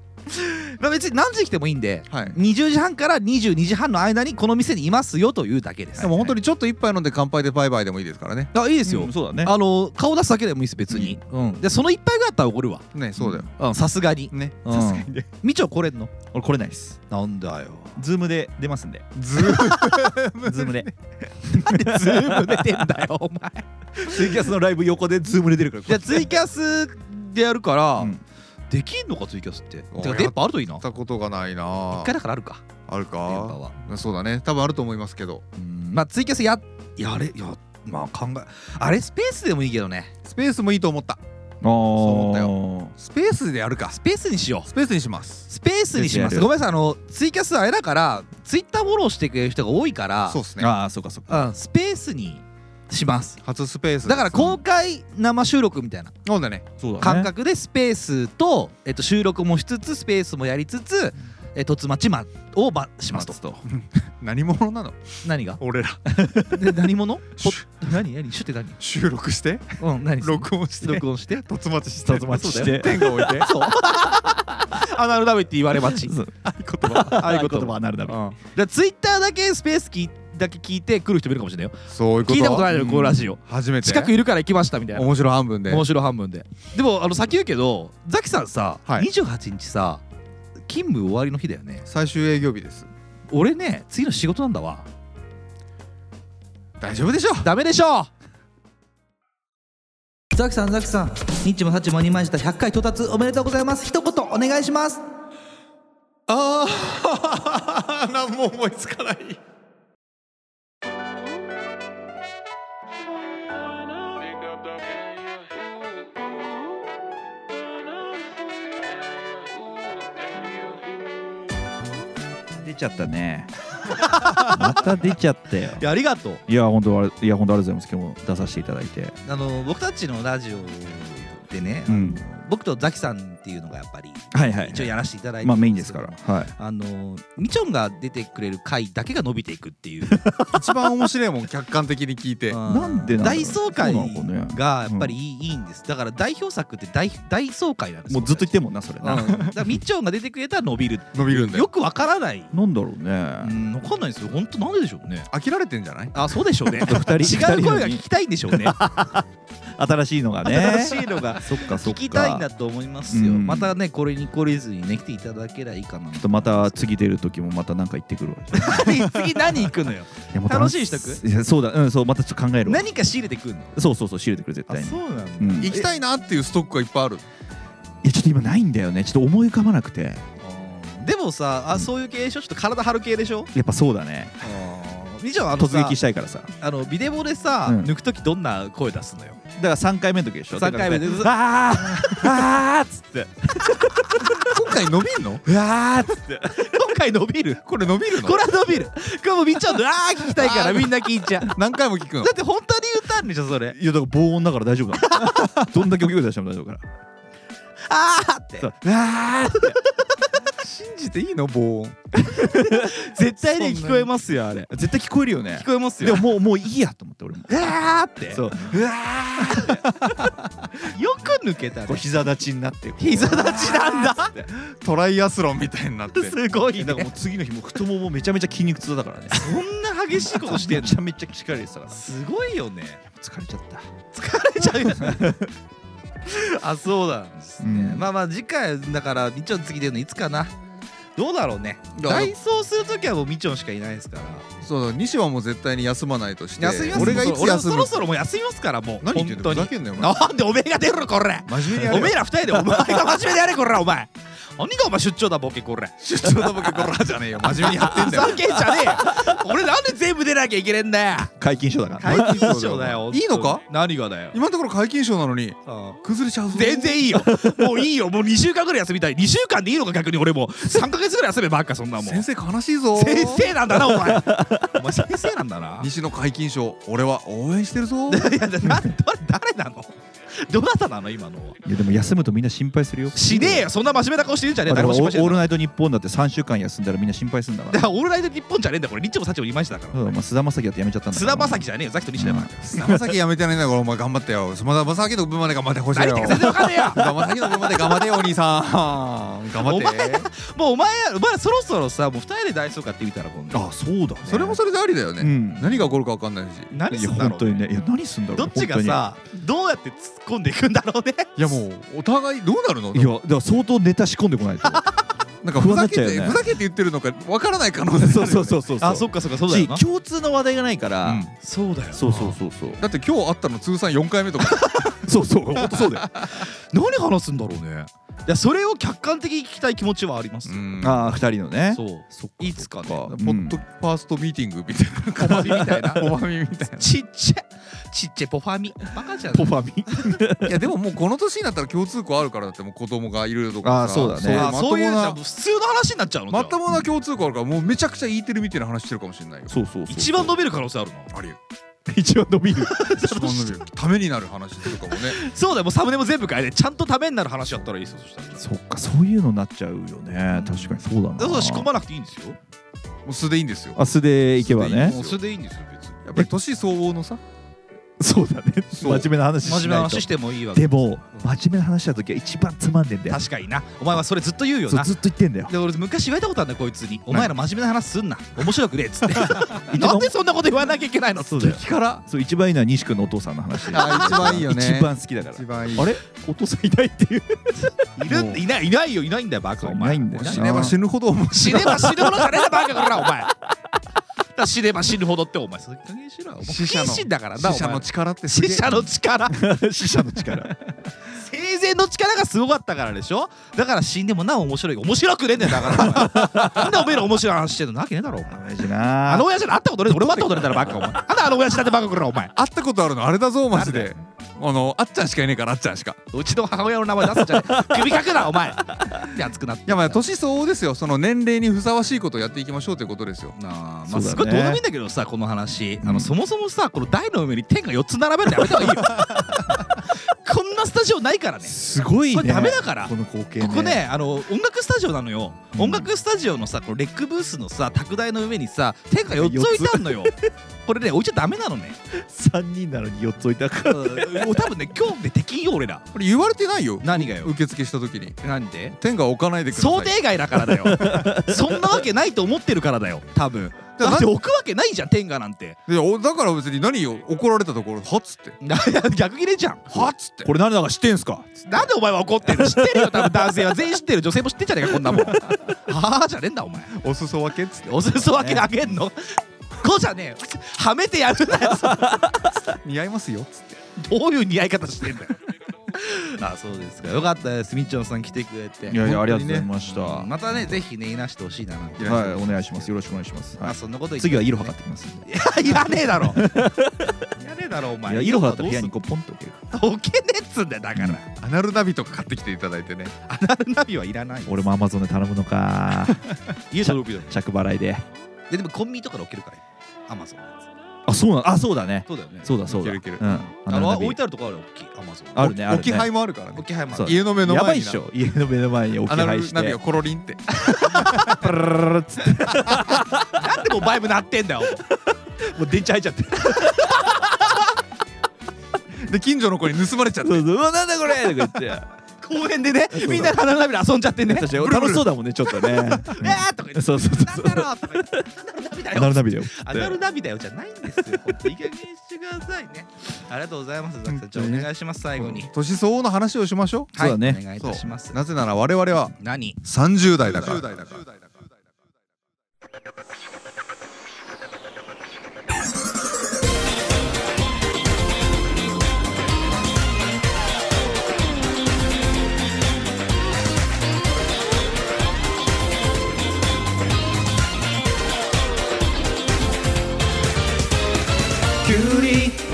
S1: まあ別に何時に来てもいいんで
S2: はい
S1: 20時半から22時半の間にこの店にいますよというだけです
S2: でも本当にちょっと一杯飲んで乾杯でバイバイでもいいですからね
S1: あいいで
S3: です
S1: よ、
S3: そうだね
S1: あの顔出すだけでもいいです別に、うんでその一杯ぐらいあったらおごるわ
S2: ねそうだよ
S1: うんさすがに
S2: ね
S1: うん
S3: さすがにね
S1: みちょ来れんの
S3: 俺来れないです
S1: なんだ よ
S3: ズームで出ますんで
S2: ずー
S3: ズームで
S1: なんでズーム出てんだよお前
S3: ツ イキャスのライブ横でズームで出るから
S1: じゃあツイキャスでやるから、
S3: うん
S1: できんのかツイキャスっててか
S2: や
S1: 電波あるといいな
S2: やっ
S1: 一
S2: たことがないな
S1: 回だからあるか
S2: ある
S1: 電
S2: か
S1: 波は
S2: そうだね多分あると思いますけど
S1: うんまあツイキャスややれやまあ考えあれスペースでもいいけどね
S2: スペースもいいと思った
S3: 思
S2: そう
S3: よ
S2: スペースでやるか
S1: スペースにしよう
S2: スペースにします
S1: スペースにしま
S3: スペースやる
S1: すごめんなさいあのツイキャスあれだからツイッターフォローしてくれる人が多いから
S2: そうっすね
S3: ああそうかそうか
S1: うんスペースにします
S2: 初スペース
S1: だから
S2: こ
S1: 公開生収録みたいな
S2: うなんだね
S3: そうだね
S1: 感覚でスペースと,、えっと収録もしつつスペースもやりつつ、えっとつまちまをばしますと
S3: と
S2: 何者なの
S1: 何が
S2: 俺ら
S1: で何者ほ何何シュって何
S2: 収録して
S1: うん何
S2: 録音して
S1: 録音して
S2: 突待ちして
S3: 突待ちして
S2: そうだよ天が置いてそう
S1: アナルダメって言われ待ち
S3: そう
S2: 合言葉
S3: ああいう言葉はなるだ
S1: だ
S3: ろう
S1: からツイッターだけスペースきだけ聞いて来る人もいるかもしれないよ
S2: そういうこと
S1: 聞いたことないのよこのラジオ
S2: 初めて
S1: 近くいるから行きましたみたいな
S2: 面白半分で
S1: 面白半分ででもあの先言うけどザキさんさ、
S2: はい
S1: 28日さ勤務終わりの日だよね
S2: 最終営業日です
S1: 俺ね次の仕事なんだわ
S2: 大丈夫でしょ
S1: ダメでしょザキさんザキさんニッチもサッチも2枚した100回到達おめでとうございます一言お願いします
S2: ああ 何も思いつかない
S3: 出ちゃったね また出ちゃったよ
S1: いやありがとう
S3: いや本当あれいや本当ありがとうございます今日も出させていただいて
S1: あの僕たちのラジオでね、
S3: うん
S1: あの僕とザキさんっていうのがやっぱり
S3: はいはい
S1: 一応やらせていただいて
S3: まあメインで
S1: るん
S3: す
S1: け
S3: か
S1: ど
S3: らはい
S1: あのみちょんが出てくれる回だけが伸びていくっていう
S2: 一番面白いもん客観的に聞いて
S3: なんでなんだろう
S1: 大総会
S3: そうなのかね
S1: がやっぱりいい,、ん、ですだから代表作って大大総会なんです
S3: もうずっと言ってんもんなそれ
S1: うんだ
S3: な
S1: からみっちょんが出てくれたら伸びる
S2: 伸びるんだ
S1: よ
S2: よ
S1: くわからない、
S3: なんだろう
S1: う
S3: ね
S1: ん、わかんないですよ本当なんででしょうね
S2: 飽きられてんじゃない
S1: あそうでしょ うね
S3: 二人
S1: 違う声が
S3: 二人のに
S1: 聞きたいんでしょうね
S3: 新しいのがね
S1: 新しいのが
S3: そっかそ
S1: 聞
S3: っか
S1: きたいんだと思いますよ、
S3: うん
S1: またねこれに懲りずにね来ていただけりゃいいかな
S3: ちょっとまた次出る時もまた何か言ってく るわ
S1: 何 次何行くのよ
S3: いやまた
S1: 楽しいしとく
S3: いやそうだうんそうまたちょっと考えるわ
S1: 何か仕入れてくんの
S3: そうそうそう仕入れてくる絶対に
S1: うなんだ
S3: うんい
S2: 行
S3: や
S2: きたいなっていうストックがいっぱいある
S3: ちょっと今ないんだよねちょっと思い浮かばなくて
S1: でもさあそういう系でしょちょっと体張る系でしょ
S3: やっぱそうだね
S1: みちょんあの
S3: 突
S1: さ
S3: 撃したいからさだか
S1: あのビデボでさ、
S3: うん
S1: 抜く時どんな声出すのよ
S3: ら3回目の時でしょ
S1: 3回目で
S3: だからね あーあーっつって
S2: 今回伸びんの
S3: うわーっつって
S1: 今回伸びる
S2: これ伸び る
S1: こ
S2: の
S1: れは伸びるこれもうみっちょん のあー聞きたいからみんな聞いち ゃうだ
S2: 何回も聞くの
S1: って本当に歌うんでしょそれ
S3: いやだから防音だから大丈夫だ どんだけお声出しても大丈夫だから
S1: あーって
S3: そううわーって
S2: 信じていいの防音
S1: 絶対
S3: そん
S1: に
S3: なに
S1: 聞こえますよあれ
S3: 絶対聞こえるよね
S1: 聞こえます
S3: で
S1: よ
S3: も もうもういいやと思って俺も
S1: でもあーって
S3: そううわーって
S1: よく抜けた
S3: こう
S1: ね
S3: 膝立ちになってこう
S1: 膝立ちなん だ
S2: トライアスロンみたいになって
S1: すごいね
S3: だからもう次の日も太ももめちゃめちゃ筋肉痛だ からね
S1: そんな激しいことしてん
S3: め
S1: の
S3: ちゃめちゃ力入れてたから
S1: すごいよね
S3: 疲れちゃった
S1: 疲れちゃうよね あそうなんですね、
S3: うん
S1: まあまあ次回だからみちょん次出るのいつかなどうだろうね
S2: いや
S1: ダイソーするときはもうみちょんしかいないですから
S2: そうだ西はもう絶対に休まないとして
S1: 休みます
S2: 俺がいつ
S1: 俺は
S2: 休
S1: そ
S2: む
S1: ろそろもう休みますからもう
S2: 何言ってんだ
S1: 本当
S2: よふざ
S1: に
S2: けんなよお前
S1: なんでおめえが出るのこれ
S2: 真面目にやれ
S1: お
S2: よ
S1: めえら二人でお前が真面目でやれこらお前何がお前出張だボケこれ
S2: 出張だボケこらじゃねえよ真面目にやってん
S1: ふ
S2: だ
S1: ざ
S2: よ
S1: けんじゃねえよ俺なんで全部出なきゃいけねえんだよ
S10: 解禁書だから
S1: 解禁賞だよ
S2: いいのか
S1: 何がだよ
S2: 今のところ解禁賞なのに崩れちゃうぞ
S1: 全然いいよもういいよもう2週間ぐらい休みたい2週間でいいのか逆に俺も3か月ぐらい休めばっかそんなもん
S2: 先生悲しいぞ
S1: 先生なんだなお前お前先生なんだな い
S2: 西の解禁賞俺は応援してる ぞ
S1: やな誰誰なのどなたなの今のはい
S3: やでも休むとみんな心配するよ
S1: しねえよそんな真面目な顔してるんじゃねえ
S3: だか
S1: 誰
S3: らオ
S1: も心配
S3: ー
S1: してない
S3: オールナイトニッポンだって3週間休んだらみんな心配するんだか
S1: だ
S3: ら
S1: からオールナイト日本じゃねえんだよこれリッチもサチもいましたから
S3: そうだまあ菅田将暉だってやめちゃったんだ
S1: 菅田将
S3: 暉
S1: 暉じゃねえよザキと西田だから
S2: 菅田将暉やめてないんだからお前頑張ってよ菅田将暉の分まで頑張ってほしい
S1: 何言っ
S2: よ
S1: てんか全然わかんねえよ
S2: 菅田将暉の 分まで頑張ってよお兄さん頑張
S1: お
S2: っ
S1: 前
S2: て
S1: もうお前お前らそろそろさもう二人で大総会ってみたら今度
S3: あそうだね
S2: それもそれでありだよ
S3: う
S2: ね
S3: ん
S2: 何が起こるか分かんないし
S1: 何
S3: い
S1: す
S3: や
S1: んだろ
S3: 本
S1: う
S3: 当にねいや何すんだろう
S1: どっちがさどうやって突っ込んでいくんだろうね
S2: いやもうお互いどうなるの
S3: 本当にいやだから相当ネタ仕込んでこな いと
S2: なんかふざけ
S3: 不安になっちゃう
S2: て
S3: よね
S2: ふざけて言ってるのか分からない可能性あるよね
S3: そうそうそうそう
S1: あそっかそっかそうだよ
S3: し
S1: な
S3: 共通の話題がないから、
S2: うん
S1: そうだよ
S3: そうそうそうそう
S2: だって今日会ったの通算4回目とか
S3: そうそう本当そうだよ
S1: 何話すんだろうねいやそれを客観的に聞きたい気持ちはあります、
S3: ああ2人のね
S1: そういつかね
S3: そっ
S2: ポ
S3: か
S2: ッドファーストミーティングみたいな
S1: ポファミみたいな
S2: おまみみたい
S1: ちっちゃいちっちゃいポファミバカじゃん
S3: ポファミ
S2: ないやでももうこの年になったら共通項あるからだってもう子供がいるとかさ
S3: あそうだね
S1: あ
S2: まと
S1: そ
S2: も
S1: ういうじゃあ
S2: な
S1: 普通の話になっちゃうのじゃ
S2: ま
S1: あ
S2: ともな共通項あるからもうめちゃくちゃ E テレみたいな話してるかもしれないよ
S3: そうそうそう
S1: 一番伸びる可能性あるの
S2: ありえる
S3: 一番伸びる
S2: 一番伸びるためになる話するかもね
S1: そうだよもうサムネも全部変えてちゃんとためになる話やったらいいですよそしたら
S3: そっかそういうのになっちゃうよね確かにそうだな
S1: だから仕込まなくていいんですよ
S2: もう素でいいんですよ
S3: 明日で行けばね
S1: もうそれでいいんですよ別に
S2: やっぱり年相応のさ
S3: そうだね真
S2: う
S3: 面目な話し
S1: 真
S3: ない
S1: 面目
S3: と
S1: な話してもいいわけ
S3: でも真面目な話した時は一番つまんねえんだよ
S1: 確かになお前はそれずっと言うよ
S3: そう
S1: な
S3: ずっと言ってんだよ
S1: で俺昔言われたことあるんだこいつに「お前ら真面目な話すんな面白くねえ」っつってなんでそんなこと言わなきゃいけないのっつって
S3: 敵からそう一番いいのは西君のお父さんの話
S2: あ一番いいよね
S3: 一番好きだから
S2: 一番いい
S3: あれお父さんいないっていう
S1: いるんいないいないよいないんだよバカお
S3: い
S1: 前
S3: ないんだよな
S2: 死ねば死ぬほど面白い
S1: 死ねば死ぬほどじゃねえなバカからお前だから死ねば死ぬほどってお前それ加減しろよお前
S2: 死者の
S1: 不謹慎だからな
S2: 死者
S1: お
S2: の
S1: 前
S2: 力ってすげえ
S1: 死者の力
S3: 死者の力
S1: 生前の力がすごかったからでしょだから死んでもなお面白い面白くねえんだよだからお前なんでお前ら面白い話してんのなわけねえだろお前
S3: 大事な
S1: あの親父に会ったことねえ俺も会ったことねえだろバカお前なんであの親父だってバカからお前
S2: 会ったことあるのあれだぞマジであのあっちゃんしかいねえからあっちゃんしか
S1: うちの母親の名前出すんじゃねえ首かくなお前って熱くなって
S2: いやまあ年相応ですよその年齢にふさわしいことをやっていきましょうということですよ
S1: なあま
S3: そ
S1: あ
S3: うだね
S1: すごいどうでもいいんだけどさこの話、あのそもそもさこの台の上に天が4つ並べるのやめた方がいいよこんなスタジオないからね
S3: すごい
S1: こ
S3: ね
S1: れダメだから
S3: この光景
S1: ここねあの音楽スタジオなのよ、音楽スタジオのさこのレックブースのさ卓台の上にさ天が4つ置いてあんのよこれね置いちゃダメなのね、
S3: 3人なのに4つ置いたから
S1: うん、もう多分ね今日で敵よ俺ら
S2: これ言われてないよ
S1: 何がよ
S2: 受付した時に
S1: 何で
S2: 天下は置かないでください
S1: 想定外だからだよそんなわけないと思ってるからだよ多分
S2: だから
S1: だって置くわけないじゃん天がなんて
S2: いやおだから別に何よ怒られたところはっつって
S1: 逆切れじゃん
S2: はっつって
S3: これ何だか知ってんすか
S1: なんでお前は怒ってる知ってるよ多分男性は全員知ってる女性も知ってんじゃねえかこんなもんはあじゃねえんだお前
S2: お裾分けっつって
S1: お裾分けであげんの、こうじゃねえよはめてやるなよ
S2: 似合いますよっつって
S1: どういう似合い方してんだよあそうですかよかったですみっちょんさん来てくれて
S3: いやいや
S2: 本
S3: あり
S2: 当
S3: が
S2: に
S3: とう
S2: ね
S3: ございましたは
S1: またねぜひねいなしてほしいななんて、
S2: いらっしゃい
S3: いお願いしますよろしくお願いします
S1: ま
S3: は
S1: あそんなこと言
S3: い
S1: って
S3: 次はイロハ買ってきますん
S1: い
S3: で
S1: や いらねえだろいらねえだろお前
S3: いやイロハだったら部屋にこうポンと置けるから
S1: どうす置けねえっつうんだよだから、
S2: アナルナビとか買ってきていただいてね
S1: アナルナビはいらない
S3: 俺もアマゾンで頼むの か
S1: 家届くよ
S3: 着払いで
S1: ででもコンビニとかで置けるからアマゾン
S3: あそうなあそうだね
S1: そうだよね
S3: そうだそうだ
S2: いけるいけ
S3: うん
S1: あ
S3: ナ
S1: の
S3: ナビ
S1: 置いてあるとこあるよ大きいアマゾン
S3: あるねあるね
S2: 置き配もあるからね
S1: 置き配もある
S3: そう
S2: 家の目の前にな
S3: やばいっしょ家の目の前に置き
S2: アナ
S3: 配
S2: ル
S3: して
S2: ナ ビがコロリンって
S3: パララララっつって
S1: なんでもうバイブ鳴ってん だよ。もう電池入っちゃって。
S2: で近所の子に盗まれちゃって
S3: そうそううわなんだこれとか言って
S1: 公園でね、みんな花びら遊んじゃってね。
S3: 確かに楽しそうだもんねちょっとね
S1: えーとか言って。
S3: そうそうそうそう
S1: なんだろうとか言って。ア
S3: アナルナ
S1: ビ
S3: ビだよ
S1: アナルナビだよじゃないんですよ。ほんといい加減にしてくださいね。 ありがとうございます。ザキさん、ちょっとお願いします、最後に。
S2: 年相応の話をしましょ
S3: そうだね
S1: お願いういたします。
S2: なぜなら我々は
S1: 何
S2: 30代だから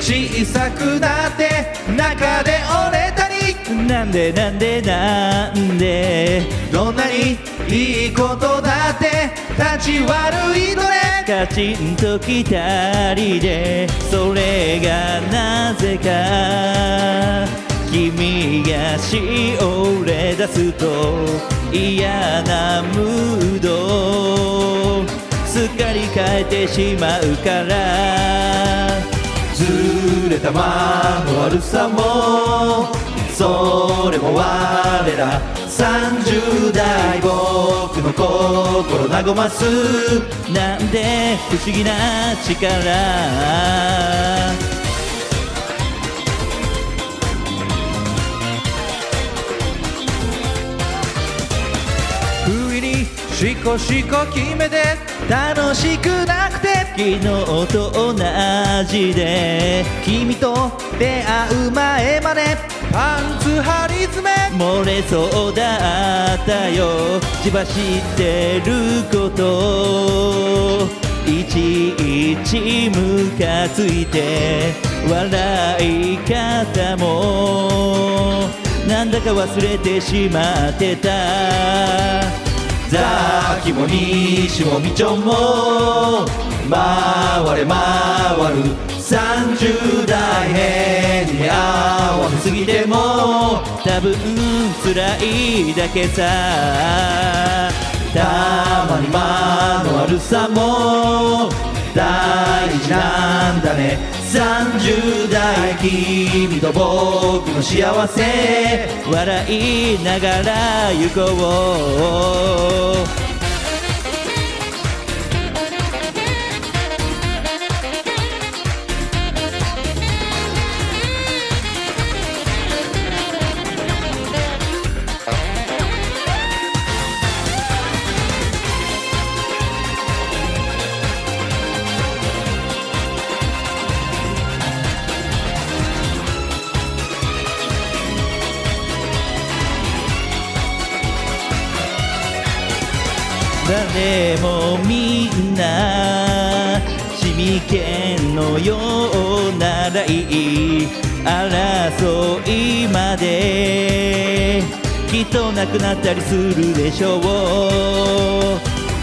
S3: 小さくなって中で折れたりなんでなんでなんでどんなにいいことだって立ち悪いのねカチンときたりでそれがなぜか君がしおれ出すと嫌なムードすっかり変えてしまうからずれたまの悪さもそれも我ら30代僕の心和ますなんで不思議な力不意にシコシコ決めて楽しくなくて昨日と同じで君と出会う前までパンツ張り詰め漏れそうだったよ千葉知ってることいちいちムカついて笑い方もなんだか忘れてしまってたザキも西もみちょも回れ回る30代変に合わせすぎても多分辛いだけさたまに間の悪さも大事なんだね30代君と僕の幸せ笑いながら行こう誰もみんな市民権のようならい争いまできっとなくなったりするでしょう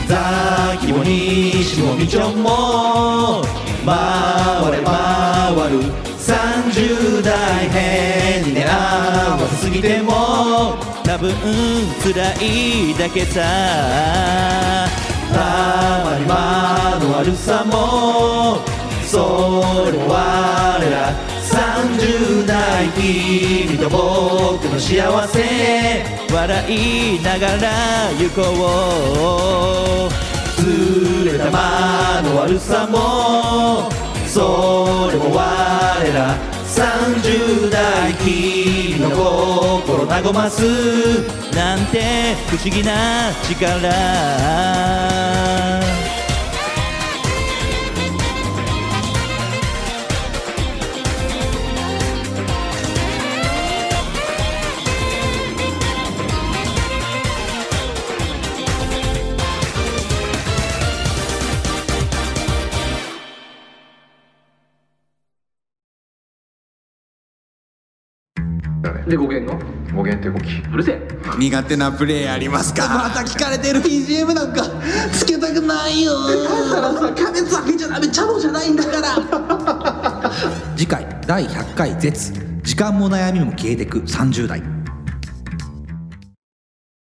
S3: ザキも西もみちょも回れ回る30代変にね合わせすぎても多分辛いだけさたまに間の悪さもそれも我ら30代君と僕の幸せ笑いながら行こうずれたまの悪さもそれも我ら30代君の心和ますなんて不思議な力
S11: で語源の
S2: 語源手動き
S11: うるせえ
S12: 苦手なプレイありますかまた聞かれてる BGM なんかつけたくないよだから さキャベツあげちゃダメチャボじゃないんだから
S1: 次回第100回絶時間も悩みも消えてく30代